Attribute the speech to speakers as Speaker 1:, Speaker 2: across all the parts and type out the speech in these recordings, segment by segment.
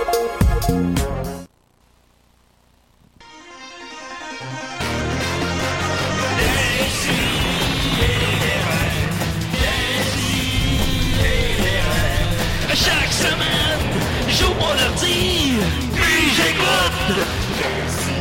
Speaker 1: Chaque semaine, j'ouvre mon ordi, puis j'écoute.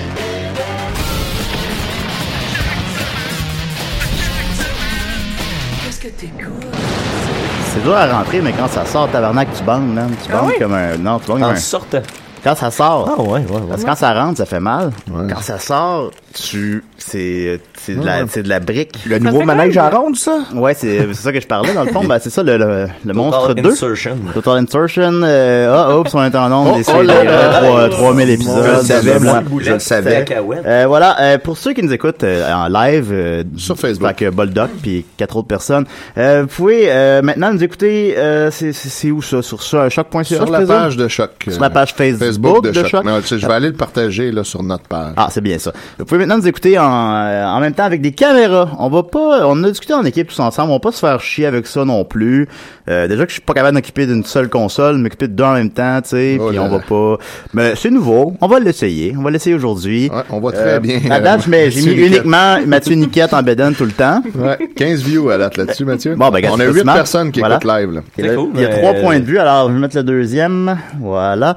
Speaker 2: C'est dur à rentrer, mais quand ça sort, tabarnak, tu bandes, man. Tu bandes comme un. Non, tu bandes comme
Speaker 3: En
Speaker 2: un.
Speaker 3: sortant.
Speaker 2: Quand ça sort.
Speaker 3: Ah ouais, ouais, ouais.
Speaker 2: Parce que quand ça rentre, ça fait mal. Quand ça sort, tu. C'est c'est de, la- c'est de la brique.
Speaker 4: Le nouveau manège à ronde, ça?
Speaker 2: Ouais, c'est c'est ça que je parlais, dans le fond. Ben, c'est ça, le, le, le monstre 2.
Speaker 3: Insertion.
Speaker 2: Total Insertion. Euh, oh, oh, puis on est en onde.
Speaker 4: Oh,
Speaker 2: des
Speaker 4: oh là
Speaker 2: euh,
Speaker 4: là.
Speaker 2: 3000 épisodes.
Speaker 4: Je le savais,
Speaker 2: de-
Speaker 4: moi. Je le savais.
Speaker 3: Cacahuète.
Speaker 2: Euh, voilà, euh, pour ceux qui nous écoutent euh, en live euh,
Speaker 4: Sur Facebook.
Speaker 2: fait que Boldoc puis quatre autres personnes, euh, vous pouvez euh, maintenant nous écouter. euh, c'est- c'est c'est où ça Sur ça, choc.ca.
Speaker 4: Sur
Speaker 2: je
Speaker 4: la
Speaker 2: présume?
Speaker 4: page de Choc. euh,
Speaker 2: Sur la page Facebook de Choc.
Speaker 4: Non, tu sais, je vais aller le partager là, sur notre page.
Speaker 2: Ah, c'est bien ça. Vous pouvez maintenant nous écouter en, euh, en même temps avec des caméras. On va pas, on a discuté en équipe tous ensemble. On va pas se faire chier avec ça non plus. Euh, déjà que je suis pas capable de m'occuper d'une seule console, m'occuper de deux en même temps, tu sais.
Speaker 4: Oh
Speaker 2: puis
Speaker 4: là
Speaker 2: on va
Speaker 4: là.
Speaker 2: pas. Mais c'est nouveau. On va l'essayer. On va l'essayer aujourd'hui.
Speaker 4: Ouais, on va très bien,
Speaker 2: À
Speaker 4: euh,
Speaker 2: date, je mets- j'ai
Speaker 4: Mathieu
Speaker 2: mis
Speaker 4: Niquette.
Speaker 2: uniquement Mathieu Niquette en bedaine tout le temps.
Speaker 4: Ouais, 15 views à date là-dessus, Mathieu.
Speaker 2: Ah. Bon, ben, regarde,
Speaker 4: On a
Speaker 2: c'est
Speaker 4: 8
Speaker 2: smart.
Speaker 4: personnes qui
Speaker 2: Voilà.
Speaker 4: écoutent live. Là.
Speaker 2: Et là,
Speaker 3: cool,
Speaker 2: il y a
Speaker 3: mais-
Speaker 2: trois points de vue. Alors, je vais mettre le deuxième. Voilà.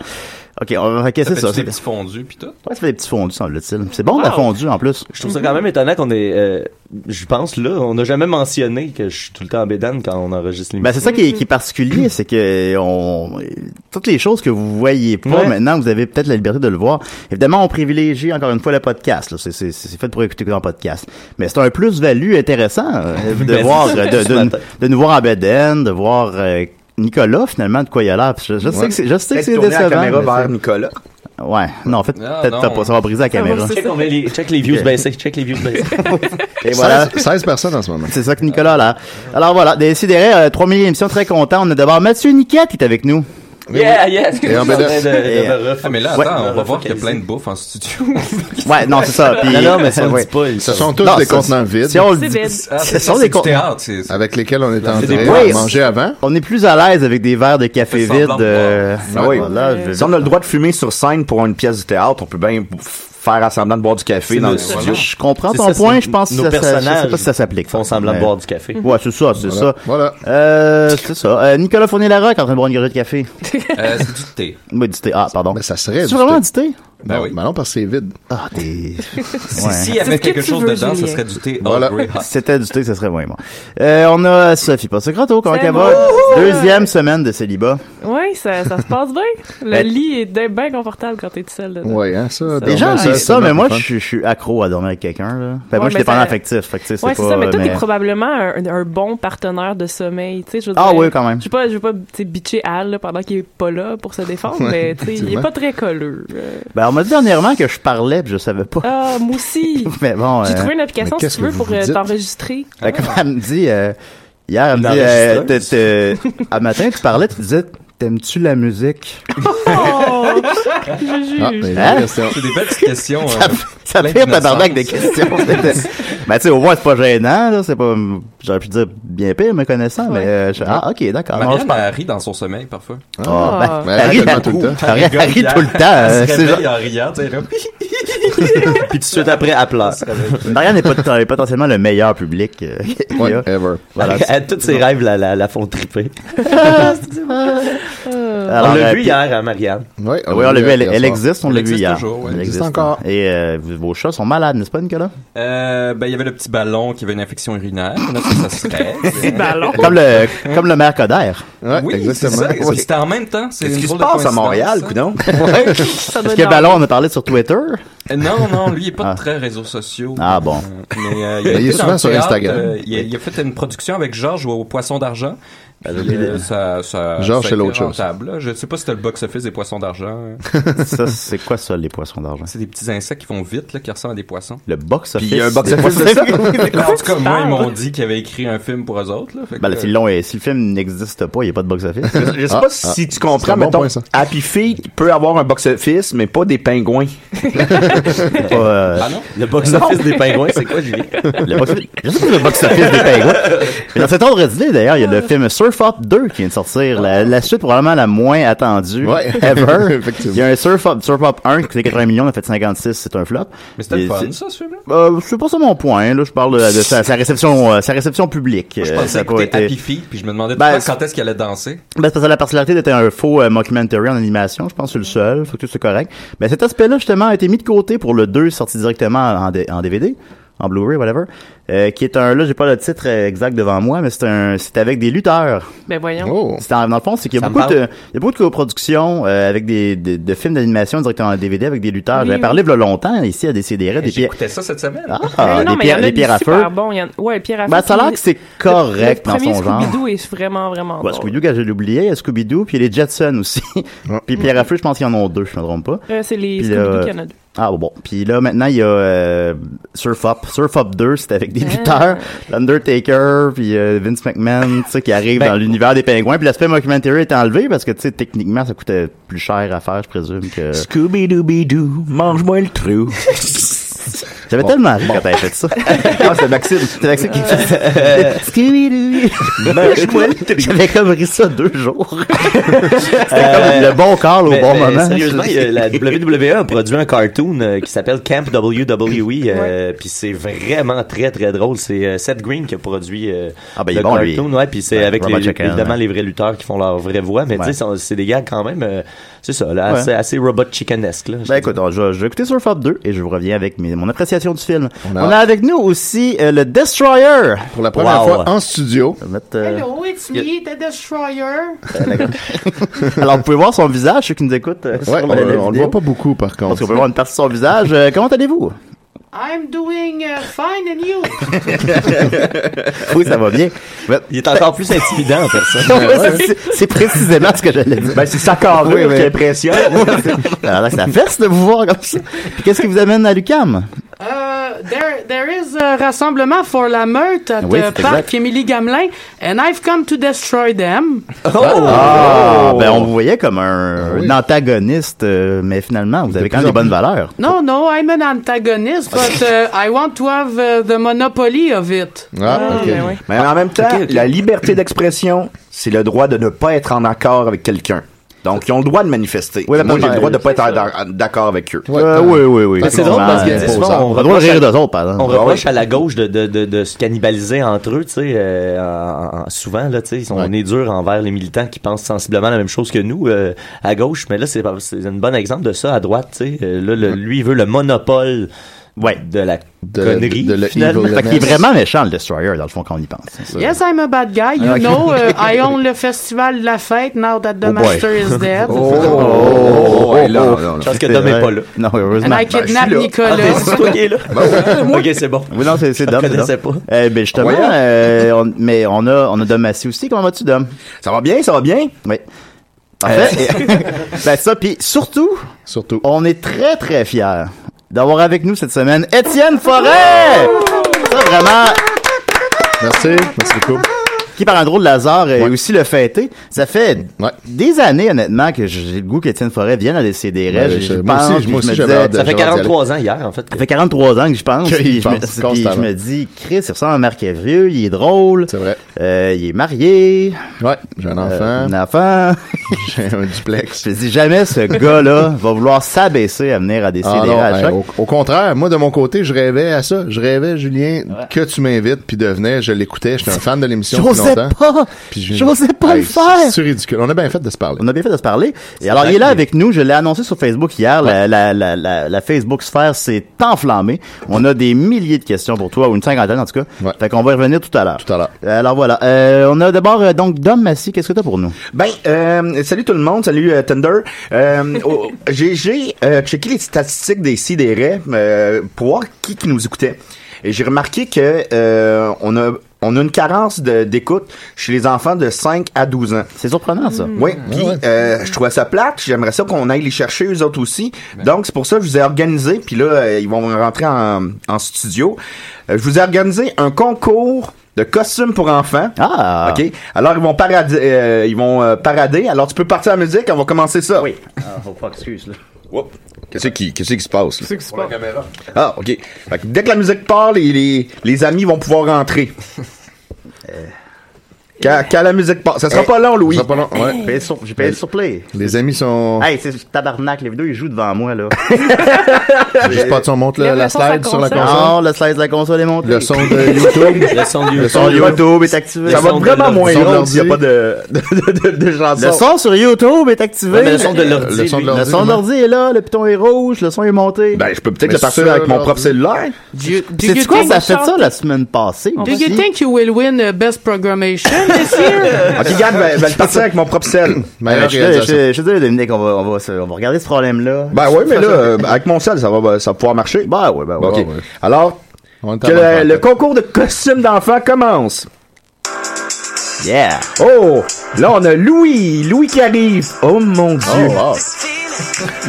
Speaker 2: Ok, on va. ok, c'est ça.
Speaker 5: Fais-tu
Speaker 2: C'est
Speaker 5: des petits fondus pis tout.
Speaker 2: ouais, ça fait des petits fondus, semble-t-il. C'est bon de la
Speaker 3: Wow.
Speaker 2: fondue en plus.
Speaker 3: Je trouve ça quand même étonnant qu'on ait, euh, je pense là, on n'a jamais mentionné que je suis tout le temps en bédane quand on enregistre
Speaker 2: Ben,
Speaker 3: l'émission.
Speaker 2: c'est ça qui est, qui est particulier, c'est que on, toutes les choses que vous voyez pas
Speaker 3: Ouais.
Speaker 2: maintenant, vous avez peut-être la liberté de le voir. Évidemment, on privilégie encore une fois le podcast. là. C'est- C'est c'est fait pour écouter en podcast. Mais c'est un plus-value intéressant euh, de
Speaker 3: Ben,
Speaker 2: voir,
Speaker 3: c'est
Speaker 2: euh,
Speaker 3: ça,
Speaker 2: de,
Speaker 3: ce
Speaker 2: de,
Speaker 3: matin.
Speaker 2: de nous voir en Beden, de voir euh, Nicolas finalement de quoi il a l'air. Parce que Je, je sais que c'est, je sais que
Speaker 6: Peut-être
Speaker 2: c'est
Speaker 6: tourner la
Speaker 2: décevant.
Speaker 6: caméra
Speaker 2: mais
Speaker 6: vers Nicolas.
Speaker 2: c'est- ouais, non, en fait,
Speaker 5: Ah,
Speaker 2: peut-être
Speaker 5: non.
Speaker 2: t'as pas, ça va briser la caméra.
Speaker 3: Check, on met les, check les views baissées, check les views baissées.
Speaker 2: Et voilà.
Speaker 4: 16, 16 personnes en ce moment.
Speaker 2: C'est ça que Nicolas a l'air. Alors voilà, décidérez, euh, 3000 émissions, très content. On a d'abord Mathieu Niquette qui est avec nous.
Speaker 3: yeah, yeah, excuse
Speaker 4: Et en
Speaker 3: je suis en
Speaker 4: bédane.
Speaker 3: train de- de
Speaker 2: Et-
Speaker 3: me refaire-
Speaker 5: Ah, mais là,
Speaker 2: Ouais.
Speaker 5: attends, on va voir qu'il y a plein de bouffe en studio.
Speaker 2: Ouais, non, c'est ça. Puis-
Speaker 3: Non, non, mais ça on le
Speaker 2: ouais.
Speaker 3: dit pas. ils
Speaker 4: Ce
Speaker 3: savent.
Speaker 4: sont tous
Speaker 2: Non,
Speaker 4: des
Speaker 2: ça,
Speaker 4: contenants vides
Speaker 2: Si on le
Speaker 7: C'est
Speaker 2: dit-
Speaker 7: vide.
Speaker 5: Ah,
Speaker 2: ce
Speaker 5: c'est ça,
Speaker 2: sont
Speaker 5: c'est
Speaker 2: des
Speaker 5: du
Speaker 2: contenants.
Speaker 5: théâtre, c'est c'est-
Speaker 4: avec lesquels on était en
Speaker 3: C'est
Speaker 4: train
Speaker 3: des
Speaker 4: de
Speaker 2: boîtes.
Speaker 4: manger avant.
Speaker 2: On est plus à l'aise avec des verres de café
Speaker 5: Fait
Speaker 2: vide.
Speaker 5: semblant
Speaker 2: euh,
Speaker 6: Ah oui.
Speaker 2: voilà, je vais-
Speaker 6: Si on a le droit de fumer sur scène pour une pièce de théâtre, on peut bien f- faire à semblant de boire du café dans le
Speaker 3: notre-
Speaker 6: studio.
Speaker 2: Je comprends
Speaker 3: C'est
Speaker 2: ton
Speaker 3: ça,
Speaker 2: point.
Speaker 3: c'est
Speaker 2: Je pense que
Speaker 3: nos
Speaker 2: ça, ça, je sais
Speaker 3: personnages
Speaker 2: pas si ça s'applique.
Speaker 3: font semblant de
Speaker 2: Mais-
Speaker 3: boire du café.
Speaker 2: Ouais, c'est ça, c'est
Speaker 4: Voilà.
Speaker 2: ça.
Speaker 4: Voilà.
Speaker 2: Euh, c'est ça. Euh, Nicolas Fournier-Larocque est en train de boire une gorgée de café.
Speaker 5: euh, c'est du thé.
Speaker 2: Moi, du thé. Ah, pardon.
Speaker 4: Mais Ben, ça serait.
Speaker 2: C'est
Speaker 4: du
Speaker 2: vraiment
Speaker 4: thé.
Speaker 2: du thé?
Speaker 5: Ben
Speaker 4: Non,
Speaker 5: oui.
Speaker 4: ben non, parce que c'est vide.
Speaker 2: Ah, t'es...
Speaker 5: Si
Speaker 2: Ouais.
Speaker 5: S'il y avait
Speaker 7: ce que
Speaker 5: quelque
Speaker 7: tu
Speaker 5: chose
Speaker 7: veux,
Speaker 5: dedans, ce
Speaker 7: Julien.
Speaker 5: serait du thé
Speaker 4: Voilà.
Speaker 5: Earl Grey Hot.
Speaker 2: C'était du thé, ça serait moins bon. Euh, on a Sophie Passecrato, comment
Speaker 7: C'est
Speaker 2: qu'elle
Speaker 7: moi.
Speaker 2: va? Deuxième semaine de célibat.
Speaker 7: Oui, ça, ça se passe bien. Le
Speaker 2: Ben-
Speaker 7: lit est bien bien confortable quand t'es tout seul dedans.
Speaker 4: Ouais, hein, ça.
Speaker 2: Les
Speaker 4: dormir
Speaker 2: gens
Speaker 4: seul,
Speaker 2: disent ça,
Speaker 4: c'est
Speaker 2: mais
Speaker 4: bien
Speaker 2: moi,
Speaker 4: fun.
Speaker 2: je suis- je suis accro à dormir avec quelqu'un. là. Fait que Moi,
Speaker 7: Ouais,
Speaker 2: je suis
Speaker 7: mais
Speaker 2: dépendant
Speaker 7: ça-
Speaker 2: affectif. fait que, tu sais,
Speaker 7: Ouais, c'est ça,
Speaker 2: pas, euh,
Speaker 7: mais toi, t'es
Speaker 2: mais-
Speaker 7: probablement un, un bon partenaire de sommeil, tu sais, je veux
Speaker 2: Ah
Speaker 7: dire-
Speaker 2: oui, quand même.
Speaker 7: Je veux pas, je veux pas, tu sais, bitcher Al, là, pendant qu'il est pas là pour se défendre, mais, tu sais, il est
Speaker 4: effectivement.
Speaker 7: pas très colleux. Euh,
Speaker 2: Ben, on m'a dit dernièrement que je parlais pis je savais pas.
Speaker 7: Ah, moi aussi!
Speaker 2: Mais bon,
Speaker 7: J'ai
Speaker 2: euh,
Speaker 7: trouvé une application,
Speaker 4: mais
Speaker 7: si
Speaker 4: qu'est-ce
Speaker 7: tu veux,
Speaker 4: que vous
Speaker 7: pour euh,
Speaker 4: dites?
Speaker 7: t'enregistrer.
Speaker 2: euh, comme elle me dit, euh, hier, elle me
Speaker 3: Une
Speaker 2: dit, euh,
Speaker 3: enregistreuse.
Speaker 2: t'es- t'es- à matin, tu parlais, tu disais, t'aimes-tu la musique?
Speaker 7: Oh! je juge.
Speaker 4: Ah, ben,
Speaker 2: Hein?
Speaker 4: question.
Speaker 5: C'est des belles petites questions. euh,
Speaker 2: Ça
Speaker 5: Plein
Speaker 2: fait un
Speaker 5: d'innocence.
Speaker 2: tabarnak des questions. ben, tu sais, au moins, c'est pas gênant, là, c'est pas, j'aurais pu dire bien pire, me connaissant, mais, euh, je- ah, ok, d'accord. Non, je
Speaker 5: Marianne
Speaker 2: parle-
Speaker 5: elle rit dans son sommeil parfois.
Speaker 2: Ah, ben,
Speaker 7: Ah.
Speaker 4: Mais
Speaker 2: elle rit
Speaker 4: elle
Speaker 2: à-
Speaker 4: rit tout le temps.
Speaker 2: elle rit- elle
Speaker 5: rigole
Speaker 2: rit
Speaker 5: hier.
Speaker 2: tout le temps. euh,
Speaker 5: Elle se
Speaker 2: c'est genre-
Speaker 5: réveille en riant, tu sais, là.
Speaker 3: Puis tout de suite après, à pleurs.
Speaker 2: Marianne est pot- est potentiellement le meilleur public. euh, qu'il y a.
Speaker 4: Whatever.
Speaker 2: Voilà.
Speaker 4: Ah,
Speaker 3: À tous ses rêves la, la, la font triper.
Speaker 2: Alors,
Speaker 3: on l'a
Speaker 2: euh,
Speaker 3: vu hier à Marianne.
Speaker 4: Ouais,
Speaker 2: Oui, on l'a vu, elle,
Speaker 4: hier
Speaker 2: elle
Speaker 4: soir.
Speaker 2: existe, on
Speaker 5: Elle
Speaker 2: l'a vu
Speaker 5: existe
Speaker 2: hier.
Speaker 5: toujours, ouais.
Speaker 2: Elle
Speaker 5: Elle
Speaker 4: existe
Speaker 2: existe
Speaker 4: encore.
Speaker 2: Et euh, vos chats sont malades, n'est-ce pas, Nicolas?
Speaker 5: Euh, ben, il y avait le petit ballon qui avait une infection urinaire. Notre ça serait.
Speaker 2: Euh, Comme le,
Speaker 6: Hein?
Speaker 2: comme le maire Coder.
Speaker 4: Ouais,
Speaker 5: oui,
Speaker 4: exactement.
Speaker 5: c'est ça.
Speaker 4: Oui.
Speaker 5: C'était en même temps. C'est
Speaker 6: Qu'est-ce
Speaker 5: une
Speaker 6: qui se
Speaker 5: drôle de
Speaker 6: passe à Montréal,
Speaker 5: coïncidence,
Speaker 6: coudon?
Speaker 7: Ça doit
Speaker 2: Est-ce
Speaker 7: être
Speaker 2: que
Speaker 7: dans-
Speaker 2: Ballon, on a parlé sur Twitter?
Speaker 5: ça. Euh, Non, non, lui, il est pas
Speaker 2: Ah.
Speaker 5: très réseaux sociaux.
Speaker 2: Ah, bon.
Speaker 5: Euh, Mais, euh,
Speaker 4: Mais il est
Speaker 5: été
Speaker 4: souvent
Speaker 5: dans le
Speaker 4: sur
Speaker 5: théâtre,
Speaker 4: Instagram.
Speaker 5: euh, il, a, il a fait une production avec Georges au Poisson d'argent. Puis, euh, ça, ça,
Speaker 4: Georges,
Speaker 5: ça a
Speaker 4: c'est
Speaker 5: été
Speaker 4: l'autre chose.
Speaker 5: rentable, là. Je sais pas si c'était le box-office des Poissons d'argent.
Speaker 2: ça, c'est quoi ça, les poissons d'argent?
Speaker 5: C'est des petits insectes qui vont vite, là, qui ressemblent à des poissons.
Speaker 2: Le
Speaker 5: Ben,
Speaker 2: box-office.
Speaker 6: Puis il y a un box-office
Speaker 2: des
Speaker 6: de ça?
Speaker 2: poissons-
Speaker 5: en tout cas, moi, ils m'ont dit qu'ils avaient écrit un film pour eux autres. Là, Fait que,
Speaker 2: Ben, là, si, le long est- si le film n'existe pas, il n'y a pas de box-office.
Speaker 6: Je, je sais
Speaker 4: Ah,
Speaker 6: pas
Speaker 4: ah,
Speaker 6: si tu
Speaker 4: c'est
Speaker 6: comprends,
Speaker 4: un bon
Speaker 6: mettons,
Speaker 4: point, ça.
Speaker 6: Happy Feet peut avoir un box-office, mais pas des pingouins.
Speaker 2: C'est pas, euh,
Speaker 5: Ah non?
Speaker 6: Le box-office des pingouins, c'est quoi, Julien?
Speaker 2: le box-office. Je sais pas le box-office des pingouins. Mais dans cet ordre d'idée, d'ailleurs, il y a le film Surf Up 2 qui vient de sortir. La, la suite probablement la moins attendue
Speaker 4: Ouais.
Speaker 2: ever.
Speaker 4: Effectivement.
Speaker 2: Il y a un Surf Up, Surf Up 1 qui coûtait 80 millions, on a fait 56, c'est un flop.
Speaker 5: Mais c'était le
Speaker 2: Et
Speaker 5: fun,
Speaker 2: c'est-
Speaker 5: ça, ce film-là.
Speaker 2: Euh, c'est pas ça mon point, là. Je parle de, de sa, sa réception, euh, sa réception publique.
Speaker 5: Je
Speaker 2: Euh,
Speaker 5: pensais
Speaker 2: ça a pas
Speaker 5: écouter
Speaker 2: été-
Speaker 5: Happy Feet, puis je me demandais
Speaker 2: Ben,
Speaker 5: tout le temps
Speaker 2: c'est-
Speaker 5: quand est-ce qu'il allait danser.
Speaker 2: Ben, c'est parce que la particularité d'être un faux euh, mockumentary en animation, je pense que c'est le seul, faut que c'est correct. Ben, cet aspect-là, justement, a été mis de côté pour le 2 sorti directement en, D- en DVD, en Blu-ray, whatever, euh, qui est un, là, j'ai pas le titre euh, exact devant moi, mais c'est un, c'est avec des lutteurs.
Speaker 7: Ben voyons.
Speaker 4: Oh.
Speaker 2: C'est en- dans le fond, c'est qu'il y a beaucoup de, il y a beaucoup de coproductions, euh, avec des, de, de films d'animation directement en DVD avec des lutteurs.
Speaker 7: Oui,
Speaker 2: J'avais
Speaker 7: oui.
Speaker 2: parlé, il y a longtemps, ici, à Décideret, des pierres,
Speaker 5: J'écoutais ça cette semaine.
Speaker 2: ah,
Speaker 7: Mais non,
Speaker 2: des
Speaker 7: mais il y en
Speaker 2: pierres,
Speaker 7: a
Speaker 2: des
Speaker 7: des
Speaker 2: pierres à feu.
Speaker 7: super bons. Il y en- Ouais, pierre à feu.
Speaker 2: Ben, ça a l'air que c'est correct
Speaker 7: le
Speaker 2: dans son genre.
Speaker 7: premier Scooby-Doo est vraiment, vraiment
Speaker 2: Ouais,
Speaker 7: bon.
Speaker 2: Scooby-Doo, quand je l'ai oublié, il y a Scooby-Doo, puis il y a les Jetsons aussi. puis Pierre à feu, je pense qu'il y en a deux, je me trompe pas.
Speaker 7: Euh, c'est les
Speaker 2: Puis
Speaker 7: Scooby-Doo
Speaker 2: là,
Speaker 7: qu'il y en a deux.
Speaker 2: Ah bon, bon. Puis là, maintenant, il y a euh, Surf Up. Surf Up 2, c'était avec des
Speaker 6: Ah.
Speaker 2: lutteurs. L'Undertaker, puis euh, Vince McMahon, tu sais, qui arrive
Speaker 6: Ben,
Speaker 2: dans l'univers des pingouins. Puis l'aspect mockumentary est enlevé parce que, tu sais, techniquement, ça coûtait plus cher à faire, je présume, que...
Speaker 6: Scooby-Dooby-Doo, mange-moi le trou.
Speaker 2: J'avais tellement ri quand t'avais fait ça.
Speaker 6: Ah, c'est Maxime. Euh,
Speaker 2: C'est l'accent qui fait ça. Scooby-Doo. J'avais comme ri ça deux jours. c'était comme
Speaker 6: Euh,
Speaker 2: le bon call au
Speaker 3: Mais-
Speaker 2: bon
Speaker 3: mais
Speaker 2: moment.
Speaker 3: Sérieusement, il y a- la WWE a produit un cartoon euh, qui s'appelle Camp WWE, euh, puis c'est vraiment très très drôle. C'est euh, Seth Green qui a produit euh,
Speaker 2: Ah, ben, il
Speaker 3: le
Speaker 2: est bon, lui.
Speaker 3: cartoon, ouais, puis c'est
Speaker 2: Ouais,
Speaker 3: avec
Speaker 2: Robot
Speaker 3: les-
Speaker 2: Chicken,
Speaker 3: évidemment
Speaker 2: ouais.
Speaker 3: les vrais lutteurs qui font leur vraie voix, mais
Speaker 2: Ouais.
Speaker 3: tu sais, c'est- c'est des gars quand même, euh, c'est ça, là,
Speaker 2: Ouais.
Speaker 3: assez, assez robot chickenesque. Là, je
Speaker 2: Ben
Speaker 3: te
Speaker 2: écoute, on- je, je vais écouter Surf Up 2 et je vous reviens avec mes- mon appréciation du film. On
Speaker 4: a
Speaker 2: a,
Speaker 4: hâte.
Speaker 2: avec nous aussi euh, le Destroyer.
Speaker 4: Pour la première
Speaker 2: Wow.
Speaker 4: fois en studio.
Speaker 2: Je vais mettre, euh,
Speaker 8: it's me, the Destroyer.
Speaker 2: Alors, vous pouvez voir son visage, ceux qui nous écoutent. euh, sur
Speaker 4: Ouais,
Speaker 2: la-
Speaker 4: on,
Speaker 2: la
Speaker 4: on le
Speaker 2: vidéo.
Speaker 4: voit pas beaucoup par
Speaker 2: Parce qu'on
Speaker 4: contre.
Speaker 2: peut voir une partie de son visage. Euh, comment allez-vous?
Speaker 8: I'm doing uh, fine and you.
Speaker 2: Oui, ça va bien. Ouais,
Speaker 3: dis. Il est encore plus intimidant en personne.
Speaker 2: c'est- C'est précisément ce que j'allais dire.
Speaker 6: Ben, c'est sa carrure
Speaker 2: Oui, mais-
Speaker 6: qui impressionne.
Speaker 2: Alors là, ça fesse de vous voir comme ça. Puis qu'est-ce qui vous amène à l'UCAM?
Speaker 8: Uh, there, there is a rassemblement for la meute
Speaker 4: Ah
Speaker 8: at
Speaker 2: Oui,
Speaker 8: uh,
Speaker 2: c'est
Speaker 8: Parc
Speaker 2: exact.
Speaker 8: Émilie Gamelin, and I've come to destroy them.
Speaker 2: Ah, ben on vous voyait comme un, un antagoniste, euh, mais finalement, vous avez quand même des bonnes valeurs.
Speaker 8: No, no, I'm an antagonist, but uh, I want to have uh, the monopoly of it.
Speaker 4: Ah, ok.
Speaker 8: Um,
Speaker 7: Ben ouais.
Speaker 6: Mais en même temps, la liberté d'expression, c'est le droit de ne pas être en accord avec quelqu'un. Donc, ils ont le droit de manifester.
Speaker 2: Oui, mais
Speaker 6: Moi, j'ai le
Speaker 2: pareil.
Speaker 6: droit de ne pas être en- d'accord avec eux.
Speaker 4: Ouais,
Speaker 2: Euh,
Speaker 4: t'as-
Speaker 2: oui, oui, oui.
Speaker 4: Ben,
Speaker 3: c'est drôle parce que,
Speaker 2: Euh,
Speaker 3: souvent, on
Speaker 2: on a le droit de
Speaker 3: reproche
Speaker 2: rire
Speaker 3: à-
Speaker 2: d'eux autres, par exemple.
Speaker 6: Ah
Speaker 3: On reproche à la gauche de, de, de, de se cannibaliser entre eux, tu sais, euh, en- en- souvent là, tu sais, ils sont- on est dur envers les militants qui pensent sensiblement la même chose que nous euh, à gauche, mais là c'est pas- c'est un bon exemple de ça à droite, tu sais, euh, là le- lui il veut le monopole
Speaker 2: Ouais.
Speaker 3: de la
Speaker 4: De-
Speaker 3: connerie
Speaker 4: de- de le
Speaker 3: finalement.
Speaker 4: evilness.
Speaker 2: Fait qu'il est vraiment méchant, le Destroyer, dans le fond, quand on y pense.
Speaker 8: Yes, I'm a bad guy. You know, uh, I own le festival de la fête now that the
Speaker 2: Oh boy.
Speaker 8: master is dead.
Speaker 4: oh,
Speaker 6: Oh, ouais, là, là,
Speaker 3: Je
Speaker 6: là.
Speaker 3: pense que Dom est pas là.
Speaker 2: Non,
Speaker 8: And
Speaker 2: heureusement. Ben,
Speaker 8: I kidnap
Speaker 3: Ah,
Speaker 8: Nicolas.
Speaker 3: t'es- c'est toi qui es là. ok, c'est bon.
Speaker 2: Oui, non, c'est c'est
Speaker 3: Je
Speaker 2: Dom. c'est
Speaker 3: connaissais
Speaker 2: Dom.
Speaker 3: pas.
Speaker 2: Eh ben, justement,
Speaker 6: Voyons.
Speaker 2: euh, on- mais on a, on a Dom Massy aussi. Comment vas-tu, Dom?
Speaker 6: Ça va bien, ça va bien? Euh.
Speaker 2: Oui. Parfait. ben, ça, puis surtout,
Speaker 4: Surtout. oh,
Speaker 2: on est très, très fiers d'avoir avec nous cette semaine Étienne Forêt! Ça, vraiment,
Speaker 4: Merci. Merci beaucoup.
Speaker 2: qui par un drôle de hasard est
Speaker 4: Ouais.
Speaker 2: aussi le fêté. Ça fait
Speaker 4: Ouais.
Speaker 2: des années, honnêtement, que j'ai le goût qu'Étienne Forêt vienne à décider.
Speaker 4: Ouais,
Speaker 2: je,
Speaker 4: Ben, je-
Speaker 2: je
Speaker 4: moi
Speaker 2: pense,
Speaker 4: aussi,
Speaker 2: puis
Speaker 4: moi
Speaker 2: je me
Speaker 4: aussi, j'avais
Speaker 2: disais,
Speaker 4: hâte de-
Speaker 3: Ça fait
Speaker 4: j'avais envie d'y
Speaker 3: 43 ans hier en fait.
Speaker 2: Ça fait 43 ans que j'y pense.
Speaker 4: Qu'il
Speaker 2: Puis je, me,
Speaker 4: pense
Speaker 2: puis je
Speaker 4: constamment.
Speaker 2: me dis, Chris, il ressemble à Marc Evrieux, il est drôle.
Speaker 4: C'est vrai.
Speaker 2: Euh, il est marié.
Speaker 4: Ouais, j'ai un
Speaker 2: euh,
Speaker 4: enfant.
Speaker 2: un enfant.
Speaker 4: J'ai un duplex.
Speaker 2: je me dis, jamais ce gars-là va vouloir s'abaisser à venir à des
Speaker 4: Ah non,
Speaker 2: CDR à
Speaker 4: hey,
Speaker 2: chaque.
Speaker 4: au, au contraire, moi de mon côté, je rêvais à ça. Je rêvais, Julien, que tu m'invites, puis devenais, je l'écoutais, j'étais un fan de l'émission. puis
Speaker 9: savais pas. J'osais pas le faire.
Speaker 4: C'est ridicule. On a bien fait de se parler.
Speaker 9: On a bien fait de se parler. Et alors, il est là avec nous. Je l'ai annoncé sur Facebook hier. La, la, la, la, la Facebook sphère s'est enflammée. On a des milliers de questions pour toi, ou une cinquantaine en tout cas. Fait qu'on va y revenir tout à l'heure. Tout
Speaker 4: à l'heure.
Speaker 9: Alors voilà. Euh, on a d'abord, euh, donc, Dom Massy, qu'est-ce que t'as pour nous?
Speaker 2: Ben, euh, salut tout le monde, salut euh, Thunder. Euh, oh, j'ai j'ai, euh, checké les statistiques des sidérés euh, pour voir qui, qui nous écoutait. Et j'ai remarqué que euh, on a on a une carence de- d'écoute chez les enfants de 5 à 12 ans.
Speaker 9: C'est surprenant, ça.
Speaker 2: Oui, puis euh, je trouvais ça plate. J'aimerais ça qu'on aille les chercher, eux autres aussi. Donc, c'est pour ça que je vous ai organisé, puis là, euh, ils vont rentrer en, en studio. Euh, je vous ai organisé un concours de costumes pour enfants.
Speaker 9: Ah!
Speaker 2: OK. Alors, ils vont parader. euh, ils vont euh, parader. Alors, tu peux partir à la musique. On va commencer ça. Oui.
Speaker 9: Ah,
Speaker 4: oh,
Speaker 9: faut pas, excuse, là.
Speaker 4: Qu'est-ce qui, qu'est-ce qui se passe? là?
Speaker 2: Ah, OK. Fait que dès que la musique part, les, les, les amis vont pouvoir rentrer. Euh, quand, quand la musique part. Ça sera
Speaker 4: Eh,
Speaker 2: pas long, Louis. Eh.
Speaker 4: Ça va pas long, ouais.
Speaker 9: J'ai payé sur, j'ai payé
Speaker 2: Ben,
Speaker 9: sur play.
Speaker 4: Les amis sont.
Speaker 9: Hey, c'est tabarnak, les vidéos, ils jouent devant moi, là.
Speaker 4: Juste pas, tu montes
Speaker 7: Il y
Speaker 4: la,
Speaker 7: a
Speaker 4: la
Speaker 7: le son
Speaker 4: slide
Speaker 7: sur
Speaker 4: sur la
Speaker 7: console.
Speaker 4: console.
Speaker 2: Ah,
Speaker 9: non, le slide de la console est monté.
Speaker 4: Le son de YouTube.
Speaker 3: Le son du
Speaker 4: Le son
Speaker 9: Son
Speaker 4: de YouTube.
Speaker 9: YouTube est activé.
Speaker 2: Ça va
Speaker 3: son de
Speaker 2: vraiment
Speaker 3: l'ordi.
Speaker 2: moins
Speaker 4: Le son de
Speaker 2: long s'il n'y a pas
Speaker 4: l'ordi.
Speaker 2: de, de, de, de, de chanson.
Speaker 9: Le son sur YouTube est activé.
Speaker 3: Ouais, mais le son de l'ordi.
Speaker 4: Le son de
Speaker 3: lui.
Speaker 9: Le son d'ordi est là, le piton est rouge, le son est monté.
Speaker 2: Ben, je peux peut-être
Speaker 4: Mais
Speaker 2: le partir
Speaker 4: ça,
Speaker 2: avec mon
Speaker 4: l'ordi.
Speaker 2: propre cellulaire.
Speaker 10: Do you, do
Speaker 9: C'est
Speaker 10: you
Speaker 9: quoi,
Speaker 10: think-
Speaker 9: ça a fait ça la semaine passée?
Speaker 4: Ah,
Speaker 10: Do you think you will win uh, best programmation this year?
Speaker 2: Ok, regarde, ben, ben, le partir avec mon propre cell.
Speaker 9: Je suis désolé, Ben,
Speaker 4: Meilleure
Speaker 9: je
Speaker 4: réalisation.
Speaker 9: suis- je suis désolé, Dominique, on va, on, va, se- on va regarder ce problème-là.
Speaker 2: Ben oui, mais là, euh, avec mon sel, ça va, ça va pouvoir marcher. Ben oui, ben
Speaker 4: ouais,
Speaker 2: OK.
Speaker 4: ouais.
Speaker 2: Alors,
Speaker 4: On est
Speaker 2: que
Speaker 4: en bonne
Speaker 2: le, le
Speaker 4: santé.
Speaker 2: concours de costumes d'enfants commence.
Speaker 9: Yeah!
Speaker 2: Oh, là, on a Louis, Louis qui arrive. Oh mon Dieu.
Speaker 4: Oh, wow.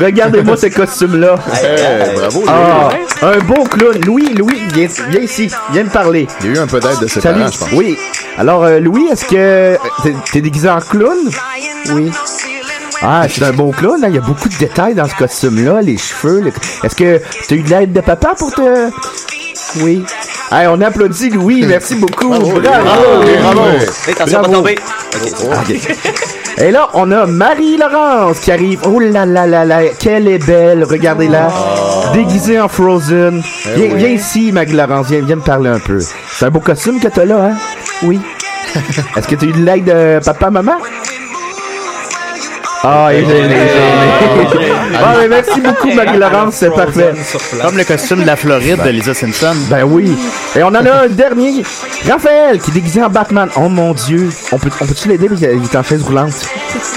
Speaker 2: Regardez-moi ce costume-là.
Speaker 4: Eh, bravo, Louis.
Speaker 2: Ah, un beau clown. Louis, Louis, viens, viens ici, viens me parler.
Speaker 4: Il y a eu un peu d'aide de ses
Speaker 2: Salut.
Speaker 4: parents, je pense.
Speaker 2: Oui. Alors, euh, Louis, est-ce que euh, t'es- t'es déguisé en clown? Oui. Ah, c'est un bon clown, hein. Il y a beaucoup de détails dans ce costume-là, les cheveux. le- Est-ce que t'as eu de l'aide de papa pour te... Oui. Hey, on applaudit Louis, merci beaucoup. Bravo,
Speaker 4: Louis, bravo.
Speaker 3: Eh, Attention, on va
Speaker 2: Bravo.
Speaker 3: tomber.
Speaker 2: Et là, on a Marie-Laurence qui arrive. Oh là là là là, qu'elle est belle, regardez-la. Déguisée en Frozen. Viens, viens ici, Marie-Laurence, viens, viens me parler un peu. C'est un beau costume que t'as là, hein? Oui. Est-ce que t'as eu de l'aide de papa, maman? Ah, il est gêné, il est gêné. Ah, mais merci beaucoup, Marie-Laurence, c'est parfait.
Speaker 9: Comme le costume de la Floride de Lisa Simpson.
Speaker 2: Ben oui. Et on en a un dernier. Raphaël, qui est déguisé en Batman. Oh mon Dieu. On peut, on peut-tu l'aider? parce qu'il est en chaise roulante.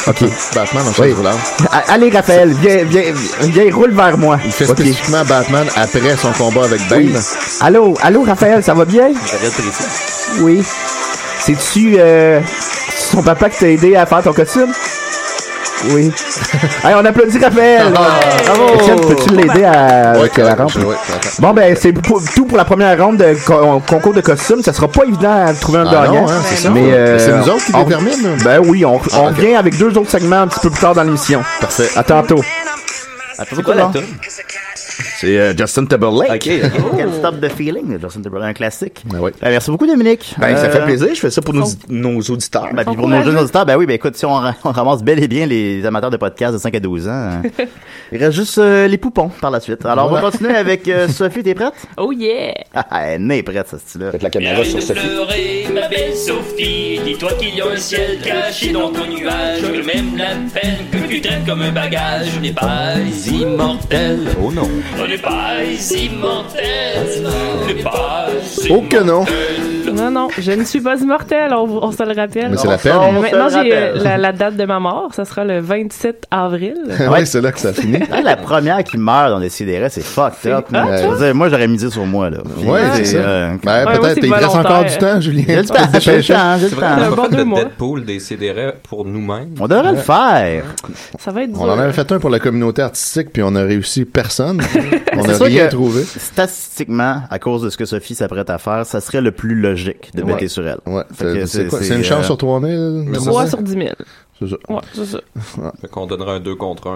Speaker 2: OK.
Speaker 4: Batman en chaise roulante.
Speaker 2: A- Allez, Raphaël, viens, viens, viens, roule vers moi.
Speaker 4: Il fait
Speaker 2: Ok.
Speaker 4: spécifiquement Batman après son combat avec Bane.
Speaker 2: Oui. Allô, allô, Raphaël, ça va bien? Oui. C'est-tu euh, c'est ton papa qui t'a aidé à faire ton costume? Oui. Allez, on applaudit Raphaël! Bravo! Étienne, peux-tu l'aider à
Speaker 4: Ah, Ouais,
Speaker 2: avec euh, la rampe?
Speaker 4: ouais, attends.
Speaker 2: Bon, ben, c'est pour- tout pour la première ronde de con- concours de costume. Ça sera pas évident à trouver un
Speaker 4: Ah
Speaker 2: gagnant.
Speaker 4: non, hein, c'est ça.
Speaker 2: Mais euh,
Speaker 4: C'est nous autres qui
Speaker 2: on-
Speaker 4: déterminent. hein. là.
Speaker 2: Ben oui, on, on
Speaker 4: ok.
Speaker 2: revient avec deux autres segments un petit peu plus tard dans l'émission.
Speaker 4: Parfait.
Speaker 2: À tantôt.
Speaker 3: C'est quoi la toune?
Speaker 2: C'est Justin Timberlake.
Speaker 3: Ok.
Speaker 9: Can't Stop the Feeling de Justin Timberlake, un classique.
Speaker 4: Ben oui.
Speaker 9: Ben, merci beaucoup, Dominique.
Speaker 2: Ben, ça
Speaker 9: Euh,
Speaker 2: fait plaisir, je fais ça pour nos, nos auditeurs.
Speaker 9: Ben, puis pour nos jeunes auditeurs, ben oui, ben écoute, si on, ra- on ramasse bel et bien les amateurs de podcasts de 5 à 12 ans, euh, il reste juste euh, les poupons par la suite. Alors, on va continuer avec euh, Sophie, t'es prête?
Speaker 7: Oh yeah!
Speaker 9: Ah, ah, elle est prête, ce style-là.
Speaker 2: la caméra sur Sophie.
Speaker 1: pleurer, ma belle Sophie. Dis-toi qu'il y a un ciel caché dans ton nuage. Que même la peine que tu traînes comme un bagage. On n'est pas immortel.
Speaker 3: Oh non.
Speaker 1: On n'est pas immortel. On n'est pas
Speaker 4: Oh que non.
Speaker 7: Non, non, je ne suis pas immortel, on, vous- on se le rappelle.
Speaker 4: Mais c'est la
Speaker 9: On
Speaker 4: peine.
Speaker 7: Euh,
Speaker 9: se
Speaker 7: Maintenant,
Speaker 9: le
Speaker 7: j'ai euh,
Speaker 9: rappelle.
Speaker 7: la, la date de ma mort, ça sera le 27 avril.
Speaker 4: Ah ouais, c'est là que ça finit.
Speaker 9: Ah, la première qui meurt dans les CDR, c'est hein? fucked up. man.
Speaker 4: Ah,
Speaker 9: Je veux dire, moi, j'aurais misé sur moi, là. Puis,
Speaker 4: Ouais, c'est ça.
Speaker 9: euh,
Speaker 4: Ben,
Speaker 7: Ouais, moi,
Speaker 4: peut-être.
Speaker 7: c'est
Speaker 4: Il reste
Speaker 7: volontaire.
Speaker 4: encore du temps,
Speaker 9: J'ai
Speaker 4: Julien.
Speaker 9: le
Speaker 4: Tu peux te
Speaker 9: temps, j'ai le
Speaker 4: dépêcher.
Speaker 9: temps, j'ai le
Speaker 5: On
Speaker 9: temps.
Speaker 7: un
Speaker 5: a
Speaker 7: bon
Speaker 5: pas fait
Speaker 7: deux
Speaker 5: de
Speaker 7: mois.
Speaker 5: Deadpool des CDR E pour nous-mêmes.
Speaker 9: On devrait le faire.
Speaker 7: Ça va être dur.
Speaker 4: On en avait fait un pour la communauté artistique, puis on a réussi personne. on n'a
Speaker 9: sûr
Speaker 4: rien
Speaker 9: que-
Speaker 4: trouvé.
Speaker 9: Statistiquement, à cause de ce que Sophie s'apprête à faire, ça serait le plus logique de
Speaker 4: Ouais.
Speaker 9: bêter sur elle.
Speaker 4: Ouais.
Speaker 9: Fait que
Speaker 4: C'est c'est quoi? C'est une chance
Speaker 9: euh,
Speaker 4: sur 3000?
Speaker 7: 3 sur 10 000.
Speaker 4: C'est ça.
Speaker 7: Ouais, c'est ça.
Speaker 5: Fait qu'on donnerait un 2 contre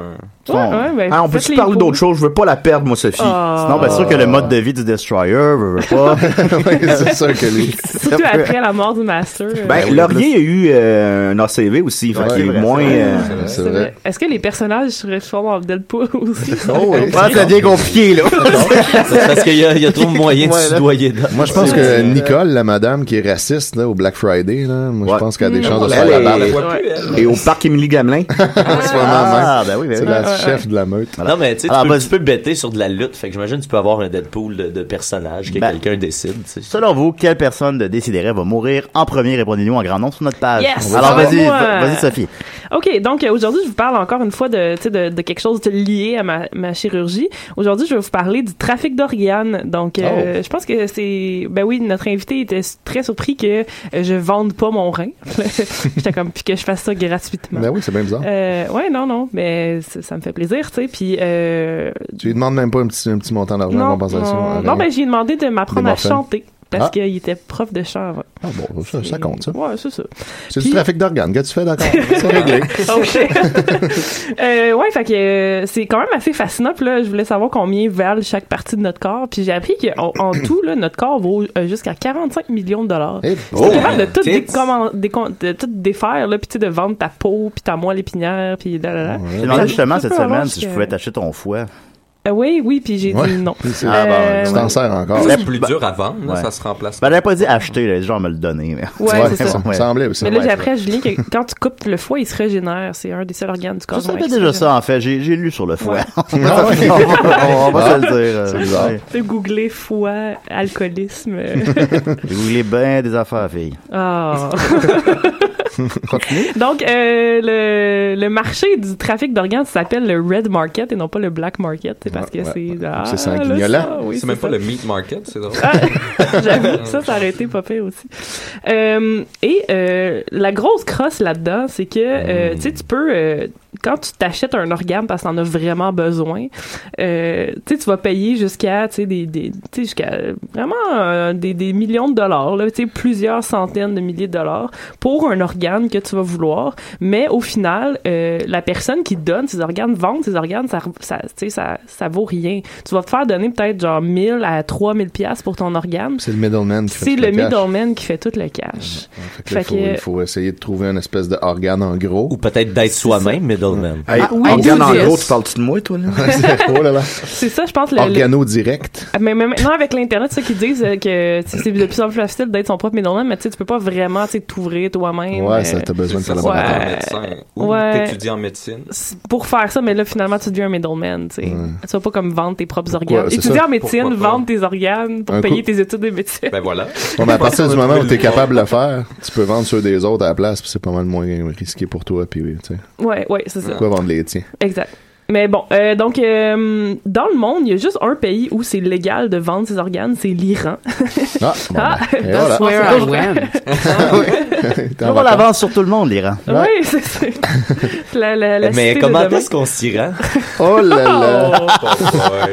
Speaker 5: 1.
Speaker 7: Ouais, ouais, ben,
Speaker 2: Hein,
Speaker 6: Ah, on peut-tu
Speaker 7: faites-les
Speaker 6: parler
Speaker 7: pour.
Speaker 6: d'autre chose? Je veux pas la perdre, moi, Sophie.
Speaker 7: Ah.
Speaker 2: Non, bien ben, sûr que le mode de vie du Destroyer veut veut pas. Ben,
Speaker 4: c'est sûr que lui.
Speaker 7: Surtout après la mort du Master. euh,
Speaker 6: Ben, Laurier a eu euh, un ACV aussi, fait
Speaker 4: Ouais,
Speaker 6: qu'il
Speaker 4: c'est
Speaker 6: est
Speaker 4: vrai,
Speaker 6: moins... euh,
Speaker 4: C'est
Speaker 7: c'est vrai.
Speaker 4: vrai.
Speaker 7: Est-ce que les personnages se transforment en Deadpool aussi?
Speaker 4: Oh,
Speaker 2: Ah, ça devient compliqué, là.
Speaker 3: C'est parce qu'il y, a- il y a trop de moyens de
Speaker 2: Ouais, là.
Speaker 3: soudoyer dedans.
Speaker 4: Moi, je pense que Nicole, la madame qui est raciste là, au Black Friday, là, moi, je
Speaker 6: Ouais.
Speaker 4: pense qu'elle a des chances de se
Speaker 6: Elle
Speaker 4: faire la
Speaker 6: est-
Speaker 4: barbe
Speaker 5: Je vois plus, elle.
Speaker 6: Et au parc Émilie Gamelin.
Speaker 4: en ce moment
Speaker 2: Ah, ben oui, ben
Speaker 4: même. C'est
Speaker 2: oui.
Speaker 4: la chef de la meute.
Speaker 3: Non, mais tu sais, tu
Speaker 2: Alors,
Speaker 3: peux-
Speaker 2: vas-y.
Speaker 3: tu peux bêter sur de la lutte. Fait que j'imagine que tu peux avoir un Deadpool de, de personnage que
Speaker 2: Ben.
Speaker 3: quelqu'un décide. tu sais.
Speaker 2: Selon vous, quelle personne de déciderait va mourir en premier? Répondez-nous en grand nombre sur notre page.
Speaker 7: Yes!
Speaker 2: Alors,
Speaker 7: Ouais.
Speaker 2: vas-y,
Speaker 7: Moi.
Speaker 2: va- vas-y, Sophie.
Speaker 7: OK, donc euh, aujourd'hui, je vous parle encore une fois de, tu sais, de, de quelque chose de lié à ma, ma chirurgie. Aujourd'hui, je vais vous parler du trafic d'organes. Donc, euh, je pense que c'est... Ben oui, notre invité était s- très surpris que euh, je vende pas mon rein. J'étais comme, puis que je fasse ça gratuitement.
Speaker 4: Ben oui, c'est bien bizarre.
Speaker 7: Euh, ouais, non, non, mais ça ça me fait plaisir, tu sais. Puis, euh,
Speaker 4: Tu lui demandes même pas un petit, un petit montant d'argent en
Speaker 7: non,
Speaker 4: compensation.
Speaker 7: non,
Speaker 4: Rien.
Speaker 7: non, ben j'ai demandé de m'apprendre
Speaker 4: Des
Speaker 7: à
Speaker 4: morphines.
Speaker 7: chanter parce
Speaker 4: Ah.
Speaker 7: qu'il était prof de chant avant.
Speaker 4: Ah bon, ça, ça compte, ça.
Speaker 7: Ouais, c'est ça.
Speaker 4: C'est du
Speaker 7: Puis-
Speaker 4: trafic d'organes. Qu'est-ce que tu fais, d'accord? C'est réglé.
Speaker 7: OK. euh, ouais, fait que euh, c'est quand même assez fascinant. Puis là, je voulais savoir combien valent chaque partie de notre corps. Puis j'ai appris qu'en en tout, là, notre corps vaut euh, jusqu'à 45 millions de dollars.
Speaker 4: Eh,
Speaker 2: Oh,
Speaker 7: C'est capable de tout,
Speaker 5: tits.
Speaker 7: décommen- décom- de tout défaire, là, puis tu sais, de vendre ta peau, puis ta moelle épinière, puis là, là, là.
Speaker 2: J'ai demandé justement
Speaker 7: Ça
Speaker 2: cette
Speaker 7: peut avoir
Speaker 2: semaine si je
Speaker 7: jusqu'à-
Speaker 2: pouvais t'acheter ton foie.
Speaker 7: Euh, oui, oui, puis j'ai
Speaker 4: Ouais.
Speaker 7: dit non.
Speaker 4: C'est-
Speaker 2: Ah, ben,
Speaker 4: Tu
Speaker 7: Euh,
Speaker 4: t'en sers encore.
Speaker 5: C'est plus dur à vendre, là,
Speaker 2: Ouais.
Speaker 5: ça se remplace.
Speaker 2: Ben, j'avais pas dit acheter, là, genre me le donner. Mais...
Speaker 7: Ouais, c'est ça.
Speaker 4: ça me semblait aussi.
Speaker 7: Mais là,
Speaker 4: Ouais,
Speaker 7: j'ai
Speaker 4: c'est
Speaker 7: appris à Julien que quand tu coupes le foie, il se régénère. C'est un des seuls organes du corps.
Speaker 2: Je savais
Speaker 7: humain qui
Speaker 2: déjà
Speaker 7: se
Speaker 2: ça, en fait. J'ai j'ai lu sur le foie.
Speaker 7: Ouais.
Speaker 4: Ah ouais.
Speaker 2: on, va
Speaker 6: Ah.
Speaker 2: se le dire.
Speaker 4: bizarre.
Speaker 2: euh, ouais.
Speaker 7: Tu peux googler foie, alcoolisme. euh,
Speaker 2: J'ai voulu bien des affaires, fille.
Speaker 7: Ah. Donc, euh, le, le marché du trafic d'organes s'appelle le red market et non pas le black market. C'est parce que
Speaker 4: Ouais,
Speaker 7: c'est.
Speaker 4: ouais.
Speaker 7: Ah,
Speaker 4: C'est sanguignolant.
Speaker 7: là, ça, oui,
Speaker 5: C'est même
Speaker 7: ça.
Speaker 5: pas le meat market, c'est drôle.
Speaker 7: Ah, J'avoue, ça, ça aurait été pas pire aussi. Euh, et euh, la grosse crosse là-dedans, c'est que euh, tu sais, tu peux, euh, quand tu t'achètes un organe parce que t'en as vraiment besoin, euh, tu sais, tu vas payer jusqu'à, tu sais, des, des, tu sais, jusqu'à euh, vraiment euh, des, des millions de dollars, là, tu sais, plusieurs centaines de milliers de dollars pour un organe que tu vas vouloir. Mais au final, euh, la personne qui donne ses organes, vendre ses organes, ça, ça, tu sais, ça, ça vaut rien. Tu vas te faire donner peut-être genre 1000 à 3000 pièces pour ton organe.
Speaker 4: C'est le middleman qui fait
Speaker 7: C'est
Speaker 4: tout
Speaker 7: le
Speaker 4: cash.
Speaker 7: middleman qui fait tout le cash.
Speaker 4: Fait que là,
Speaker 7: Fait
Speaker 4: faut-
Speaker 7: que-
Speaker 4: Il faut essayer de trouver une espèce d'organe en gros.
Speaker 3: Ou peut-être d'être soi-même, middleman.
Speaker 7: Ah,
Speaker 6: Hey,
Speaker 8: oui,
Speaker 6: organe
Speaker 8: oui,
Speaker 6: en
Speaker 8: yes.
Speaker 6: gros, tu parles-tu de moi, toi, là?
Speaker 4: oh là là.
Speaker 7: C'est ça, je pense, le, le-
Speaker 4: Organo direct.
Speaker 7: Ah, Mais, mais maintenant, avec l'Internet, ceux qui disent euh, que tu sais, c'est de plus en plus facile d'être son propre middleman, mais tu sais, tu peux pas vraiment tu sais, t'ouvrir toi-même. euh,
Speaker 4: Ouais, ça t'as besoin de
Speaker 5: Ça, ça
Speaker 7: Ouais.
Speaker 5: va être
Speaker 4: collaborateurs.
Speaker 5: un médecin. Ou
Speaker 7: Ouais.
Speaker 5: t'étudies en médecine.
Speaker 7: c'est pour faire ça, mais là, finalement, tu deviens un middleman, tu sais. Tu vas pas comme vendre tes propres
Speaker 4: Pourquoi?
Speaker 7: organes.
Speaker 4: C'est
Speaker 7: Étudier
Speaker 4: ça.
Speaker 7: en médecine,
Speaker 5: Pourquoi pas?
Speaker 7: vendre tes organes pour
Speaker 4: Un
Speaker 7: payer
Speaker 4: coup-
Speaker 7: tes études de médecine.
Speaker 5: Ben voilà.
Speaker 4: Bon, mais à partir du moment où t'es capable de le faire, tu peux vendre ceux des autres à la place, puis c'est pas mal moins risqué pour toi, puis oui, tu sais.
Speaker 7: Ouais, ouais, c'est ça.
Speaker 4: Pourquoi vendre les tiens?
Speaker 7: Exact. Mais bon, euh, donc euh, dans le monde, il y a juste un pays où c'est légal de vendre ses organes, c'est l'Iran.
Speaker 4: Ah, bon,
Speaker 7: Ah,
Speaker 4: ben, et voilà. Ah
Speaker 8: Where I went.
Speaker 4: T'es en
Speaker 2: On
Speaker 4: vacances.
Speaker 2: l'avance sur tout le monde, l'Iran.
Speaker 7: Oui, c'est ça. La, la, la
Speaker 3: mais
Speaker 7: cité de
Speaker 3: comment
Speaker 7: demain.
Speaker 3: est-ce qu'on s'y rend?
Speaker 4: Oh là là.
Speaker 7: Oh!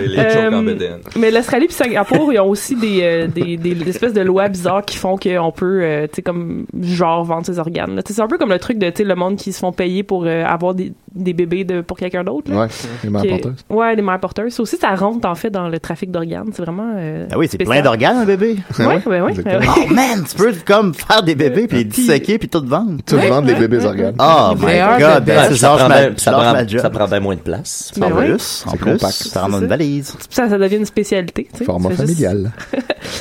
Speaker 5: les jokes en
Speaker 7: Euh,
Speaker 5: BDN.
Speaker 7: Mais l'Australie puis Singapour, ils ont aussi des, euh, des, des, des espèces de lois bizarres qui font qu'on peut, euh, tu sais, comme, genre, vendre ses organes. là. Tu sais, C'est un peu comme le truc de, tu sais, le monde qui se font payer pour euh, avoir des, des bébés de, pour quelqu'un d'autre. là.
Speaker 4: Ouais, les mères
Speaker 7: Que-
Speaker 4: porteuses.
Speaker 7: Ouais, les mères porteuses. Ça aussi, ça rentre, en fait, dans le trafic d'organes. C'est vraiment. euh,
Speaker 2: Ah oui, c'est
Speaker 7: spécial.
Speaker 2: plein d'organes, un bébé.
Speaker 7: Ouais, ben ouais, ben ouais.
Speaker 2: Oh man, tu peux comme faire des bébés puis les disséquer puis tout vendre.
Speaker 4: Tu vends des bébés organes.
Speaker 2: Oh my
Speaker 8: Meilleur
Speaker 2: god,
Speaker 8: bébé.
Speaker 2: ben, c'est
Speaker 3: ça,
Speaker 2: genre
Speaker 3: prend bien,
Speaker 2: ma,
Speaker 3: ça,
Speaker 2: genre
Speaker 3: prend-
Speaker 2: ma job.
Speaker 3: ça prend bien moins de place.
Speaker 7: Ben
Speaker 2: en
Speaker 7: ouais.
Speaker 2: plus, en
Speaker 4: C'est
Speaker 2: plus,
Speaker 4: compact.
Speaker 2: ça rentre dans une valise.
Speaker 7: Ça, ça devient une spécialité. tu sais.
Speaker 4: Format
Speaker 7: Tu fais juste-
Speaker 4: familial.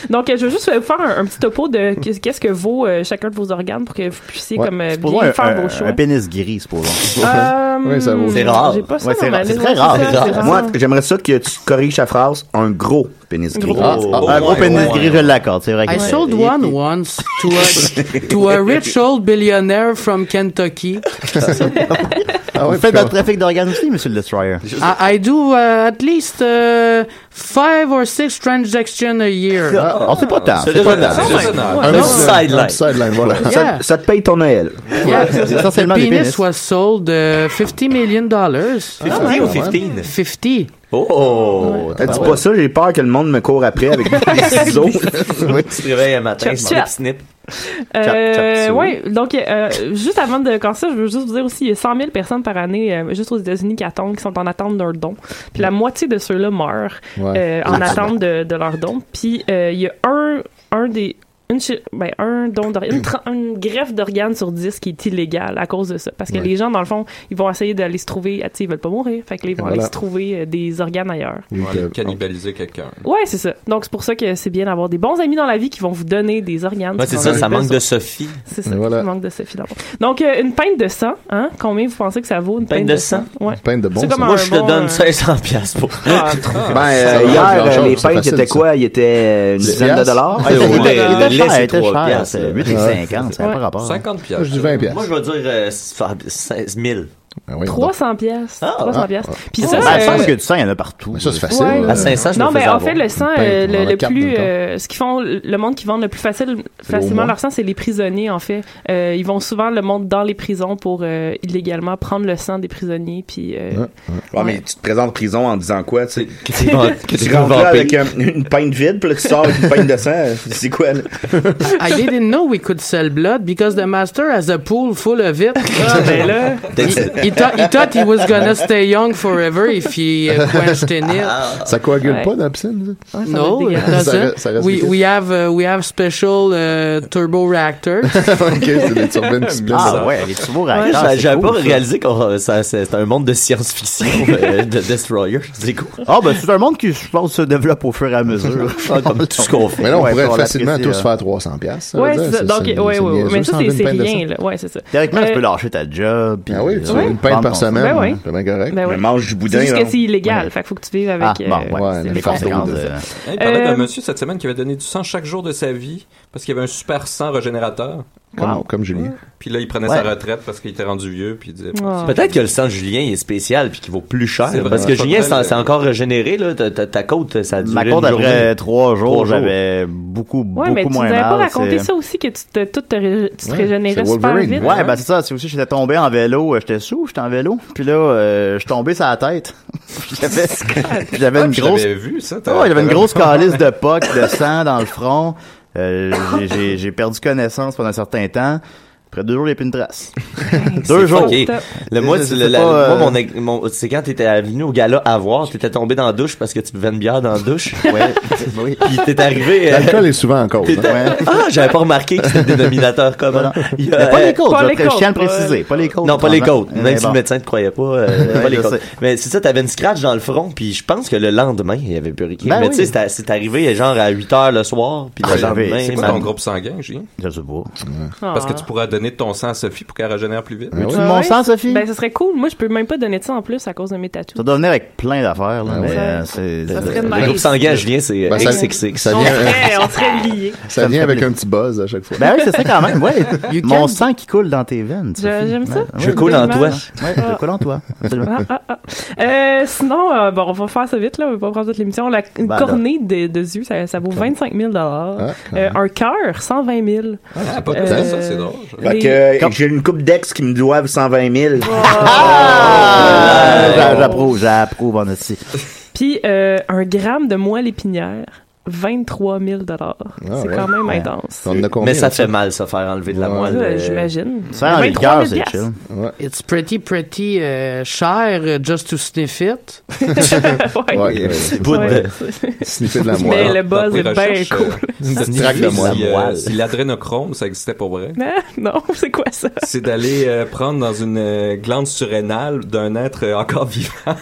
Speaker 7: Donc, euh, je veux juste vous faire un, un petit topo de qu'est- qu'est-ce que vaut euh, chacun de vos organes pour que vous puissiez
Speaker 4: Ouais.
Speaker 7: comme euh,
Speaker 2: Pour moi,
Speaker 7: bien
Speaker 2: un,
Speaker 7: faire vos
Speaker 2: un,
Speaker 7: choix.
Speaker 2: un pénis gris, supposons.
Speaker 7: Euh,
Speaker 4: Oui, ça vaut.
Speaker 3: C'est rare.
Speaker 7: J'ai pas ça
Speaker 2: Ouais,
Speaker 7: dans
Speaker 2: c'est
Speaker 7: ma
Speaker 2: rare.
Speaker 7: liste.
Speaker 2: C'est très
Speaker 7: Ouais,
Speaker 2: rare, c'est
Speaker 7: ça,
Speaker 3: rare.
Speaker 6: Moi, j'aimerais ça que tu corriges ta phrase. Un gros pénis
Speaker 7: Gros
Speaker 6: gris.
Speaker 4: Ah,
Speaker 3: Oh,
Speaker 4: ah,
Speaker 3: oh,
Speaker 2: Un gros
Speaker 3: ouais,
Speaker 2: pénis
Speaker 3: ouais.
Speaker 2: gris, je l'accorde, c'est vrai.
Speaker 8: I
Speaker 2: que-
Speaker 8: sold one once to a, to a rich old billionaire from Kentucky.
Speaker 4: Ah
Speaker 2: Vous
Speaker 4: ouais,
Speaker 2: faites
Speaker 4: Ah puis
Speaker 2: votre trafic d'organes aussi, monsieur le Destroyer.
Speaker 8: I, I do uh, at least uh, five or six transactions a year.
Speaker 2: On sait pas tant.
Speaker 3: C'est
Speaker 2: c'est pas
Speaker 3: raisonnable.
Speaker 2: tant.
Speaker 3: C'est
Speaker 5: raisonnable.
Speaker 4: un
Speaker 3: Un
Speaker 4: petit-
Speaker 3: sideline.
Speaker 4: un petit sideline, voilà.
Speaker 8: Yeah.
Speaker 6: Ça te paye ton Noël.
Speaker 8: yeah.
Speaker 2: Essentiellement
Speaker 8: The
Speaker 2: des
Speaker 8: penis
Speaker 2: pénis.
Speaker 8: was sold uh, 50 million dollars.
Speaker 3: 50 ou 15?
Speaker 8: 50.
Speaker 3: Oh!
Speaker 2: T'as dit pas ça, j'ai peur que le monde me court après avec des ciseaux.
Speaker 3: Oui, tu te réveilles un matin,
Speaker 7: Chop,
Speaker 3: snip,
Speaker 7: chop.
Speaker 3: snip.
Speaker 7: Euh,
Speaker 3: Cap-
Speaker 7: ouais, donc euh, juste avant de commencer, ça, je veux juste vous dire aussi, il y a 100 000 personnes par année, euh, juste aux États-Unis, qui attendent, qui sont en attente d'un don. Puis la moitié de ceux-là meurent
Speaker 4: Ouais.
Speaker 7: euh, en
Speaker 4: Ah,
Speaker 7: attente de, de leur don. Puis euh, il y a un, un des une, chi- ben, un don d'organes, une, tra- une greffe d'organes sur 10 qui est illégale à cause de ça. Parce que
Speaker 4: Ouais.
Speaker 7: les gens, dans le fond, ils vont essayer d'aller se trouver, ah, tu sais, ils veulent pas mourir, fait que là, ils vont
Speaker 4: Voilà.
Speaker 7: aller se trouver euh, des organes ailleurs.
Speaker 4: Oui,
Speaker 5: Pour aller
Speaker 4: t'as-
Speaker 5: cannibaliser quelqu'un.
Speaker 7: Ouais, c'est ça. Donc c'est pour ça que c'est bien d'avoir des bons amis dans la vie qui vont vous donner des organes.
Speaker 3: Ouais,
Speaker 7: si
Speaker 3: c'est ça,
Speaker 7: vous en avez
Speaker 3: ça manque
Speaker 7: besoin.
Speaker 3: de Sophie.
Speaker 7: C'est ça,
Speaker 4: Et voilà.
Speaker 7: il manque de Sophie d'abord. Donc, euh, une pinte de sang, hein? Combien vous pensez que ça vaut, une
Speaker 3: Pinte
Speaker 7: pinte,
Speaker 3: de
Speaker 7: de sang? Ouais.
Speaker 4: Plein de bons.
Speaker 7: C'est comme
Speaker 4: ça.
Speaker 3: Moi, je
Speaker 7: bon,
Speaker 3: te donne
Speaker 7: euh,
Speaker 3: 500 piastres pour.
Speaker 7: Ah, trop.
Speaker 5: Ah,
Speaker 2: Ben, euh,
Speaker 4: Ça va,
Speaker 2: hier,
Speaker 4: Jean-Jean,
Speaker 2: euh, les
Speaker 4: c'est
Speaker 2: peintes,
Speaker 4: facile,
Speaker 2: étaient
Speaker 4: ça.
Speaker 2: quoi? Ils étaient une
Speaker 4: Dix
Speaker 2: dizaine de
Speaker 4: piastres?
Speaker 2: dollars?
Speaker 3: Ouais,
Speaker 2: Il
Speaker 3: ouais,
Speaker 2: était
Speaker 3: ouais,
Speaker 2: cher, il
Speaker 3: laisse
Speaker 2: était
Speaker 3: trois
Speaker 2: cher.
Speaker 3: piastres.
Speaker 2: 8,50, ça n'a pas rapport.
Speaker 5: 50 Ah, piastres.
Speaker 4: Moi, je dis 20
Speaker 3: Moi,
Speaker 4: piastres.
Speaker 3: je vais dire euh, 5000.
Speaker 4: Ah, oui,
Speaker 7: 300 pièces.
Speaker 3: Ah,
Speaker 7: 300
Speaker 4: ah,
Speaker 7: pièces.
Speaker 4: ah.
Speaker 7: Puis ça,
Speaker 2: Ben, je
Speaker 7: euh,
Speaker 2: pense que du sang, il y en a partout.
Speaker 4: Mais ça, c'est facile.
Speaker 7: Ouais.
Speaker 4: euh,
Speaker 3: À 500, je me
Speaker 7: non,
Speaker 3: faisais
Speaker 7: mais en
Speaker 3: avoir.
Speaker 7: fait, le sang,
Speaker 4: Une
Speaker 7: euh,
Speaker 4: pinte, on en
Speaker 7: le,
Speaker 4: a
Speaker 7: le
Speaker 4: quatre
Speaker 7: plus,
Speaker 4: dans le
Speaker 7: euh, ce qu'ils font, le monde qui vend le plus facile,
Speaker 4: moins.
Speaker 7: facilement leur sang, c'est les prisonniers, en fait. Euh, ils vont souvent le monde dans les prisons pour euh, illégalement prendre le sang des prisonniers, puis euh,
Speaker 4: Ouais.
Speaker 2: Ouais, mais tu te présentes en prison en disant quoi, tu sais?
Speaker 3: Que
Speaker 2: Tu rentres là avec euh, une pinte vide, puis là, tu sors avec une pinte de sang. C'est quoi, là?
Speaker 8: I didn't know we could sell blood because the master has a pool full of it.
Speaker 7: ben là,
Speaker 8: he, he thought, he thought he was gonna stay young forever if he uh, quenched in it.
Speaker 4: Ça coagule
Speaker 7: Ouais.
Speaker 4: pas dans la piscine, ça?
Speaker 7: ouais, ça
Speaker 8: No,
Speaker 7: va être
Speaker 8: it
Speaker 7: dégueulasse.
Speaker 4: Ça
Speaker 8: doesn't.
Speaker 4: reste- ça reste
Speaker 8: we
Speaker 4: liquide.
Speaker 8: we have uh, we have special uh, turbo reactors.
Speaker 4: ok, c'est des turbines qui se plissent.
Speaker 2: Ah ouais, les turbos réacteurs.
Speaker 3: J'avais
Speaker 2: c'est
Speaker 3: j'avais
Speaker 2: cool,
Speaker 3: pas
Speaker 2: ça.
Speaker 3: réalisé euh, que c'était un monde de science-fiction euh, de Destroyer. C'est cool.
Speaker 2: Ah, ben, c'est un monde qui, je pense, se développe au fur et à mesure.
Speaker 3: Comme tout ce qu'on fait.
Speaker 4: Mais là, on
Speaker 2: Ouais,
Speaker 4: pourrait
Speaker 2: faut
Speaker 4: facilement
Speaker 2: l'apprécier,
Speaker 4: tous
Speaker 2: là.
Speaker 4: faire 300 piastres. ça veut
Speaker 7: Ouais,
Speaker 4: dire,
Speaker 7: c'est ça. Donc, ouais, ouais, ouais.
Speaker 4: niaiseux,
Speaker 7: Mais ça, c'est-
Speaker 4: 120
Speaker 7: c'est
Speaker 4: peines de
Speaker 7: rien, là. Ouais, c'est ça.
Speaker 2: Théoriquement, tu
Speaker 7: Euh,
Speaker 2: peux lâcher ta job.
Speaker 4: Ah oui, tu
Speaker 2: veux
Speaker 4: veux une pinte par semaine.
Speaker 7: Ben oui.
Speaker 4: C'est bien correct.
Speaker 7: Ben
Speaker 2: Je
Speaker 7: ouais.
Speaker 2: mange du boudin.
Speaker 7: C'est juste
Speaker 2: là.
Speaker 7: que c'est illégal, fait qu'il faut que tu vives
Speaker 2: Ah,
Speaker 7: avec euh,
Speaker 2: bon, ouais,
Speaker 7: c'est
Speaker 2: les
Speaker 7: les
Speaker 2: conséquences.
Speaker 7: conséquences.
Speaker 2: de-
Speaker 5: Hey, il parlait
Speaker 7: Euh,
Speaker 5: d'un monsieur cette semaine qui avait donné du sang chaque jour de sa vie parce qu'il y avait un super sang régénérateur.
Speaker 4: Comme,
Speaker 7: Wow.
Speaker 4: comme Julien.
Speaker 5: Puis là, il prenait
Speaker 2: Ouais.
Speaker 5: sa retraite parce qu'il était rendu vieux. Puis il disait.
Speaker 7: Ah.
Speaker 3: Peut-être que le sang de Julien il est spécial puis qu'il vaut plus cher.
Speaker 5: C'est vrai.
Speaker 3: Parce que
Speaker 5: Ouais.
Speaker 3: Julien, c'est
Speaker 5: Faudrait le-
Speaker 3: c'est encore régénéré. Là. Ta, ta- ta côte, ça a duré
Speaker 2: Ma compte,
Speaker 3: une journée.
Speaker 2: après trois
Speaker 3: Trois
Speaker 2: jours,
Speaker 3: jours.
Speaker 2: j'avais beaucoup,
Speaker 7: Ouais, mais
Speaker 2: beaucoup
Speaker 7: tu nous
Speaker 2: moins
Speaker 7: avais
Speaker 2: mal.
Speaker 7: pas raconté
Speaker 2: c'est-
Speaker 7: ça aussi que tu te, tout te, ré- tu te
Speaker 4: Ouais,
Speaker 7: régénérais
Speaker 4: c'est
Speaker 7: super
Speaker 4: Wolverine.
Speaker 7: vite.
Speaker 2: Ouais, ben c'est ça, c'est aussi j'étais tombé en vélo, euh, j'étais sous, j'étais en vélo, puis là euh, je suis tombé sur la tête. J'avais j'avais
Speaker 5: Ah,
Speaker 2: une
Speaker 5: puis je
Speaker 2: grosse
Speaker 5: l'avais vu, ça. t'as-
Speaker 2: Ouais, j'avais une
Speaker 5: t'avais-
Speaker 2: grosse calice de poc de sang dans le front. Euh, j'ai- j'ai- j'ai perdu connaissance pendant un certain temps. Après deux jours, j'ai plus une trace. deux jours.
Speaker 3: Ok.
Speaker 7: Stop.
Speaker 3: Le, moi,
Speaker 2: C'est-
Speaker 3: tu-
Speaker 2: c'est
Speaker 3: le- la-
Speaker 2: pas,
Speaker 3: moi,
Speaker 2: euh,
Speaker 3: mon ex- mon- c'est quand t'étais venu au gala à voir, t'étais tombé dans la douche parce que tu buvais une bière dans la douche.
Speaker 2: Ouais. oui.
Speaker 3: Puis t'es arrivé. euh,
Speaker 4: L'alcool est souvent en cause. hein.
Speaker 3: t'étais-
Speaker 2: Ouais.
Speaker 3: Ah, j'avais pas remarqué que c'était le dénominateur commun. Il y a- euh,
Speaker 2: Mais pas les côtes,
Speaker 7: pas
Speaker 2: je,
Speaker 7: les
Speaker 2: pré- je tiens à le
Speaker 7: côtes,
Speaker 2: préciser. Pas les côtes.
Speaker 3: Non, pas les côtes.
Speaker 2: Mais
Speaker 3: Même
Speaker 2: Eh,
Speaker 3: si
Speaker 2: bon.
Speaker 3: le médecin te croyait pas, euh,
Speaker 2: Ouais,
Speaker 3: pas les
Speaker 2: je
Speaker 3: côtes.
Speaker 2: sais.
Speaker 3: Mais c'est ça, t'avais une scratch dans le front, puis je pense que le lendemain, il y avait plus rien.
Speaker 2: Ben
Speaker 3: mais
Speaker 2: oui.
Speaker 3: tu sais, c'est à- c'est arrivé genre à 8 heures le soir, puis le
Speaker 2: Ah, j'avais-
Speaker 3: lendemain,
Speaker 2: c'est
Speaker 5: C'est quoi ton
Speaker 3: matin.
Speaker 5: groupe sanguin, Julien?
Speaker 2: Je sais pas.
Speaker 7: Ah.
Speaker 5: Parce que tu pourrais donner ton sang à Sophie pour qu'elle régénère plus vite.
Speaker 4: Ah ouais.
Speaker 2: Tu mon sang, Sophie?
Speaker 7: Ben, ce serait cool. Moi, je peux même pas donner de ça en plus à cause de mes tatous.
Speaker 2: Ça doit venir avec plein d'affaires, là.
Speaker 4: Ah
Speaker 2: mais
Speaker 4: ouais.
Speaker 2: euh, c'est.
Speaker 7: Ça serait
Speaker 3: Le
Speaker 7: nice.
Speaker 3: groupe sanguin, Julien, c'est
Speaker 4: Ben, ça-
Speaker 3: XXX.
Speaker 4: Ça
Speaker 7: On
Speaker 4: vient,
Speaker 7: serait, on serait liés.
Speaker 4: ça
Speaker 2: Ça me
Speaker 4: vient
Speaker 2: fait
Speaker 4: avec
Speaker 2: plaisir.
Speaker 4: un petit buzz à chaque fois.
Speaker 2: Ben oui, c'est ça quand même, ouais.
Speaker 8: You
Speaker 2: Mon
Speaker 8: can-
Speaker 2: sang qui coule dans tes veines.
Speaker 7: Je-
Speaker 2: Sophie.
Speaker 7: J'aime ça.
Speaker 2: Ouais,
Speaker 3: Je coule en toi.
Speaker 2: Ouais, je coule en toi. absolument.
Speaker 7: Ah, ah, ah. Euh, sinon, euh, bon, on va faire ça vite, là. On va pas prendre toute l'émission. La une
Speaker 2: Ben, là.
Speaker 7: cornée de, de yeux, ça, ça vaut 25 000
Speaker 4: Ah, quand
Speaker 7: Euh, Un cœur, 120 000
Speaker 5: Ah, pas de
Speaker 7: Euh,
Speaker 5: ça, c'est drôle.
Speaker 7: Les-
Speaker 2: que j'ai une coupe d'ex qui me doivent 120 000. Ah! J'approuve, j'approuve en aussi.
Speaker 7: Puis euh, un gramme de moelle épinière, 23 000 C'est
Speaker 4: ouais.
Speaker 7: quand même
Speaker 2: Ouais.
Speaker 7: intense.
Speaker 4: On en a combien,
Speaker 3: Mais ça
Speaker 4: de
Speaker 3: fait mal, ça, faire enlever de la
Speaker 4: Ouais.
Speaker 3: moelle.
Speaker 7: Ça,
Speaker 3: euh,
Speaker 7: J'imagine.
Speaker 2: Ça, en
Speaker 7: 23
Speaker 2: rigueur,
Speaker 7: 000
Speaker 2: c'est chill.
Speaker 8: It's pretty pretty uh, cher uh, just to sniff it.
Speaker 4: Ouais,
Speaker 7: Ouais.
Speaker 4: ouais.
Speaker 3: Petit bout
Speaker 7: Ouais.
Speaker 3: de...
Speaker 4: Sniffer de la
Speaker 7: Mais
Speaker 4: moelle.
Speaker 7: eh, le buzz
Speaker 5: Dans
Speaker 7: est
Speaker 5: tes
Speaker 7: bien
Speaker 5: recherches,
Speaker 7: cool.
Speaker 5: euh, de
Speaker 4: traque de
Speaker 5: vérifier
Speaker 4: moelle.
Speaker 5: si, euh,
Speaker 3: Moelle.
Speaker 5: Si l'adrénochrome, ça existait pour vrai.
Speaker 7: Ah, non, c'est quoi ça?
Speaker 5: C'est d'aller euh, prendre dans une euh, glande surrénale d'un être euh, encore vivant,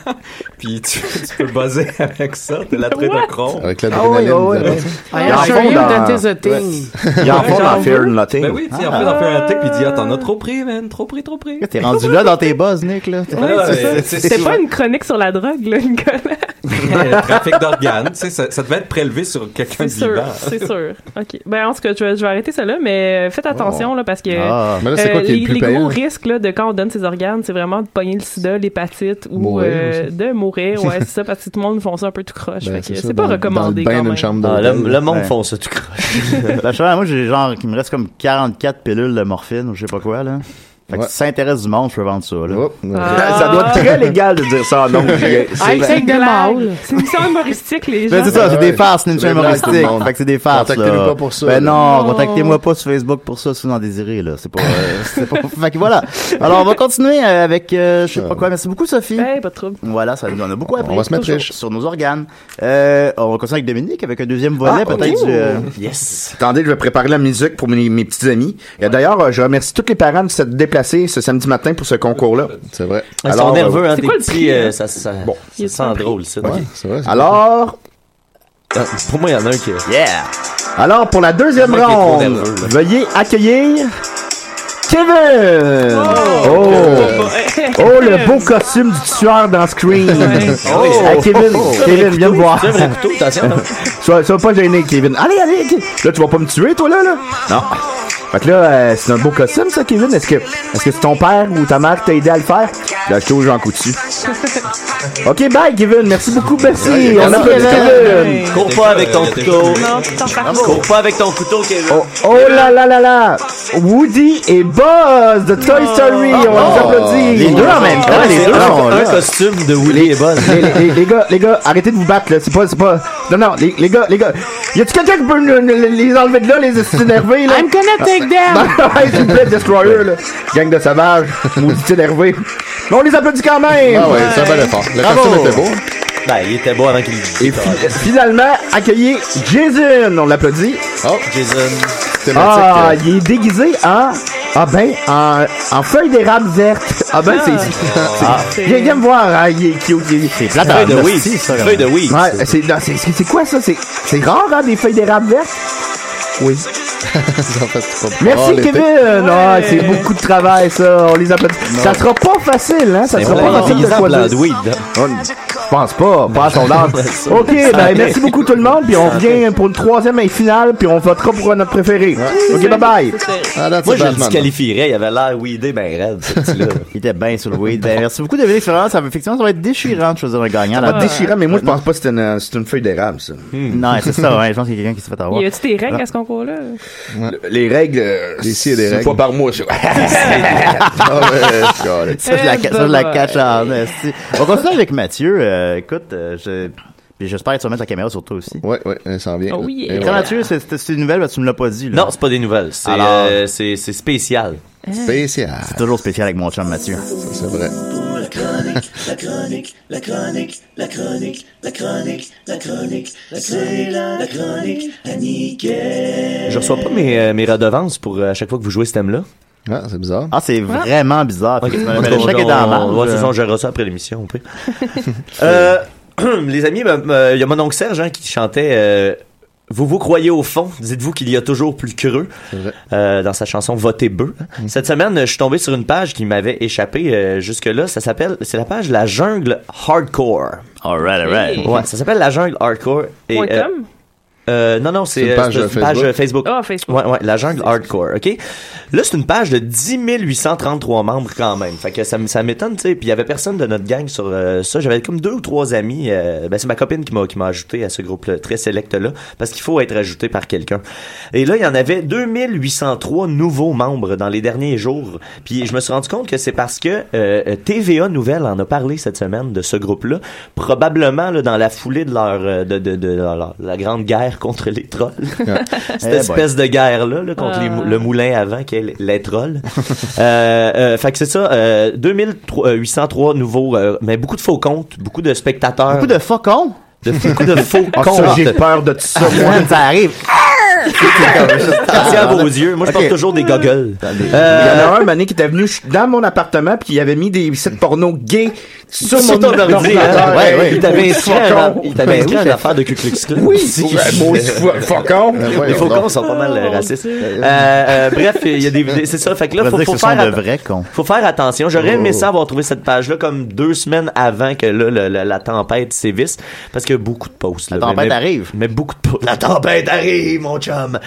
Speaker 5: puis tu, tu peux buzzer avec ça, de l'adrénochrome.
Speaker 4: Avec l'adrénaline.
Speaker 2: Ah ouais, ouais,
Speaker 4: ça
Speaker 2: ouais.
Speaker 4: fait ça.
Speaker 8: I
Speaker 2: Ils en
Speaker 8: assure
Speaker 2: font
Speaker 8: you
Speaker 2: dans-
Speaker 8: that is a thing.
Speaker 2: Il en font dans Fear and
Speaker 3: Eh
Speaker 2: Nothing.
Speaker 5: Ben oui, tu sais, en fait, on fait un tech, puis il dit, ah, t'en as trop pris, man, trop pris, trop pris.
Speaker 2: T'es rendu là dans tes buzz, Nick, là.
Speaker 5: Ouais,
Speaker 7: Ouais,
Speaker 5: c'est ça.
Speaker 7: c'est
Speaker 5: C'est
Speaker 7: ça. C'était
Speaker 5: souvent-
Speaker 7: pas une chronique sur la drogue, là, Nicolas.
Speaker 5: Euh, trafic d'organes, tu sais, ça, ça devait être prélevé sur quelqu'un
Speaker 7: C'est
Speaker 5: de
Speaker 7: sûr,
Speaker 5: vivant.
Speaker 7: c'est sûr. OK. Ben, en tout cas, je vais, je vais arrêter ça là, mais faites attention, là, parce que...
Speaker 2: Ah.
Speaker 4: Mais là, Oh. c'est quoi
Speaker 7: euh,
Speaker 4: qui est
Speaker 7: les,
Speaker 4: le plus
Speaker 7: les gros
Speaker 4: payant?
Speaker 7: risques là, de quand on donne ses organes, c'est vraiment de pogner le sida, l'hépatite ou
Speaker 4: Mourir
Speaker 7: euh, de mourir. Ouais, c'est ça, parce que tout le monde font ça un peu tout croche.
Speaker 4: Ben,
Speaker 7: fait que
Speaker 4: ça,
Speaker 7: c'est
Speaker 4: dans-
Speaker 7: pas recommandé
Speaker 4: Dans le bain
Speaker 7: quand
Speaker 4: d'une
Speaker 7: même.
Speaker 4: chambre
Speaker 3: Ah, le,
Speaker 4: d'hôtel.
Speaker 3: le monde
Speaker 2: Ouais.
Speaker 3: font ça, tu crois.
Speaker 2: Ben, je sais pas, moi, j'ai genre, il me reste comme 44 pilules de morphine ou je sais pas quoi, là.
Speaker 11: Fait que si ça intéresse du monde, je peux vendre ça. Là.
Speaker 7: Ah.
Speaker 11: Ça doit être très légal de dire ça. Non, j'ai-
Speaker 12: Hey,
Speaker 7: C'est
Speaker 12: c'est
Speaker 7: une
Speaker 12: de
Speaker 7: blague.
Speaker 12: mal.
Speaker 7: C'est une histoire humoristique, les gens.
Speaker 11: Ben, c'est ça, c'est
Speaker 4: Ouais.
Speaker 11: des farces, c'est une chaîne
Speaker 4: Des blagues, tout le
Speaker 11: humoristique.
Speaker 4: monde.
Speaker 11: Fait que c'est des farces.
Speaker 4: Contactez-nous
Speaker 11: là.
Speaker 4: pas pour ça,
Speaker 11: Ben
Speaker 4: là.
Speaker 11: non,
Speaker 7: Non.
Speaker 11: contactez-moi pas sur Facebook pour ça, si vous en désirez, là. C'est pas, euh, c'est pas. Fait que voilà. Alors, on va continuer euh, avec, euh, je sais pas quoi. Merci beaucoup, Sophie.
Speaker 7: Hey, pas de trouble.
Speaker 11: Voilà, ça nous en a beaucoup appris.
Speaker 4: va se mettre
Speaker 11: toujours,
Speaker 4: riche.
Speaker 11: Sur nos organes. Euh, on va continuer avec Dominique, avec un deuxième volet,
Speaker 2: Ah,
Speaker 11: peut-être
Speaker 4: oh.
Speaker 2: ok.
Speaker 11: du, euh,
Speaker 3: Yes.
Speaker 2: Attendez, je vais préparer la musique pour mes, mes petits amis. Et D'ailleurs, euh, je remercie tous les parents de s'être déplacés ce samedi matin pour ce concours-là.
Speaker 4: C'est vrai.
Speaker 3: Ils
Speaker 2: Alors,
Speaker 3: sont nerveux, hein,
Speaker 7: c'est
Speaker 3: tes
Speaker 7: quoi le prix,
Speaker 3: petits. euh, ça, ça,
Speaker 2: Bon.
Speaker 7: Il est
Speaker 3: ça sent
Speaker 7: pas
Speaker 3: drôle, ça. Oh,
Speaker 4: Ouais, c'est vrai. c'est
Speaker 2: Alors,
Speaker 3: Ah, Pour moi, il y en a un qui.
Speaker 11: Yeah!
Speaker 2: alors pour la deuxième
Speaker 3: Le mec est trop
Speaker 2: ronde,
Speaker 3: nerveux, là.
Speaker 2: veuillez accueillir Kevin. Oh, oh, le beau costume du tueur dans Scream. Oh, hey, Kevin, Kevin, viens me voir.
Speaker 3: C'est un vrai couteau, attention. hein.
Speaker 2: Sois, sois pas gêné, Kevin. Allez, allez, Ke- là tu vas pas me tuer, toi là, là. Non. Fait que là, euh, c'est un beau costume, ça, Kevin. Est-ce que, est-ce que c'est ton père ou ta mère qui t'a aidé à le faire? Là, je trouve Jean Coutu. ok, bye, Kevin. Merci beaucoup, merci. On applaudit Kevin.
Speaker 3: Cours pas avec ton couteau.
Speaker 7: Non, Ah, tu t'en parles.
Speaker 3: Cours pas avec ton couteau, Kevin.
Speaker 2: Oh, oh là là là là! Woody et Buzz de Toy Story, on les applaudit!
Speaker 11: Oh, Les deux en même temps,
Speaker 3: Ah,
Speaker 11: les
Speaker 3: c'est
Speaker 11: deux.
Speaker 3: un, un
Speaker 11: là.
Speaker 3: costume de Willy et Buzz.
Speaker 2: Les, les- les- les gars, les gars, arrêtez de vous battre là, c'est pas, c'est pas... Non, non, les, les gars, les gars, y a-tu quelqu'un qui peut nous- nous- les enlever de là, les énervés là?
Speaker 12: I'm gonna take
Speaker 2: Non,
Speaker 12: them.
Speaker 2: non, hey, s'il vous plaît, Destroyer, là. Gang de sauvages, maudit énervé. Mais on les applaudit quand même!
Speaker 4: Ah ouais, c'est un bel effort. Le costume était beau.
Speaker 3: Ben, il était beau avant qu'il
Speaker 2: Et fi- finalement, accueillir Jason, on l'applaudit.
Speaker 4: Oh,
Speaker 3: Jason.
Speaker 4: thématique.
Speaker 2: Ah,
Speaker 4: euh,
Speaker 2: il est déguisé en... Ah ben, en, en feuille d'érable verte. Ah ben, c'est...
Speaker 7: C'est-
Speaker 2: Viens, viens me voir, hein, il est cute, il est... C'est plate,
Speaker 3: Feuille de
Speaker 2: hein,
Speaker 3: weed.
Speaker 2: merci, ça,
Speaker 3: Feuille de weed.
Speaker 2: Ouais, c'est, non, c'est, c'est- c'est quoi ça? C'est, c'est rare, hein, des feuilles d'érable vertes? Oui.
Speaker 4: en fait, c'est pas-
Speaker 2: Merci,
Speaker 4: Oh, l'été.
Speaker 2: Kevin! Ah, c'est beaucoup de travail, ça. On les applaudit. Ça sera pas facile, hein? Ça
Speaker 3: C'est
Speaker 2: sera pas facile de
Speaker 3: plein de
Speaker 2: choisir.
Speaker 3: weed. hein.
Speaker 2: Je pense pas. Pas à son âge. OK, ben, merci beaucoup, tout le monde. Puis on revient pour une troisième et finale. Puis on votera pour notre préféré. OK, bye-bye.
Speaker 4: Ah, là,
Speaker 3: Moi,
Speaker 4: c'est
Speaker 3: je le
Speaker 4: Batman.
Speaker 3: disqualifierais. Il avait l'air weedé, ben raide, ce petit-là.
Speaker 11: Il était bien sur le weed. Ben, merci beaucoup, Dominique. C'est vraiment- Ça, va- effectivement, ça va être déchirant de choisir un gagnant
Speaker 2: Pas
Speaker 4: hein.
Speaker 11: là-dedans.
Speaker 2: déchirant, mais moi, je pense pas que c'est une, c'est une feuille d'érable, ça.
Speaker 11: Non, c'est ça, ouais. Je pense qu'il y a quelqu'un qui s'est fait avoir.
Speaker 7: Y a-tu des règles à ce concours-là?
Speaker 2: Les règles, euh,
Speaker 4: Des si et des
Speaker 2: c'est
Speaker 4: règles.
Speaker 2: pas par mois, ça.
Speaker 4: Ah ouais, c'est-
Speaker 11: Ça, je la,
Speaker 7: Eh,
Speaker 11: ca- ça, je la
Speaker 7: bye-bye.
Speaker 11: cache en esti. On continue avec Mathieu. Euh, écoute, euh, je- puis j'espère que tu vas mettre la caméra sur toi aussi.
Speaker 4: Ouais, ouais, elle s'en vient.
Speaker 3: Ah
Speaker 7: Oh
Speaker 4: là.
Speaker 7: oui.
Speaker 4: Et
Speaker 11: Très
Speaker 4: voilà.
Speaker 11: Mathieu, c'est c'est- c'est une nouvelle, parce que tu me l'as pas dit. Là.
Speaker 3: Non, c'est pas des nouvelles. C'est
Speaker 11: Alors-
Speaker 3: euh, c'est- c'est spécial.
Speaker 4: Spécial.
Speaker 11: c'est toujours spécial avec mon chum Mathieu.
Speaker 4: Ça, C'est vrai.
Speaker 3: Je reçois pas mes, euh, mes redevances pour euh, à chaque fois que vous jouez ce thème-là.
Speaker 4: Ah, c'est bizarre.
Speaker 11: Ah, c'est vraiment bizarre.
Speaker 3: Ok.
Speaker 11: effectivement.
Speaker 3: En
Speaker 11: Mais
Speaker 3: tout
Speaker 11: le
Speaker 3: cas,
Speaker 11: chèque est
Speaker 3: on-
Speaker 11: dans la
Speaker 3: on-
Speaker 11: marge. euh.
Speaker 3: ouais, de toute façon, on gérera ça après l'émission, au pire. Euh, les amis, ben, euh, il y a mon oncle Serge hein, qui chantait euh, Vous vous croyez au fond, dites-vous qu'il y a toujours plus creux
Speaker 4: vrai.
Speaker 3: euh, dans sa chanson Votez bœuf. Cette semaine, je suis tombé sur une page qui m'avait échappé euh, jusque-là. Ça s'appelle, c'est la page La Jungle Hardcore.
Speaker 11: All right, all right.
Speaker 3: Ouais, ça s'appelle La Jungle Hardcore. Et,
Speaker 7: Point
Speaker 3: euh,
Speaker 7: com?
Speaker 3: euh, non, non, c'est
Speaker 4: C'est une
Speaker 3: euh,
Speaker 4: page, euh,
Speaker 3: c'est une
Speaker 4: Facebook.
Speaker 3: page euh, Facebook.
Speaker 7: Ah, Facebook.
Speaker 3: Ouais, ouais, la jungle hardcore, OK? Là, c'est une page de 10 833 membres quand même. Fait que ça, m- ça m'étonne, tu sais. Puis il y avait personne de notre gang sur euh, ça. J'avais comme deux ou trois amis. euh, ben, c'est ma copine qui m'a qui m'a ajouté à ce groupe très select-là parce qu'il faut être ajouté par quelqu'un. Et là, il y en avait 2803 nouveaux membres dans les derniers jours. Puis je me suis rendu compte que c'est parce que euh, TVA Nouvelle en a parlé cette semaine de ce groupe-là. Probablement là, dans la foulée de leur euh, de, de, de leur- la grande guerre contre les trolls cette
Speaker 11: Eh
Speaker 3: espèce de guerre là, contre
Speaker 7: Ah.
Speaker 3: les mou- le moulin avant qui est l- les trolls. euh, euh, fait que c'est ça, euh, 2803 nouveaux, euh, mais beaucoup de faux comptes, beaucoup de spectateurs,
Speaker 11: Beaucoup de faucons.
Speaker 3: de, beaucoup de faux
Speaker 2: Ah,
Speaker 3: comptes.
Speaker 2: ça, j'ai peur de tout ça.
Speaker 11: Ouais, ça arrive.
Speaker 3: Attention à vos yeux, moi je porte
Speaker 2: Ok.
Speaker 3: toujours des goggles.
Speaker 2: Il y en
Speaker 3: Euh,
Speaker 2: a un, Mané, qui était venu je suis dans mon appartement, puis il avait mis des sites porno gays sur mon
Speaker 3: ton ordi,
Speaker 2: ordinateur.
Speaker 3: hein.
Speaker 2: Ouais, ouais.
Speaker 3: Il t'avait
Speaker 2: Maudit
Speaker 3: inscrit à
Speaker 2: faucon.
Speaker 3: il t'avait inscrit
Speaker 2: Ben
Speaker 3: à
Speaker 2: oui,
Speaker 3: une affaire de Ku Klux Klan.
Speaker 2: Oui, maudit fou- faucon.
Speaker 4: Ouais,
Speaker 3: Les
Speaker 4: ouais,
Speaker 3: faux
Speaker 4: donc,
Speaker 3: cons sont pas mal euh,
Speaker 7: Oh,
Speaker 3: racistes.
Speaker 7: mon Dieu.
Speaker 3: Euh, euh, bref, il y a des vidéos. C'est ça. Fait que
Speaker 11: On
Speaker 3: là,
Speaker 11: va
Speaker 3: faut,
Speaker 11: dire que
Speaker 3: faut
Speaker 11: ce sont
Speaker 3: faire
Speaker 11: de
Speaker 3: att-
Speaker 11: vrais cons.
Speaker 3: faut faire attention. J'aurais aimé ça avoir trouvé cette page-là comme deux semaines avant que là, le- la, la tempête sévisse. Parce qu'il y a beaucoup de posts.
Speaker 11: La
Speaker 3: là.
Speaker 11: tempête
Speaker 3: Mais-
Speaker 11: arrive.
Speaker 3: Mais beaucoup de posts. La tempête arrive, mon chum.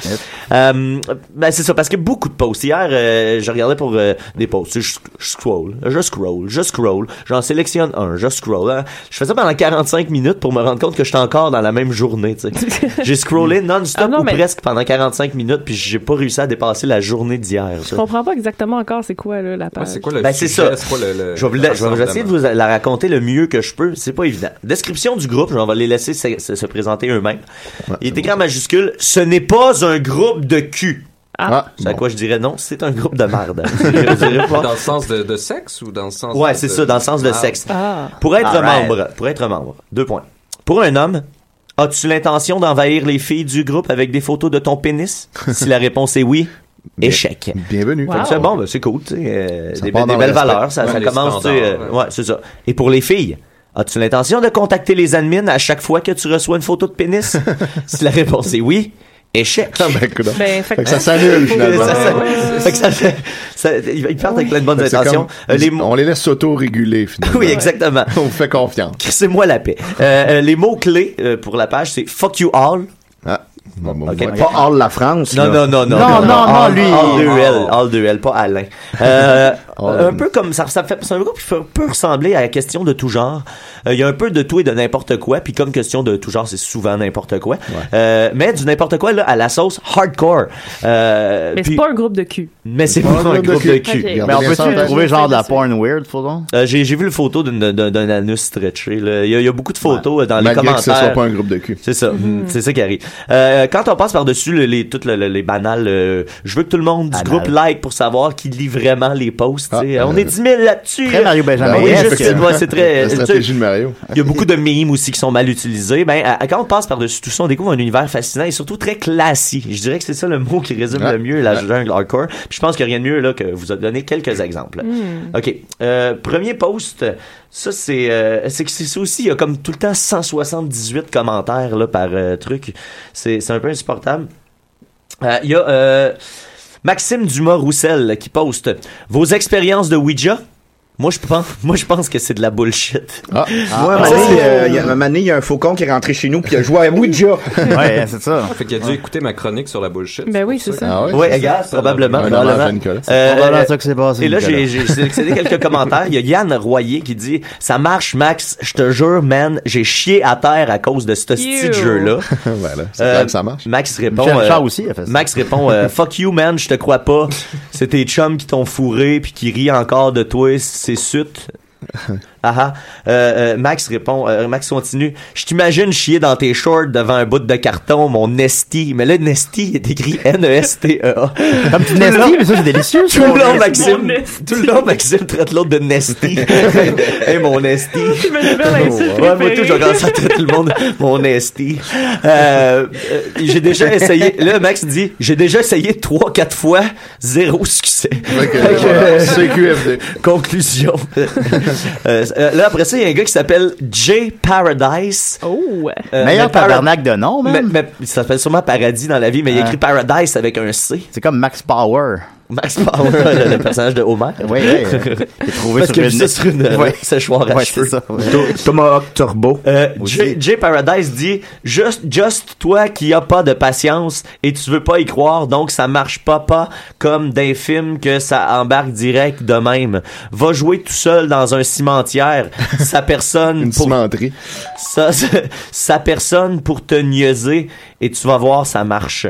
Speaker 3: Euh, ben, c'est ça, parce que beaucoup de posts. Hier, euh, je regardais pour euh, des posts. Je, je scroll, je scroll, je scroll. J'en sélectionne sélectionne un, je scroll. hein. Je fais ça pendant 45 minutes pour me rendre compte que j'étais encore dans la même journée. tu sais. J'ai scrollé non-stop
Speaker 7: Ah non,
Speaker 3: ou
Speaker 7: mais-
Speaker 3: presque pendant 45 minutes, puis j'ai pas réussi à dépasser la journée d'hier.
Speaker 7: Je
Speaker 3: ça.
Speaker 7: comprends pas exactement encore c'est quoi là, la page.
Speaker 5: c'est quoi le
Speaker 3: Ben, c'est
Speaker 5: sujet,
Speaker 3: ça.
Speaker 5: c'est quoi le- le-
Speaker 3: Je vais, vous la- je vais essayer de vous la raconter le mieux que je peux. C'est pas évident. Description du groupe, on va les laisser se, se- se présenter eux-mêmes. Il est écrit en majuscule Ce n'est pas un groupe de cul.
Speaker 4: Ah,
Speaker 3: C'est à
Speaker 4: bon.
Speaker 3: quoi je dirais non, c'est un groupe de merde. Je dirais pas.
Speaker 5: Dans le sens de, de sexe ou dans le sens
Speaker 3: Ouais,
Speaker 5: de-
Speaker 3: c'est ça, dans le sens de
Speaker 5: Ah.
Speaker 3: sexe.
Speaker 7: Ah.
Speaker 3: Pour être
Speaker 2: Alright.
Speaker 3: membre, pour être membre, deux points. Pour un homme, as-tu l'intention d'envahir les filles du groupe avec des photos de ton pénis Si la réponse est oui, échec.
Speaker 4: Bienvenue.
Speaker 7: Wow.
Speaker 3: Comme ça, bon, ben, c'est cool, tu sais, euh,
Speaker 4: Ah, Ça
Speaker 3: des,
Speaker 4: part
Speaker 3: des
Speaker 4: dans
Speaker 3: belles
Speaker 4: le respect.
Speaker 3: valeurs, ça,
Speaker 5: Ouais,
Speaker 3: ça
Speaker 5: les
Speaker 3: commence, tu sais, euh,
Speaker 5: standards, ouais.
Speaker 3: ouais, c'est ça. Et pour les filles, as-tu l'intention de contacter les admins à chaque fois que tu reçois une photo de pénis? si la réponse est oui, échec.
Speaker 4: Ben, coudonc.
Speaker 7: Ben, fait
Speaker 4: Fait que
Speaker 7: que-
Speaker 4: ça s'annule finalement.
Speaker 3: Ça, ça- fait que ça fait- ça- ils partent avec plein de bonnes
Speaker 4: Fait que Ben, c'est
Speaker 3: intentions.
Speaker 4: comme-
Speaker 3: Euh, les mots-
Speaker 4: On les laisse s'auto-réguler finalement.
Speaker 3: oui, exactement.
Speaker 4: On vous fait confiance.
Speaker 3: C'est moi la paix. Euh, euh, les mots clés euh, pour la page, c'est fuck you all.
Speaker 4: Ah, bon, bon,
Speaker 3: Ok.
Speaker 4: bon.
Speaker 6: Pas hors la France.
Speaker 3: Non,
Speaker 6: là.
Speaker 3: non, non, non.
Speaker 2: Non, non, non,
Speaker 3: all,
Speaker 2: lui.
Speaker 3: All duel, all duel, pas Alain. Euh,
Speaker 4: All.
Speaker 3: un peu comme ça, ça fait, c'est un groupe qui peut, peut ressembler à la question de tout genre. Euh, Il y a un peu de tout et de n'importe quoi, puis comme question de tout genre, c'est souvent n'importe quoi. Euh, mais du n'importe quoi là, à la sauce hardcore. Euh,
Speaker 7: Mais c'est
Speaker 3: puis-
Speaker 7: pas un groupe de cul.
Speaker 3: mais c'est pas, un groupe de cul.
Speaker 7: Ok.
Speaker 2: Mais on
Speaker 4: Regardez
Speaker 2: peut-tu
Speaker 4: bien ça,
Speaker 2: trouver genre de la porn weird, faut donc?
Speaker 3: Euh, j'ai, j'ai vu le photo d'une- d'un, d'un anus stretché. là. Il y, a- il y a beaucoup de photos euh, dans les
Speaker 4: Malgré
Speaker 3: commentaires.
Speaker 4: que ce soit pas un groupe de cul.
Speaker 3: C'est ça, Mm, c'est ça qui arrive. Euh, quand on passe par-dessus le- les, toutes le- le- les banales, euh, je veux que tout le monde du
Speaker 2: Banal.
Speaker 3: groupe like pour savoir qui lit vraiment les posts. tu sais.
Speaker 4: Ah,
Speaker 3: on
Speaker 4: euh,
Speaker 3: est 10 000 là-dessus.
Speaker 2: Très Mario Benjamin.
Speaker 3: Ben oui,
Speaker 2: Yes.
Speaker 3: je sais, moi, c'est
Speaker 4: hein, La
Speaker 3: très... euh, tu sais,
Speaker 4: stratégie de Mario.
Speaker 3: il y a beaucoup de mimes aussi qui sont mal utilisés. Ben, à- quand on passe par-dessus tout ça, on découvre un univers fascinant et surtout très classique. Je dirais que c'est ça le mot qui résume
Speaker 4: Ouais.
Speaker 3: le mieux la
Speaker 4: Ouais.
Speaker 3: jungle hardcore. Puis je pense qu'il n'y a rien de mieux là, que vous a donné quelques exemples. OK. Euh, premier post, ça c'est euh, c'est que c'est ça aussi, il y a comme tout le temps 178 commentaires là, par euh, truc. C'est c'est un peu insupportable. Euh, Il y a euh, Maxime Dumas-Roussel qui poste « Vos expériences de Ouija ?» Moi je pense, moi, je pense que c'est de la bullshit.
Speaker 4: Ah,
Speaker 6: Moi, à un moment donné, euh, il y a- à un moment donné, il y a un faucon qui est rentré chez nous puis il a joué à Ouija.
Speaker 2: Ouais, c'est ça.
Speaker 5: Fait qu'il a dû écouter ma chronique sur la bullshit.
Speaker 7: Ben oui, c'est ça.
Speaker 4: ah ouais? Ah,
Speaker 3: Oui, regarde,
Speaker 5: ça,
Speaker 3: probablement.
Speaker 4: Un hommage
Speaker 3: probablement.
Speaker 4: à Nicolas.
Speaker 3: Euh,
Speaker 2: Voilà
Speaker 3: euh,
Speaker 2: ça que c'est passé.
Speaker 3: et là,
Speaker 2: Nicolas.
Speaker 3: j'ai j'ai sélectionné quelques commentaires. Il y a Yann Royer qui dit « Ça marche, Max. Je te jure, man, j'ai chié à terre à cause de ce petit
Speaker 7: Ew.
Speaker 3: jeu-là.
Speaker 4: voilà, c'est
Speaker 3: Euh,
Speaker 4: clair que ça marche.
Speaker 3: Max répond...
Speaker 2: Michel
Speaker 3: euh,
Speaker 2: Richard aussi a fait ça.
Speaker 3: Max répond euh, Fuck you, man, je te crois pas. C'est tes chums qui t'ont fourré puis qui rient encore de toi, c'est sut. Ah ah. Euh, euh, Max répond, euh, Max continue. Je t'imagine chier dans tes shorts devant un bout de carton, mon Nesti. Mais là, Nesti, il est écrit E N-E-S-T-E-A.
Speaker 2: Comme tu Nasty, mais ça, c'est délicieux.
Speaker 3: Tout le long,
Speaker 7: Mon
Speaker 3: Maxime,
Speaker 7: Nesti.
Speaker 3: tout le long, Maxime traite l'autre de Nesti. hey, mon Nesti.
Speaker 7: Je me révèle l'insulte
Speaker 3: Ouais, moi, tout, je
Speaker 7: préférée.
Speaker 3: regarde ça tout le monde. Mon esti. Euh, euh, j'ai déjà essayé. Là, Max dit, j'ai déjà essayé trois, quatre fois, zéro succès.
Speaker 4: Fait que,
Speaker 3: Fait que,
Speaker 4: voilà,
Speaker 3: euh,
Speaker 4: CQFD.
Speaker 3: Conclusion. Euh, euh, là, après ça, il y a un gars qui s'appelle Jay Paradise.
Speaker 7: Oh!
Speaker 3: Euh,
Speaker 2: Meilleur
Speaker 3: mais Para-
Speaker 2: tabernacle Ah. de nom,
Speaker 3: mais-
Speaker 2: man.
Speaker 3: mais il s'appelle sûrement Paradis dans la vie, mais il écrit Paradise avec un C.
Speaker 2: C'est comme Max Power.
Speaker 3: Max Power, le, le personnage de Homer.
Speaker 2: Oui, oui. J'ai trouvé sur
Speaker 3: Parce que
Speaker 2: une...
Speaker 3: vu ça sur une euh,
Speaker 2: Ouais.
Speaker 3: séchoir à
Speaker 2: Ouais,
Speaker 3: cheveux.
Speaker 2: c'est ça. ouais.
Speaker 6: Thomas Turbo.
Speaker 3: Euh, Jay Jay Paradise dit juste juste toi qui a pas de patience et tu veux pas y croire donc ça marche pas pas comme d'un film que ça embarque direct de même va jouer tout seul dans un cimentière sa personne
Speaker 4: Une
Speaker 3: pour
Speaker 4: cimenterie.
Speaker 3: sa, sa personne pour te niaiser et tu vas voir ça marche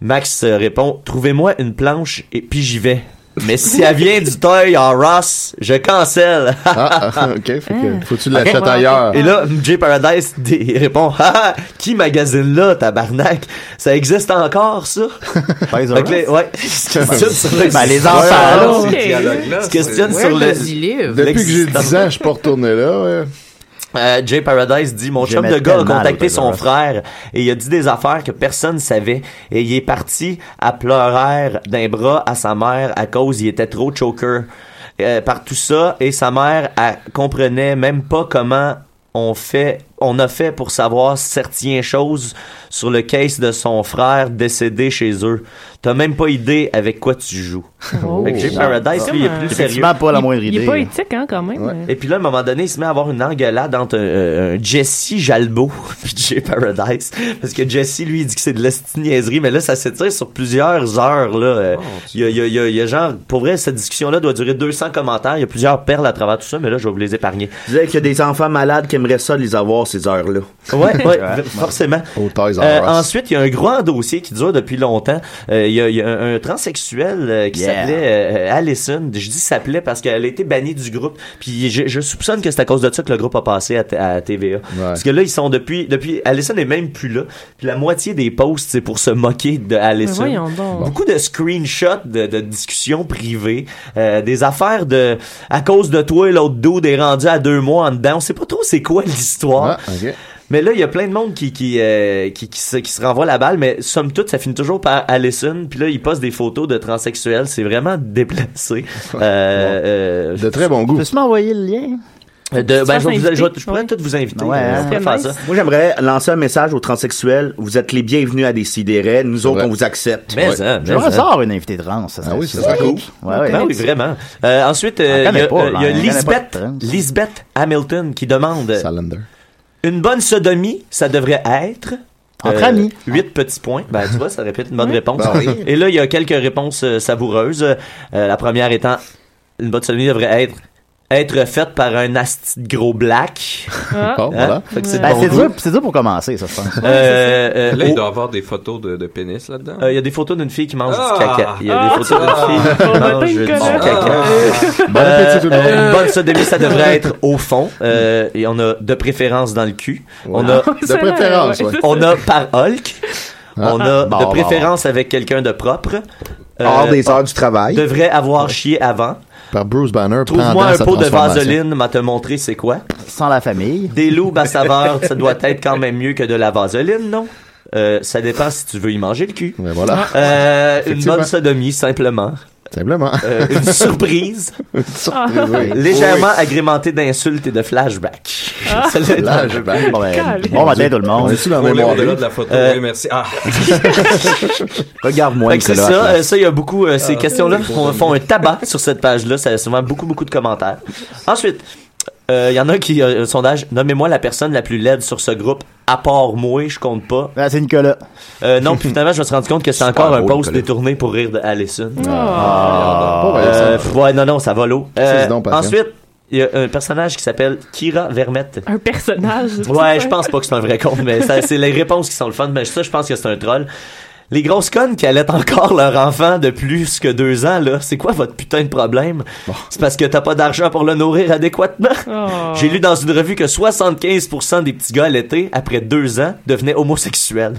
Speaker 3: Max euh, répond trouvez-moi une planche et puis j'y vais mais si elle vient du toy en Ross je cancelle
Speaker 4: Ah, ah, ok, fait que faut-tu l'achèter
Speaker 3: Ok.
Speaker 4: ailleurs.
Speaker 3: Et
Speaker 2: Ah.
Speaker 3: là, Jay Paradise dé- répond Ah, ah, qui magazine là, tabarnak Ça existe encore, ça
Speaker 2: Pfizer.
Speaker 3: Fait que là, ouais, il se questionne sur le-
Speaker 2: Ben, les enfants,
Speaker 3: Ouais,
Speaker 2: là.
Speaker 3: on
Speaker 7: Ok.
Speaker 5: dialogue-là.
Speaker 3: se questionne
Speaker 8: Where
Speaker 3: sur le.
Speaker 8: does he live?
Speaker 4: Depuis que j'ai
Speaker 3: l'existence.
Speaker 4: 10 ans, je suis pas retourné là. ouais.
Speaker 3: Euh, Jay Paradise dit Mon chum
Speaker 2: J'aimais
Speaker 3: de gars a
Speaker 2: tellement
Speaker 3: contacté
Speaker 2: le
Speaker 3: son
Speaker 2: Pfizer.
Speaker 3: frère et il a dit des affaires que personne savait. Et il est parti à pleurer d'un bras à sa mère à cause il était trop choker. Euh, par tout ça, et sa mère elle comprenait même pas comment on fait on a fait pour savoir certaines choses sur le case de son frère décédé chez eux. T'as même pas idée avec quoi tu joues. Fait que Jay Paradise, lui, il est plus sérieux.
Speaker 2: Effectivement, pas la moindre
Speaker 7: Oh. Il
Speaker 2: idée.
Speaker 7: est pas éthique, hein, quand même.
Speaker 3: Et puis là, à un moment donné, il se met à avoir une engueulade entre euh, un Jesse Jalbo puis Jay Paradise. Parce que Jesse, lui, il dit que c'est de la petite niaiserie, mais là, ça s'étire sur plusieurs heures. Là. Euh, Il y, a, il y a- il y a- il y a genre, pour vrai, cette discussion-là doit durer 200 commentaires. Il y a plusieurs perles à travers tout ça, mais là, je vais vous les épargner.
Speaker 13: Tu disais qu'il y a des enfants malades qui aimeraient ça les avoir ces heures-là.
Speaker 3: Ouais, ouais, forcément.
Speaker 4: Authors
Speaker 3: Euh,
Speaker 4: R Us.
Speaker 3: ensuite, il y a un grand dossier qui dure depuis longtemps. Euh, Il y a- il y, a un, un transsexuel euh, qui
Speaker 13: Yeah.
Speaker 3: s'appelait euh, Allison. Je dis s'appelait parce qu'elle a été bannie du groupe. Puis je, je soupçonne que c'est à cause de ça que le groupe a passé à, t- à TVA. Parce que là, ils sont depuis... depuis Allison n'est même plus là. Puis la moitié des posts, c'est pour se moquer de
Speaker 7: Mais
Speaker 3: Allison.
Speaker 7: voyons donc.
Speaker 3: Beaucoup de screenshots de, de discussions privées, euh, des affaires de à cause de toi l'autre dos est rendu à deux mois en dedans. On sait pas trop c'est quoi l'histoire.
Speaker 4: Ah, ok.
Speaker 3: Mais là, il y a plein de monde qui qui, euh, qui, qui se, qui se renvoie la balle, mais somme toute, ça finit toujours par Allison. Puis là, il poste des photos de transsexuels. C'est vraiment déplacé. Euh, euh,
Speaker 4: De très bon goût.
Speaker 2: Peux-tu m'envoyer le lien?
Speaker 3: de- ben,
Speaker 7: vas
Speaker 3: je, vais vous- je, vais-
Speaker 7: t'inviter?
Speaker 3: je pourrais toutes vous inviter.
Speaker 13: Ouais,
Speaker 3: euh,
Speaker 13: hein.
Speaker 3: on pourrait faire ça.
Speaker 13: Moi, j'aimerais lancer un message aux transsexuels. Vous êtes les bienvenus à Décideret. Nous autres,
Speaker 4: Ouais.
Speaker 13: on vous accepte.
Speaker 3: Mais, hein, mais,
Speaker 2: Je
Speaker 3: hein.
Speaker 2: ressors une invitée trans. Ça
Speaker 4: Ah oui,
Speaker 2: serait-
Speaker 4: ça serait cool.
Speaker 2: Ouais, ouais.
Speaker 3: Ben oui, vraiment. Euh, ensuite,
Speaker 2: On
Speaker 3: euh, il y
Speaker 2: connaît
Speaker 3: a,
Speaker 2: pas, hein.
Speaker 3: euh, il y a
Speaker 2: on connaît pas
Speaker 3: Lisbeth,
Speaker 2: de trans.
Speaker 3: Lisbeth Hamilton qui demande
Speaker 4: Salander.
Speaker 3: Une bonne sodomie, ça devrait être.
Speaker 2: Entre amis.
Speaker 3: 8 petits points. Ben, tu vois, ça répète une bonne réponse.
Speaker 4: Ben oui.
Speaker 3: Et là, il y a quelques réponses euh, savoureuses. Euh, la première étant Une bonne sodomie devrait être être faite par un asti de gros black.
Speaker 7: Ah.
Speaker 4: Oh, voilà.
Speaker 3: Hein? Fait que c'est de
Speaker 2: Ben,
Speaker 3: bon
Speaker 2: c'est
Speaker 3: goût.
Speaker 2: dur, c'est dur pour commencer, ça, je pense.
Speaker 3: Euh, euh,
Speaker 5: Là,
Speaker 3: oh,
Speaker 5: il doit avoir des photos de, de pénis là-dedans.
Speaker 3: euh, il y a des photos d'une fille qui mange du
Speaker 5: Ah.
Speaker 3: caca. Il y a des
Speaker 7: Ah.
Speaker 3: photos d'une fille qui
Speaker 7: On va
Speaker 3: mange
Speaker 7: pas
Speaker 3: du
Speaker 7: une connaître.
Speaker 3: caca.
Speaker 4: Bon appétit tout le monde.
Speaker 3: Euh, une bonne sodomie, ça devrait être au fond. Euh, et on a de préférence dans le cul. On a,
Speaker 4: De préférence, ouais.
Speaker 3: on a par Hulk.
Speaker 4: Ah.
Speaker 3: On a
Speaker 2: Bon,
Speaker 3: de
Speaker 2: bon,
Speaker 3: préférence avec quelqu'un de propre. Euh,
Speaker 13: Hors des heures du travail.
Speaker 3: Devrait avoir chié avant.
Speaker 4: Euh, Par Bruce Banner.
Speaker 3: Trouve-moi
Speaker 4: pendant
Speaker 3: un
Speaker 4: sa
Speaker 3: pot de
Speaker 4: transformation.
Speaker 3: vaseline, m'a te montrer c'est quoi.
Speaker 2: Sans la famille.
Speaker 3: Des loups à saveur, ça doit être quand même mieux que de la vaseline, non? Euh, ça dépend si tu veux y manger le cul.
Speaker 4: Ouais, voilà.
Speaker 3: Euh, une
Speaker 4: Effectivement.
Speaker 3: bonne sodomie, simplement.
Speaker 4: Simplement.
Speaker 3: Euh, une surprise.
Speaker 4: Oui.
Speaker 3: Euh, Légèrement agrémentée d'insultes et de flashbacks.
Speaker 4: Oui. Là, je ben,
Speaker 2: Bon, ben,
Speaker 7: Calme.
Speaker 2: bon matin, tout le
Speaker 4: On
Speaker 2: monde.
Speaker 4: est-tu dans
Speaker 5: On
Speaker 4: la
Speaker 5: est
Speaker 4: mémoire
Speaker 5: au-delà de
Speaker 4: vive?
Speaker 5: la photo.
Speaker 3: Euh,
Speaker 5: oui, merci. Ah,
Speaker 13: Regarde-moi,
Speaker 3: Fait que c'est
Speaker 13: Nicolas.
Speaker 3: ça, euh, ça il y a beaucoup euh,
Speaker 4: Ah.
Speaker 3: ces questions-là font, font un tabac sur cette page-là, ça a souvent beaucoup beaucoup de commentaires. Ensuite, euh, il y en a qui euh, un sondage nommez-moi la personne la plus laide sur ce groupe à part moi, je compte pas.
Speaker 2: Ah, c'est Nicolas.
Speaker 3: Euh, non, puis finalement je me suis rendu compte que c'est encore un
Speaker 13: drôle,
Speaker 3: post
Speaker 13: Nicolas.
Speaker 3: détourné pour rire de Allison.
Speaker 4: Ah, Pas vrai, ça.
Speaker 3: Euh, pff, ouais, non non, ça va l'eau. Euh,
Speaker 4: C'est donc patient.
Speaker 3: ensuite, il y a un personnage qui s'appelle Kira Vermette.
Speaker 7: Un personnage.
Speaker 3: Ouais, je pense pas que c'est un vrai compte, mais ça, c'est les réponses qui sont le fun. Mais ça, je pense que c'est un troll. Les grosses connes qui allaitent encore leur enfant de plus que deux ans, là, c'est quoi votre putain de problème? C'est parce que t'as pas d'argent pour le nourrir adéquatement?
Speaker 7: Oh.
Speaker 3: J'ai lu dans une revue que 75% des petits gars allaités, après deux ans, devenaient homosexuels.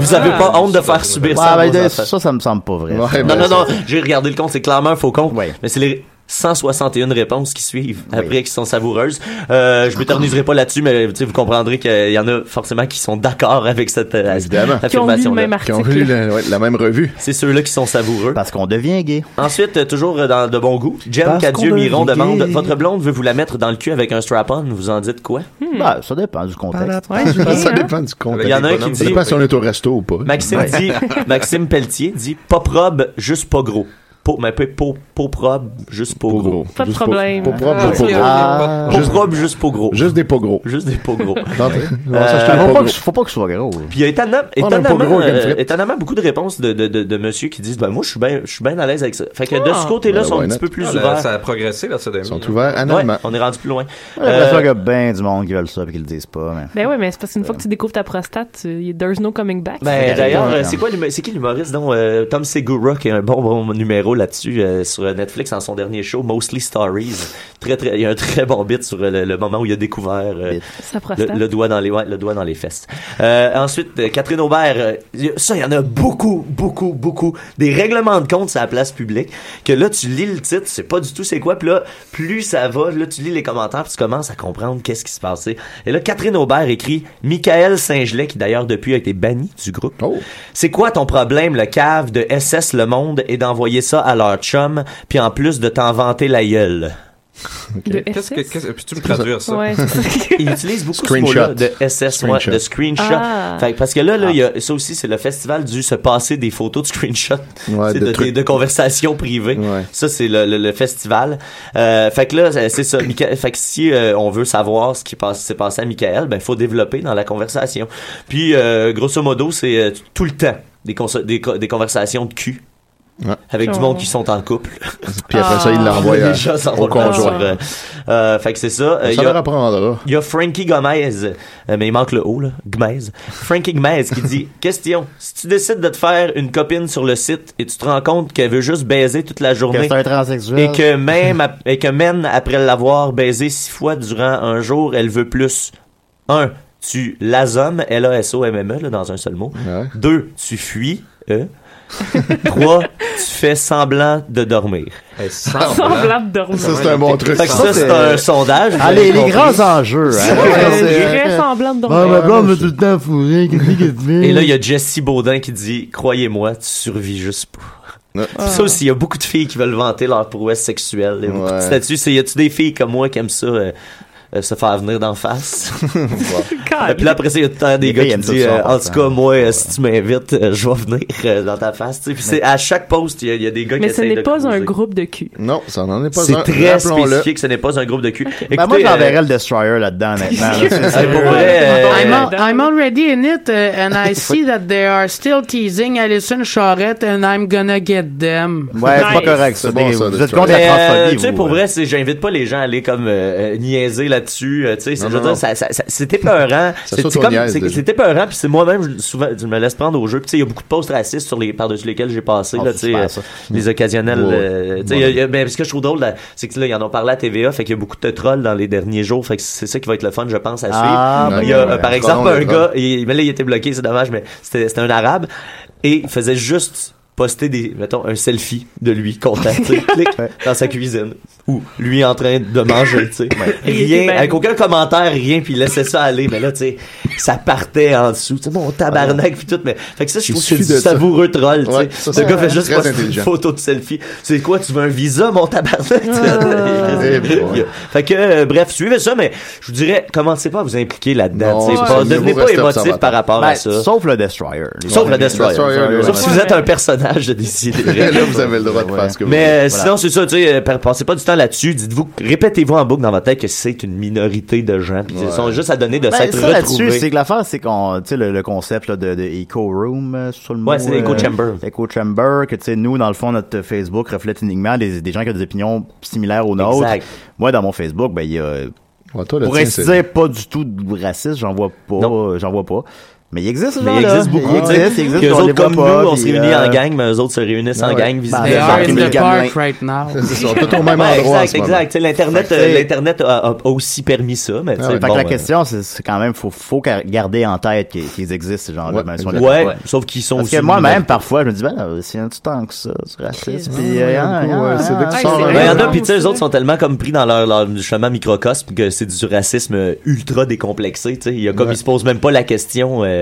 Speaker 3: Vous avez pas honte de faire subir ça
Speaker 2: Ah. Ouais,
Speaker 3: à
Speaker 2: ben,
Speaker 3: vos
Speaker 2: de-
Speaker 3: enfants?
Speaker 2: ça, ça me semble pas vrai.
Speaker 4: Ouais,
Speaker 3: Non,
Speaker 4: ben,
Speaker 3: non,
Speaker 4: ça-
Speaker 3: non, j'ai regardé le compte, c'est clairement un faux compte.
Speaker 2: Ouais.
Speaker 3: Mais c'est les 161 réponses qui suivent après qui sont savoureuses. Euh, je m'éterniserai pas là-dessus, mais tu sais, vous comprendrez qu'il y en a forcément qui sont d'accord avec cette euh,
Speaker 4: Évidemment.
Speaker 7: Qui ont lu le
Speaker 3: affirmation-là.
Speaker 7: même
Speaker 4: Qui ont vu
Speaker 7: article.
Speaker 4: la, ouais, la même revue.
Speaker 3: C'est ceux-là qui sont savoureux.
Speaker 2: Parce qu'on devient gay.
Speaker 3: Ensuite, euh, toujours euh, dans de bon goût, Jem
Speaker 2: Parce
Speaker 3: Cadieux
Speaker 2: qu'on
Speaker 3: Miron
Speaker 2: devient
Speaker 3: demande
Speaker 2: gay.
Speaker 3: Votre blonde veut vous la mettre dans le cul avec un strap-on, vous en dites quoi
Speaker 2: Ben, ça dépend du contexte.
Speaker 7: Ouais, je
Speaker 4: Ça
Speaker 7: viens, hein.
Speaker 4: dépend du compte.
Speaker 3: Il y en a un qui
Speaker 4: Ça
Speaker 3: dit
Speaker 4: dépend si on est au resto ou pas.
Speaker 3: Maxime, dit, Maxime Pelletier dit Pas probe, juste pas gros. Pas, mais pas, pas, pas probe, juste pas,
Speaker 4: Pas
Speaker 3: gros.
Speaker 4: gros.
Speaker 7: Pas de
Speaker 4: Juste pas-
Speaker 7: problème.
Speaker 4: Pas propre, juste pas gros.
Speaker 2: Ah,
Speaker 3: Pas
Speaker 4: Juste-
Speaker 3: probe, juste pas gros.
Speaker 4: Juste des pas gros.
Speaker 3: Juste des pas gros.
Speaker 4: Attends, on
Speaker 3: Euh,
Speaker 4: va s'acheter
Speaker 2: faut
Speaker 4: un
Speaker 2: pas
Speaker 4: pas
Speaker 2: que,
Speaker 4: gros.
Speaker 2: faut pas que je sois gros.
Speaker 3: Puis il y a étonnam-
Speaker 4: Oh, même pas
Speaker 3: étonnamment,
Speaker 4: gros, Game
Speaker 3: euh,
Speaker 4: Flip.
Speaker 3: étonnamment beaucoup de réponses de, de, de, de monsieur qui disent ben moi je suis bien je suis bien à l'aise avec ça. Fait que de
Speaker 7: Ah.
Speaker 3: ce côté-là,
Speaker 4: Ben,
Speaker 3: sont
Speaker 4: why
Speaker 3: un petit
Speaker 4: not?
Speaker 3: peu plus
Speaker 5: ah, là,
Speaker 3: ouverts.
Speaker 5: ça a progressé, la sodomie.
Speaker 4: Ils sont ouverts
Speaker 3: Ouais,
Speaker 4: analement.
Speaker 3: on est rendu plus loin.
Speaker 2: J'ai l'impression
Speaker 3: Euh,
Speaker 2: qu'il y a bien du monde qui veulent ça et qui le disent pas. Mais...
Speaker 7: Ben ouais, mais c'est parce qu'une fois que tu découvres ta prostate, tu- y- there's no coming back.
Speaker 3: Ben d'ailleurs,
Speaker 2: Ouais,
Speaker 3: euh, c'est quoi l'huma- c'est qui l'humoriste donc euh, Tom Segura qui a un bon, bon numéro là-dessus euh, sur euh, Netflix en son dernier show Mostly Stories. Très très il y a un très bon bit sur euh, le, le moment où il a découvert euh,
Speaker 7: Sa
Speaker 3: le,
Speaker 7: prostate.
Speaker 3: le doigt dans les ouais, le doigt dans les fesses. Euh, ensuite euh, Catherine Aubert, euh, y a- ça il y en a beaucoup beaucoup beaucoup des règlements de compte sur la place publique que là tu lis le titre, c'est pas du tout c'est quoi puis là plus ça va, là tu lis les commentaires puis tu commences à comprendre qu'est-ce qui se passait. Et là Catherine Aubert écrit Michael Saint-Gelais qui d'ailleurs depuis a été banni du groupe.
Speaker 4: Oh.
Speaker 3: C'est quoi ton problème le cave de SS Le Monde et d'envoyer ça à leur chum puis en plus de t'en vanter la gueule.
Speaker 7: De
Speaker 5: Qu'est-ce que,
Speaker 7: SS?
Speaker 5: qu'est-ce- peux-tu me traduire ça?
Speaker 7: Ouais,
Speaker 3: Il utilise beaucoup
Speaker 5: Screenshot.
Speaker 3: ce mot-là de SS, ouais,
Speaker 5: Screenshot.
Speaker 3: de screenshot.
Speaker 5: Ah.
Speaker 3: Fait que parce que là, là il y a- ça aussi, c'est le festival du se passer des photos de screenshot
Speaker 4: Ouais,
Speaker 3: tu sais,
Speaker 4: de
Speaker 3: de,
Speaker 4: trucs.
Speaker 3: de conversations privées. Ça, c'est le, le- le festival. Euh, fait que là, c'est c'est ça. Mica- fait que si euh, on veut savoir ce qui passe- s'est passé à Michael, ben faut développer dans la conversation. Puis, euh, grosso modo, c'est euh, tout le temps des, conso- des, co- des conversations de cul. Avec du
Speaker 4: Oh.
Speaker 3: monde qui sont en couple.
Speaker 4: Puis après ça,
Speaker 7: Ah.
Speaker 4: il l'envoie à-
Speaker 3: Les gens s'en
Speaker 4: au
Speaker 3: vont le faire
Speaker 4: conjoint.
Speaker 3: sur, euh, euh, fait que c'est ça. Euh, il Euh, y
Speaker 4: Ça
Speaker 3: a-
Speaker 4: leur apprendra.
Speaker 3: il y a Frankie Gomez, euh, mais il manque le O, là. Gomez. Frankie Gomez qui dit Question, si tu décides de te faire une copine sur le site et tu te rends compte qu'elle veut juste baiser toute la journée.
Speaker 2: c'est un transsexuel.
Speaker 3: Et que même, ap- et que même après l'avoir baisé six fois durant un jour, elle veut plus. Un, tu l'asommes, L-A-S-O-M-M-E, E, là, dans un seul mot. Deux, tu fuis, E. Trois, tu fais semblant de dormir.
Speaker 5: semblant.
Speaker 7: Semblant de dormir.
Speaker 4: Ça, c'est un bon truc.
Speaker 3: Fait que ça, c'est un sondage. vous
Speaker 2: Ah, les,
Speaker 3: avez
Speaker 2: les
Speaker 3: compris.
Speaker 2: grands enjeux. Hein?
Speaker 7: Très semblant de dormir.
Speaker 2: Ah, m'a tout le temps fourré.
Speaker 3: Et
Speaker 7: Mm.
Speaker 3: là, il y a Jessie Baudin qui dit Croyez-moi, tu survis juste pas. Puis Ça aussi, il y a beaucoup de filles qui veulent vanter leur prouesse sexuelle. Et beaucoup de
Speaker 4: Ouais.
Speaker 3: statuts. C'est, y a-tu des filles comme moi qui aiment ça euh, euh, se faire venir d'en face?
Speaker 7: Ah,
Speaker 3: Et puis là, après ça, il y a tout le temps des
Speaker 2: Les
Speaker 3: gars
Speaker 2: filles
Speaker 3: qui me
Speaker 2: aiment ça,
Speaker 3: disent
Speaker 2: ça,
Speaker 3: euh,
Speaker 2: en
Speaker 3: En tout cas, moi, euh, si tu m'invites, euh, je vais venir euh, dans ta face. Tu sais, Puis c'est, à chaque poste, il y a- il y, a des gars qui
Speaker 7: Mais ce
Speaker 3: essayent de
Speaker 7: n'est pas un
Speaker 3: creuser.
Speaker 7: groupe de cul.
Speaker 4: Non, ça n'en est pas
Speaker 3: C'est
Speaker 4: un.
Speaker 3: très
Speaker 4: Rappelons-le.
Speaker 3: spécifique, ce n'est pas un groupe de cul.
Speaker 2: Ben, moi,
Speaker 3: Écoutez,
Speaker 2: j'enverrais
Speaker 3: euh,
Speaker 2: le Destroyer là-dedans, maintenant.
Speaker 3: euh, pour vrai, euh,
Speaker 8: I'm, al- I'm already in it, uh, and I see that they are still teasing Alison Charette, and I'm gonna get them.
Speaker 2: Ouais, c'est pas correct, ça.
Speaker 4: C'est bon,
Speaker 2: Des-
Speaker 4: ça,
Speaker 2: vous
Speaker 4: Destroyer.
Speaker 2: êtes contre
Speaker 3: Mais,
Speaker 2: la
Speaker 3: euh,
Speaker 2: transphobie,
Speaker 3: tu sais,
Speaker 2: vous,
Speaker 3: pour
Speaker 2: ouais.
Speaker 3: vrai, c'est, j'invite pas les gens à aller comme euh, euh, niaiser là-dessus. euh, tu sais, c'est-
Speaker 4: Non,
Speaker 3: je veux
Speaker 4: non,
Speaker 3: dire,
Speaker 4: non.
Speaker 3: ça- ça- ça- c'est épeurant.
Speaker 4: Ça
Speaker 3: C'est
Speaker 4: saute
Speaker 3: c'est
Speaker 4: aux
Speaker 3: comme-
Speaker 4: niaises,
Speaker 3: c'est-
Speaker 4: déjà.
Speaker 3: c'est épeurant. Puis c'est moi-même, je- souvent, je me laisse prendre au jeu. Puis tu sais, il y a beaucoup de posts racistes sur les, par-dessus lesquels j'ai passé.
Speaker 2: Ah,
Speaker 3: là,
Speaker 2: c'est
Speaker 3: tu sais,
Speaker 2: super,
Speaker 3: euh,
Speaker 2: ça.
Speaker 3: les occasionnels.
Speaker 4: Ouais.
Speaker 3: euh, tu sais, il y a- il y a- ben, ce que je trouve drôle, là, c'est que là, ils en ont parlé à TVA. Fait qu'il y a beaucoup de trolls dans les derniers jours. Fait que c'est ça qui va être le fun, je pense, à suivre.
Speaker 2: Ah,
Speaker 3: il y a,
Speaker 4: ouais.
Speaker 3: euh, par
Speaker 4: Trollons
Speaker 3: exemple,
Speaker 4: les
Speaker 3: un
Speaker 4: trolls.
Speaker 3: gars, il- mais là, il était bloqué, c'est dommage, mais c'était c'était un arabe. Et il faisait juste poster des, mettons, un selfie de lui, content, tu sais, clic, dans sa cuisine. Ou lui en train de manger, tu sais.
Speaker 7: était
Speaker 3: Rien,
Speaker 7: bien.
Speaker 3: avec aucun commentaire, rien, puis il laissait ça aller. Mais là, tu sais, ça partait en dessous. Tu sais, mon tabarnak, puis tout. Mais, fait que ça, je
Speaker 4: Il
Speaker 3: trouve que c'est du
Speaker 4: suffit de ça.
Speaker 3: savoureux troll, tu
Speaker 4: Ouais,
Speaker 3: sais.
Speaker 4: ça,
Speaker 3: Ce
Speaker 4: c'est
Speaker 3: gars fait juste
Speaker 4: très
Speaker 3: poster une
Speaker 4: intelligent.
Speaker 3: photo de selfie. C'est quoi, tu veux un visa, mon
Speaker 2: Ah.
Speaker 3: tabarnak?
Speaker 4: Eh boy.
Speaker 3: Fait que, euh, bref, suivez ça, mais je vous dirais, commencez pas à vous impliquer là-dedans.
Speaker 4: Non,
Speaker 3: tu sais,
Speaker 4: c'est
Speaker 3: pas-
Speaker 4: ça, mieux
Speaker 3: Devenez
Speaker 4: vaut
Speaker 3: pas
Speaker 4: rester
Speaker 3: émotif
Speaker 4: observateur.
Speaker 3: par rapport
Speaker 2: Ben,
Speaker 3: à ça.
Speaker 2: Sauf le Destroyer. Les
Speaker 3: Sauf
Speaker 2: gens-
Speaker 3: le Destroyer.
Speaker 4: Destroyer, ouais.
Speaker 3: Sauf si vous êtes un personnage de décider.
Speaker 4: Là, vous avez le droit de faire ce que vous
Speaker 3: Mais
Speaker 4: voulez.
Speaker 3: euh, sinon, c'est ça, tu sais, euh, pa- passez pas du temps là-dessus. Dites-vous, répétez-vous en boucle dans votre tête que c'est une minorité de gens. puis Ils sont juste à donner de
Speaker 2: Ben,
Speaker 3: s'être
Speaker 2: ça, là-dessus,
Speaker 3: retrouvés.
Speaker 2: c'est que l'affaire, c'est qu'on, tu sais, le, le concept là, de, de Eco Room, euh, c'est ça le mot.
Speaker 3: Ouais, c'est Echo
Speaker 2: euh,
Speaker 3: Chamber.
Speaker 2: Echo Chamber, que tu sais, nous, dans le fond, notre Facebook reflète uniquement des, des gens qui ont des opinions similaires aux nôtres.
Speaker 3: Exact.
Speaker 2: Moi, dans mon Facebook, ben, il y a,
Speaker 4: Ouais, toi, le
Speaker 2: pour
Speaker 4: tien,
Speaker 2: ainsi
Speaker 4: c'est-
Speaker 2: dire, pas du tout de racistes, j'en vois pas,
Speaker 3: Non.
Speaker 2: euh, j'en vois pas. Mais il existe, ce
Speaker 3: Mais il
Speaker 2: genre-là.
Speaker 3: existe beaucoup,
Speaker 2: Il
Speaker 3: tu sais.
Speaker 2: existe, il existe,
Speaker 3: Puis eux
Speaker 2: on les
Speaker 3: autres,
Speaker 2: voit
Speaker 3: comme nous,
Speaker 2: pas,
Speaker 3: on se
Speaker 2: puis,
Speaker 3: réunit
Speaker 2: euh,
Speaker 3: en gang, mais eux autres se réunissent en
Speaker 4: ouais.
Speaker 2: Ben,
Speaker 3: gang,
Speaker 8: They
Speaker 3: visiblement.
Speaker 8: are in the
Speaker 4: Marc-Émile
Speaker 8: ah, park right now.
Speaker 4: Ils sont tous au même
Speaker 3: Ouais,
Speaker 4: endroit. en
Speaker 3: exact,
Speaker 4: ce moment.
Speaker 3: exact. Tu sais, L'Internet
Speaker 2: Fait que
Speaker 3: euh,
Speaker 2: c'est-
Speaker 3: l'Internet a, a- a aussi permis ça, mais tu sais,
Speaker 4: ouais.
Speaker 2: Fait
Speaker 3: bon,
Speaker 2: que la
Speaker 3: euh,
Speaker 2: question, c'est c'est quand même, faut, faut gar- garder en tête qu'ils qu'ils existent, ces gens-là.
Speaker 4: Ouais,
Speaker 2: même si on
Speaker 4: exact.
Speaker 2: les-
Speaker 3: Ouais, sauf qu'ils sont
Speaker 2: Parce
Speaker 3: aussi.
Speaker 2: que moi-même,
Speaker 3: minoritaires.
Speaker 2: parfois, je me dis, ben, là, c'est un petit temps que ça, c'est raciste. Puis, euh, hein,
Speaker 4: beaucoup,
Speaker 2: hein,
Speaker 4: euh, c'est
Speaker 2: hein,
Speaker 4: dès que tu
Speaker 2: hein.
Speaker 4: sors
Speaker 3: Ben, y en a,
Speaker 7: Ouais,
Speaker 3: puis tu sais,
Speaker 7: c'est
Speaker 3: les autres sont tellement comme pris dans leur, leur chemin microcosme que c'est du racisme euh, ultra décomplexé, tu sais. Il y a comme,
Speaker 4: Ouais.
Speaker 3: ils se posent même pas la question, euh,